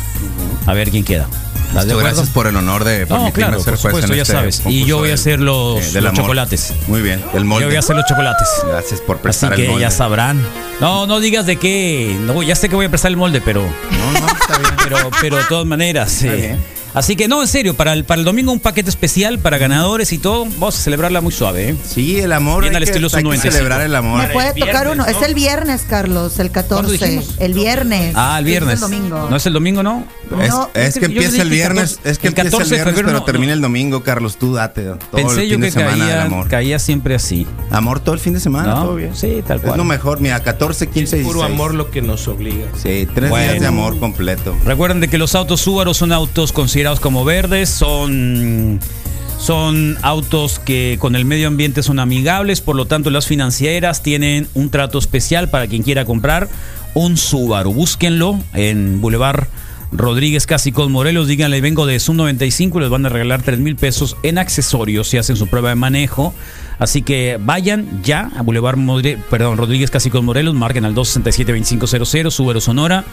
[SPEAKER 2] A ver quién queda. ¿Estás de
[SPEAKER 5] Muchas
[SPEAKER 2] acuerdo?
[SPEAKER 5] gracias por el honor de
[SPEAKER 2] No,
[SPEAKER 5] permitirme
[SPEAKER 2] claro,
[SPEAKER 5] ser
[SPEAKER 2] por
[SPEAKER 5] juez en
[SPEAKER 2] supuesto, ya
[SPEAKER 5] este
[SPEAKER 2] sabes. Y
[SPEAKER 5] concurso
[SPEAKER 2] yo voy a
[SPEAKER 5] del-
[SPEAKER 2] hacer los,
[SPEAKER 5] eh, del
[SPEAKER 2] los
[SPEAKER 5] amor.
[SPEAKER 2] chocolates.
[SPEAKER 5] Muy bien, el molde.
[SPEAKER 2] Yo voy a hacer los chocolates.
[SPEAKER 5] Gracias por
[SPEAKER 2] Así
[SPEAKER 5] prestar el
[SPEAKER 2] que
[SPEAKER 5] molde.
[SPEAKER 2] ya sabrán. No, no digas de qué. No, ya sé que voy a prestar el molde, pero. No, no, está bien. Pero, pero de todas maneras. eh, Así que no, en serio, para el, para el domingo un paquete especial para ganadores y todo. Vamos a celebrarla muy suave, ¿eh?
[SPEAKER 5] Sí, el amor.
[SPEAKER 2] Bien
[SPEAKER 5] hay
[SPEAKER 2] al
[SPEAKER 5] que-
[SPEAKER 2] estilo
[SPEAKER 5] hay que
[SPEAKER 2] 195.
[SPEAKER 5] celebrar el amor.
[SPEAKER 3] Me puede tocar uno. Es el viernes, Carlos, el 14. El viernes.
[SPEAKER 2] Ah, el
[SPEAKER 3] Sí, es
[SPEAKER 2] viernes.
[SPEAKER 3] El domingo.
[SPEAKER 2] No es el domingo, ¿no?
[SPEAKER 5] Es,
[SPEAKER 3] No,
[SPEAKER 5] es
[SPEAKER 3] yo dije
[SPEAKER 5] que empieza
[SPEAKER 3] 14,
[SPEAKER 5] el viernes, es que
[SPEAKER 2] el
[SPEAKER 5] empieza
[SPEAKER 2] 14
[SPEAKER 5] el
[SPEAKER 2] de
[SPEAKER 5] viernes,
[SPEAKER 2] febrero,
[SPEAKER 5] pero
[SPEAKER 2] no,
[SPEAKER 5] termina el domingo, Carlos, tú date. Todo el
[SPEAKER 2] Pensé
[SPEAKER 5] fin
[SPEAKER 2] yo
[SPEAKER 5] de
[SPEAKER 2] que
[SPEAKER 5] semana del
[SPEAKER 2] caía,
[SPEAKER 5] amor.
[SPEAKER 2] caía siempre así.
[SPEAKER 5] Amor todo el fin de semana,
[SPEAKER 2] No,
[SPEAKER 5] todo bien.
[SPEAKER 2] Sí, tal
[SPEAKER 5] Es
[SPEAKER 2] cual.
[SPEAKER 5] lo mejor, mira, 14, 15 y
[SPEAKER 4] Puro amor lo que nos obliga.
[SPEAKER 5] Sí, tres días de
[SPEAKER 2] Bueno.
[SPEAKER 5] amor completo.
[SPEAKER 2] Recuerden de que los autos Subaru son autos considerados como verdes, son son autos que con el medio ambiente son amigables, por lo tanto las financieras tienen un trato especial para quien quiera comprar un Subaru. Búsquenlo en Boulevard Rodríguez Cásicos Morelos. Díganle, vengo de Zoom 95 y les van a regalar 3 mil pesos en accesorios si hacen su prueba de manejo. Así que vayan ya a Boulevard Modre- perdón, Rodríguez Cásicos Morelos, marquen al 267-2500, Subero Sonora.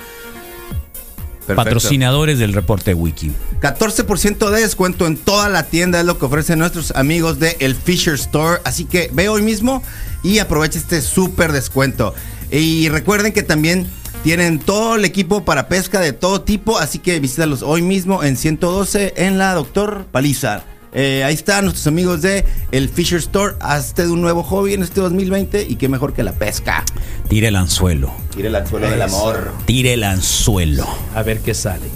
[SPEAKER 2] Patrocinadores del reporte Wiki.
[SPEAKER 5] 14% de descuento en toda la tienda es lo que ofrecen nuestros amigos de El Fisher Store. Así que ve hoy mismo y aprovecha este súper descuento. Y recuerden que también tienen todo el equipo para pesca de todo tipo. Así que visítalos hoy mismo en 112 en la Doctor Palizar. Eh, ahí están nuestros amigos de El Fisher Store. Hazte de un nuevo hobby en este 2020 y qué mejor que la pesca.
[SPEAKER 2] Tire el anzuelo.
[SPEAKER 5] Tire el anzuelo del amor.
[SPEAKER 2] Tire el anzuelo.
[SPEAKER 4] A ver qué sale.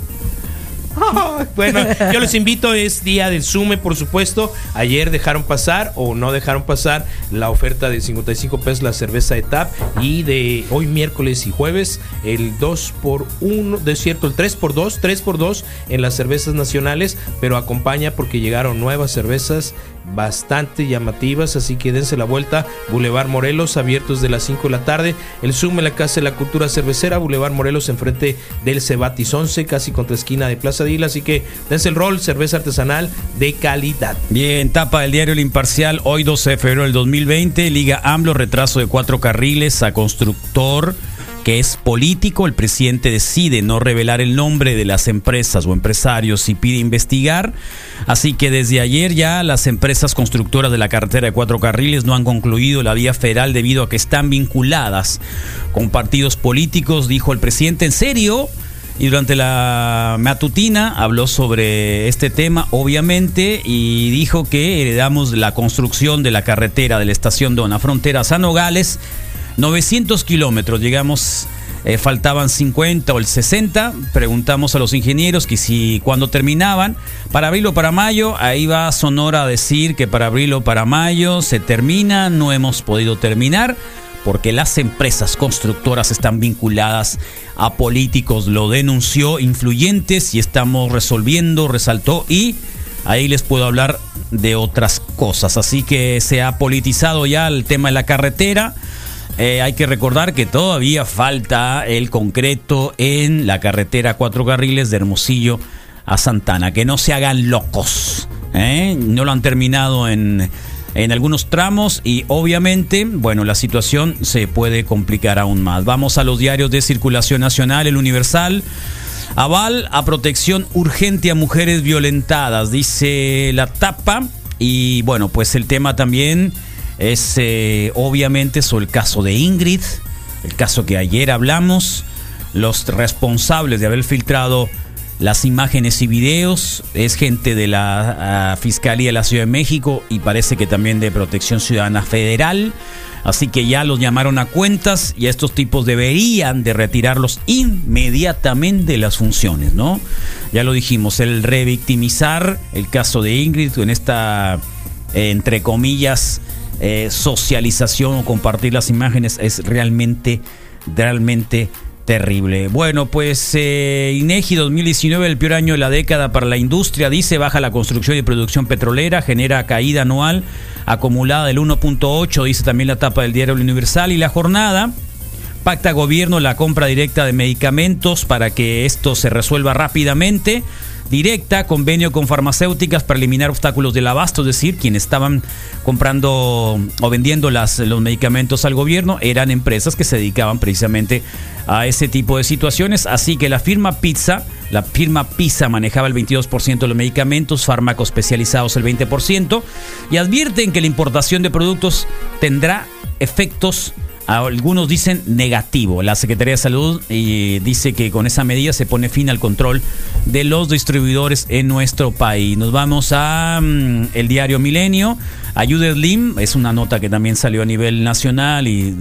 [SPEAKER 4] Bueno, yo los invito, es día del Sume, por supuesto. Ayer dejaron pasar o no dejaron pasar la oferta de 55 pesos la cerveza de TAP y de hoy miércoles y jueves el 2 por 1, de cierto, el 3 por 2, 3 por 2 en las cervezas nacionales, pero acompaña porque llegaron nuevas cervezas bastante llamativas, así que dense la vuelta. Boulevard Morelos, abiertos de las 5 de la tarde. El Zoom en la Casa de la Cultura Cervecera, Boulevard Morelos, enfrente del Cebatis 11, casi contra esquina de Plaza Dila. Así que dense el rol, cerveza artesanal de calidad.
[SPEAKER 2] Bien, tapa del diario El Imparcial, hoy 12 de febrero del 2020, Liga AMLO, retraso de cuatro carriles a constructor que es político, el presidente decide no revelar el nombre de las empresas o empresarios y pide investigar. Así que desde ayer ya las empresas constructoras de la carretera de cuatro carriles no han concluido la vía federal debido a que están vinculadas con partidos políticos, dijo el presidente. ¿En serio? Y durante la matutina habló sobre este tema, obviamente, y dijo que heredamos la construcción de la carretera de la estación Dona Frontera San Nogales, 900 kilómetros, llegamos, eh, faltaban 50 o el 60, preguntamos a los ingenieros que si cuando terminaban, para abril o para mayo, ahí va Sonora a decir que para abril o para mayo se termina, no hemos podido terminar porque las empresas constructoras están vinculadas a políticos, lo denunció influyentes y estamos resolviendo, resaltó y ahí les puedo hablar de otras cosas. Así que se ha politizado ya el tema de la carretera. Eh, hay que recordar que todavía falta el concreto en la carretera cuatro carriles de Hermosillo a Santana. Que no se hagan locos. ¿eh? No lo han terminado en, en algunos tramos y obviamente, bueno, la situación se puede complicar aún más. Vamos a los diarios de circulación nacional, el Universal. Aval a protección urgente a mujeres violentadas, dice la tapa. Y bueno, pues el tema también es eh, obviamente sobre el caso de Ingrid, el caso que ayer hablamos, los responsables de haber filtrado las imágenes y videos, es gente de la ah, Fiscalía de la Ciudad de México y parece que también de Protección Ciudadana Federal. Así que ya los llamaron a cuentas y a estos tipos deberían de retirarlos inmediatamente de las funciones, ¿no? Ya lo dijimos, el revictimizar el caso de Ingrid en esta, eh, entre comillas, eh, socialización o compartir las imágenes es realmente, realmente terrible. Bueno, pues eh, INEGI 2019, el peor año de la década para la industria, dice, baja la construcción y producción petrolera, genera caída anual acumulada del 1.8, dice también la tapa del diario El Universal y la jornada. Pacta gobierno la compra directa de medicamentos para que esto se resuelva rápidamente directa, convenio con farmacéuticas para eliminar obstáculos del abasto, es decir, quienes estaban comprando o vendiendo las, los medicamentos al gobierno eran empresas que se dedicaban precisamente a ese tipo de situaciones, así que la firma Pizza, la firma Pizza manejaba el 22% de los medicamentos, fármacos especializados el 20% y advierten que la importación de productos tendrá efectos algunos dicen negativo. La Secretaría de Salud eh, dice que con esa medida se pone fin al control de los distribuidores en nuestro país. Nos vamos a mm, el diario Milenio. Ayuda Slim es una nota que también salió a nivel nacional y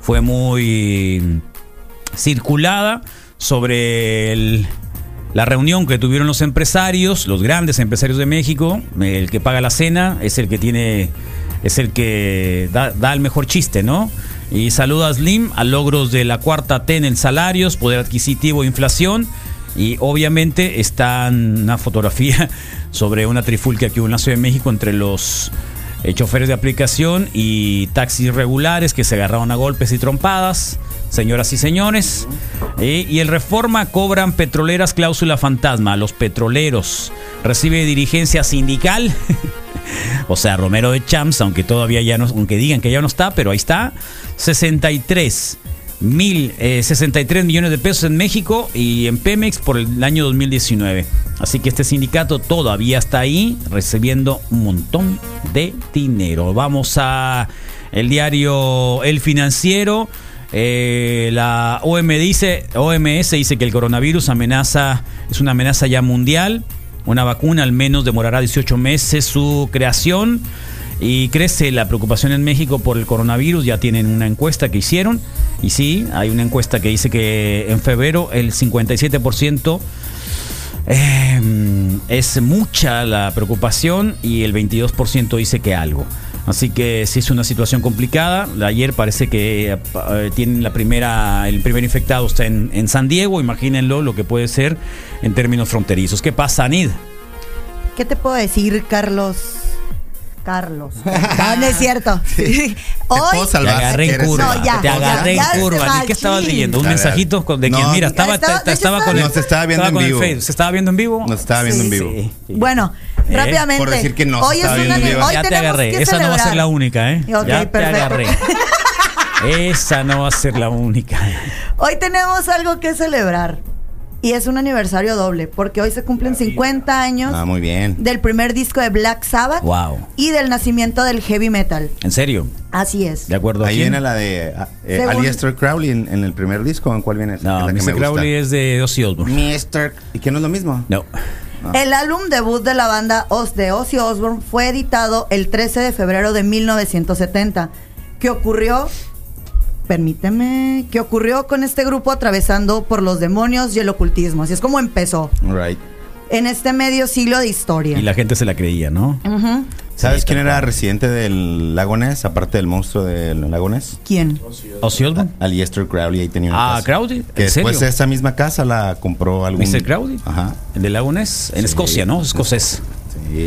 [SPEAKER 2] fue muy circulada sobre el la reunión que tuvieron los empresarios, los grandes empresarios de México, el que paga la cena es el que tiene, es el que da, da el mejor chiste, ¿no? Y saluda a Slim a logros de la cuarta T en el salarios, poder adquisitivo, inflación. Y obviamente está una fotografía sobre una trifulca que hubo en la Ciudad de México entre los eh, choferes de aplicación y taxis regulares que se agarraron a golpes y trompadas. señoras y señores. Eh, y el Reforma cobran petroleras cláusula fantasma. Los petroleros recibe dirigencia sindical. O sea, Romero de Champs, aunque todavía ya no, aunque digan que ya no está, pero ahí está. 63 mil, eh, 63 millones de pesos en México y en Pemex por el año 2019. Así que este sindicato todavía está ahí recibiendo un montón de dinero. Vamos a el diario El Financiero. Eh, la OM dice, OMS dice que el coronavirus amenaza, es una amenaza ya mundial. Una vacuna al menos demorará 18 meses su creación y crece la preocupación en México por el coronavirus. Ya tienen una encuesta que hicieron y sí, hay una encuesta que dice que en febrero el 57% eh, es mucha la preocupación y el 22% dice que algo. Así que sí es una situación complicada. Ayer parece que eh, tienen la primera, el primer infectado está en, en San Diego. Imagínenlo lo que puede ser en términos fronterizos. ¿Qué pasa, Anid?
[SPEAKER 3] ¿Qué te puedo decir, Carlos? Carlos. No, no es cierto. Hoy
[SPEAKER 2] Te agarré en curva.
[SPEAKER 3] No, ya,
[SPEAKER 2] te agarré
[SPEAKER 3] ya,
[SPEAKER 2] en
[SPEAKER 3] ya
[SPEAKER 2] curva.
[SPEAKER 3] se
[SPEAKER 2] ¿Y qué estabas
[SPEAKER 3] machín.
[SPEAKER 2] leyendo? ¿Un
[SPEAKER 5] A ver.
[SPEAKER 2] mensajito con- de
[SPEAKER 5] No,
[SPEAKER 2] quien? Mira, estaba,
[SPEAKER 3] estaba-
[SPEAKER 2] te- te-
[SPEAKER 3] de hecho
[SPEAKER 2] estaba
[SPEAKER 3] estaba-
[SPEAKER 2] con el.
[SPEAKER 5] Nos estaba viendo en
[SPEAKER 2] con el
[SPEAKER 5] vivo.
[SPEAKER 2] Facebook. ¿Se estaba viendo en vivo?
[SPEAKER 5] Nos estaba viendo en vivo.
[SPEAKER 3] Bueno,
[SPEAKER 2] Eh,
[SPEAKER 3] rápidamente.
[SPEAKER 5] por decir que no,
[SPEAKER 3] Hoy es
[SPEAKER 5] estaba
[SPEAKER 3] una
[SPEAKER 5] viendo
[SPEAKER 3] de-
[SPEAKER 5] viva.
[SPEAKER 3] hoy
[SPEAKER 2] ya te
[SPEAKER 3] tenemos
[SPEAKER 2] agarré.
[SPEAKER 3] que
[SPEAKER 2] Esa no va a ser
[SPEAKER 3] celebrar.
[SPEAKER 2] la única, ¿eh?
[SPEAKER 3] Ok,
[SPEAKER 2] ya te
[SPEAKER 3] perfecto.
[SPEAKER 2] agarré. Esa no va a ser la única.
[SPEAKER 3] Hoy tenemos algo que celebrar. Y es un aniversario doble, porque hoy se cumplen 50 años
[SPEAKER 5] Ah, muy bien.
[SPEAKER 3] del primer disco de Black Sabbath
[SPEAKER 5] Wow.
[SPEAKER 3] y del nacimiento del heavy metal.
[SPEAKER 2] ¿En serio?
[SPEAKER 3] Así es.
[SPEAKER 5] De acuerdo. Ahí
[SPEAKER 2] quién?
[SPEAKER 5] viene la de ah, eh,
[SPEAKER 3] Según-
[SPEAKER 5] Aleister Crowley en, en el primer disco. ¿En cuál viene? esa?
[SPEAKER 2] No,
[SPEAKER 5] Es la que
[SPEAKER 2] Mr.
[SPEAKER 5] me gusta.
[SPEAKER 2] Crowley es de Ozzy Osbourne.
[SPEAKER 5] Mr. ¿Y que no es lo mismo?
[SPEAKER 2] No.
[SPEAKER 3] El álbum debut de la banda Oz de Ozzy Osbourne fue editado el 13 de febrero de 1970. ¿Qué ocurrió? Permíteme. ¿Qué ocurrió con este grupo atravesando por los demonios y el ocultismo? Así es como empezó
[SPEAKER 5] Right.
[SPEAKER 3] en este medio siglo de historia.
[SPEAKER 2] Y la gente se la creía, ¿no?
[SPEAKER 3] Ujú.
[SPEAKER 5] ¿Sabes quién era residente del Lagones, aparte del monstruo del Lagones?
[SPEAKER 3] ¿Quién?
[SPEAKER 2] ¿Ozzy Osbourne?
[SPEAKER 5] Aliester Crowley, ahí tenía una
[SPEAKER 2] Ah,
[SPEAKER 5] casa.
[SPEAKER 2] Crowley,
[SPEAKER 5] Que
[SPEAKER 2] ¿en
[SPEAKER 5] después
[SPEAKER 2] serio?
[SPEAKER 5] esa misma casa la compró algún...
[SPEAKER 2] ¿Mr. Crowley?
[SPEAKER 5] Ajá.
[SPEAKER 2] El de Lagunes, en Escocia, ¿no? Escocés.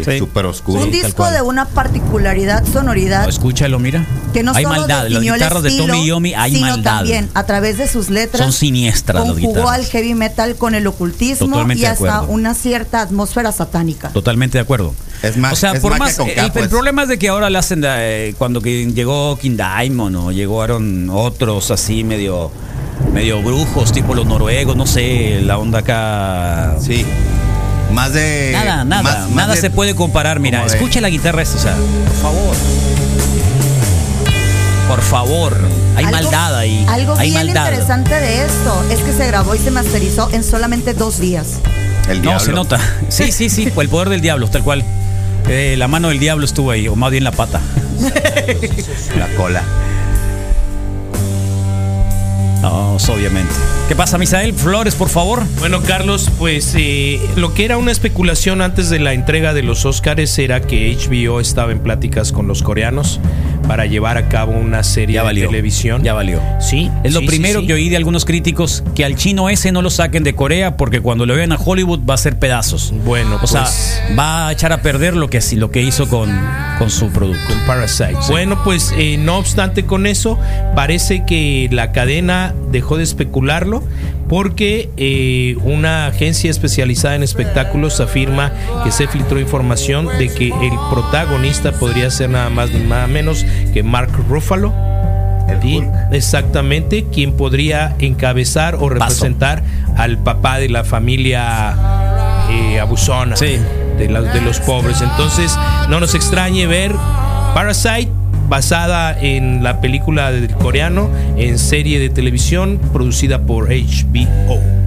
[SPEAKER 5] Sí, súper oscuro.
[SPEAKER 3] Un disco de una particularidad, sonoridad,
[SPEAKER 2] No, escúchalo, mira.
[SPEAKER 3] Ah. que no
[SPEAKER 2] hay
[SPEAKER 3] solo
[SPEAKER 2] maldad. Las
[SPEAKER 3] definió el
[SPEAKER 2] guitarras
[SPEAKER 3] estilo,
[SPEAKER 2] de Tommy Yomi hay
[SPEAKER 3] sino
[SPEAKER 2] maldad.
[SPEAKER 3] también a través de sus letras
[SPEAKER 2] Son siniestras las
[SPEAKER 3] conjugó
[SPEAKER 2] guitarras.
[SPEAKER 3] al heavy metal con el ocultismo
[SPEAKER 2] Totalmente
[SPEAKER 3] y
[SPEAKER 2] de
[SPEAKER 3] hasta
[SPEAKER 2] acuerdo.
[SPEAKER 3] una cierta atmósfera satánica.
[SPEAKER 2] Totalmente de acuerdo.
[SPEAKER 5] Es más,
[SPEAKER 2] o sea,
[SPEAKER 5] es
[SPEAKER 2] por
[SPEAKER 5] magia
[SPEAKER 2] más eh,
[SPEAKER 5] con pues.
[SPEAKER 2] el,
[SPEAKER 5] capo,
[SPEAKER 2] el
[SPEAKER 5] es-
[SPEAKER 2] problema es de que ahora le hacen eh, cuando que llegó King Diamond o llegaron otros así medio medio brujos, tipo los noruegos, no sé, la onda acá.
[SPEAKER 5] Sí. Más de...
[SPEAKER 2] Nada, nada,
[SPEAKER 5] más- más
[SPEAKER 2] nada
[SPEAKER 5] de-
[SPEAKER 2] se puede comparar, mira,
[SPEAKER 5] como de-
[SPEAKER 2] escucha la guitarra esa, o sea, por favor. Por favor, hay
[SPEAKER 3] Algo-
[SPEAKER 2] maldad ahí.
[SPEAKER 3] Algo
[SPEAKER 2] hay
[SPEAKER 3] bien
[SPEAKER 2] maldad.
[SPEAKER 3] interesante de esto es que se grabó y se masterizó en solamente dos días.
[SPEAKER 5] El
[SPEAKER 2] no,
[SPEAKER 5] diablo.
[SPEAKER 2] se nota. Sí, sí, sí, el poder del diablo, tal cual. Eh, la mano del diablo estuvo ahí, o más bien la pata.
[SPEAKER 5] La cola.
[SPEAKER 2] No, pues, obviamente. ¿Qué pasa, Misael? Flores, por favor.
[SPEAKER 4] Bueno, Carlos, pues eh, lo que era una especulación antes de la entrega de los Oscars era que HBO estaba en pláticas con los coreanos para llevar a cabo una serie
[SPEAKER 2] Ya valió.
[SPEAKER 4] de televisión.
[SPEAKER 2] Ya valió.
[SPEAKER 4] Sí.
[SPEAKER 2] Es lo
[SPEAKER 4] sí,
[SPEAKER 2] primero
[SPEAKER 4] sí, sí.
[SPEAKER 2] que oí de algunos críticos, que al chino ese no lo saquen de Corea porque cuando lo vean a Hollywood va a ser pedazos.
[SPEAKER 4] Bueno,
[SPEAKER 2] o
[SPEAKER 4] pues-
[SPEAKER 2] sea, va a echar a perder lo que, lo que hizo con, con su producto.
[SPEAKER 4] Con Parasite. Bueno, pues eh, no obstante con eso, parece que la cadena dejó de especularlo porque eh, una agencia especializada en espectáculos afirma que se filtró información de que el protagonista podría ser nada más ni nada menos que Mark Ruffalo. Y- exactamente, quien podría encabezar o representar al papá de la familia eh, abusona de, la- de los pobres. Entonces, no nos extrañe ver Parasite basada en la película del coreano en serie de televisión producida por HBO.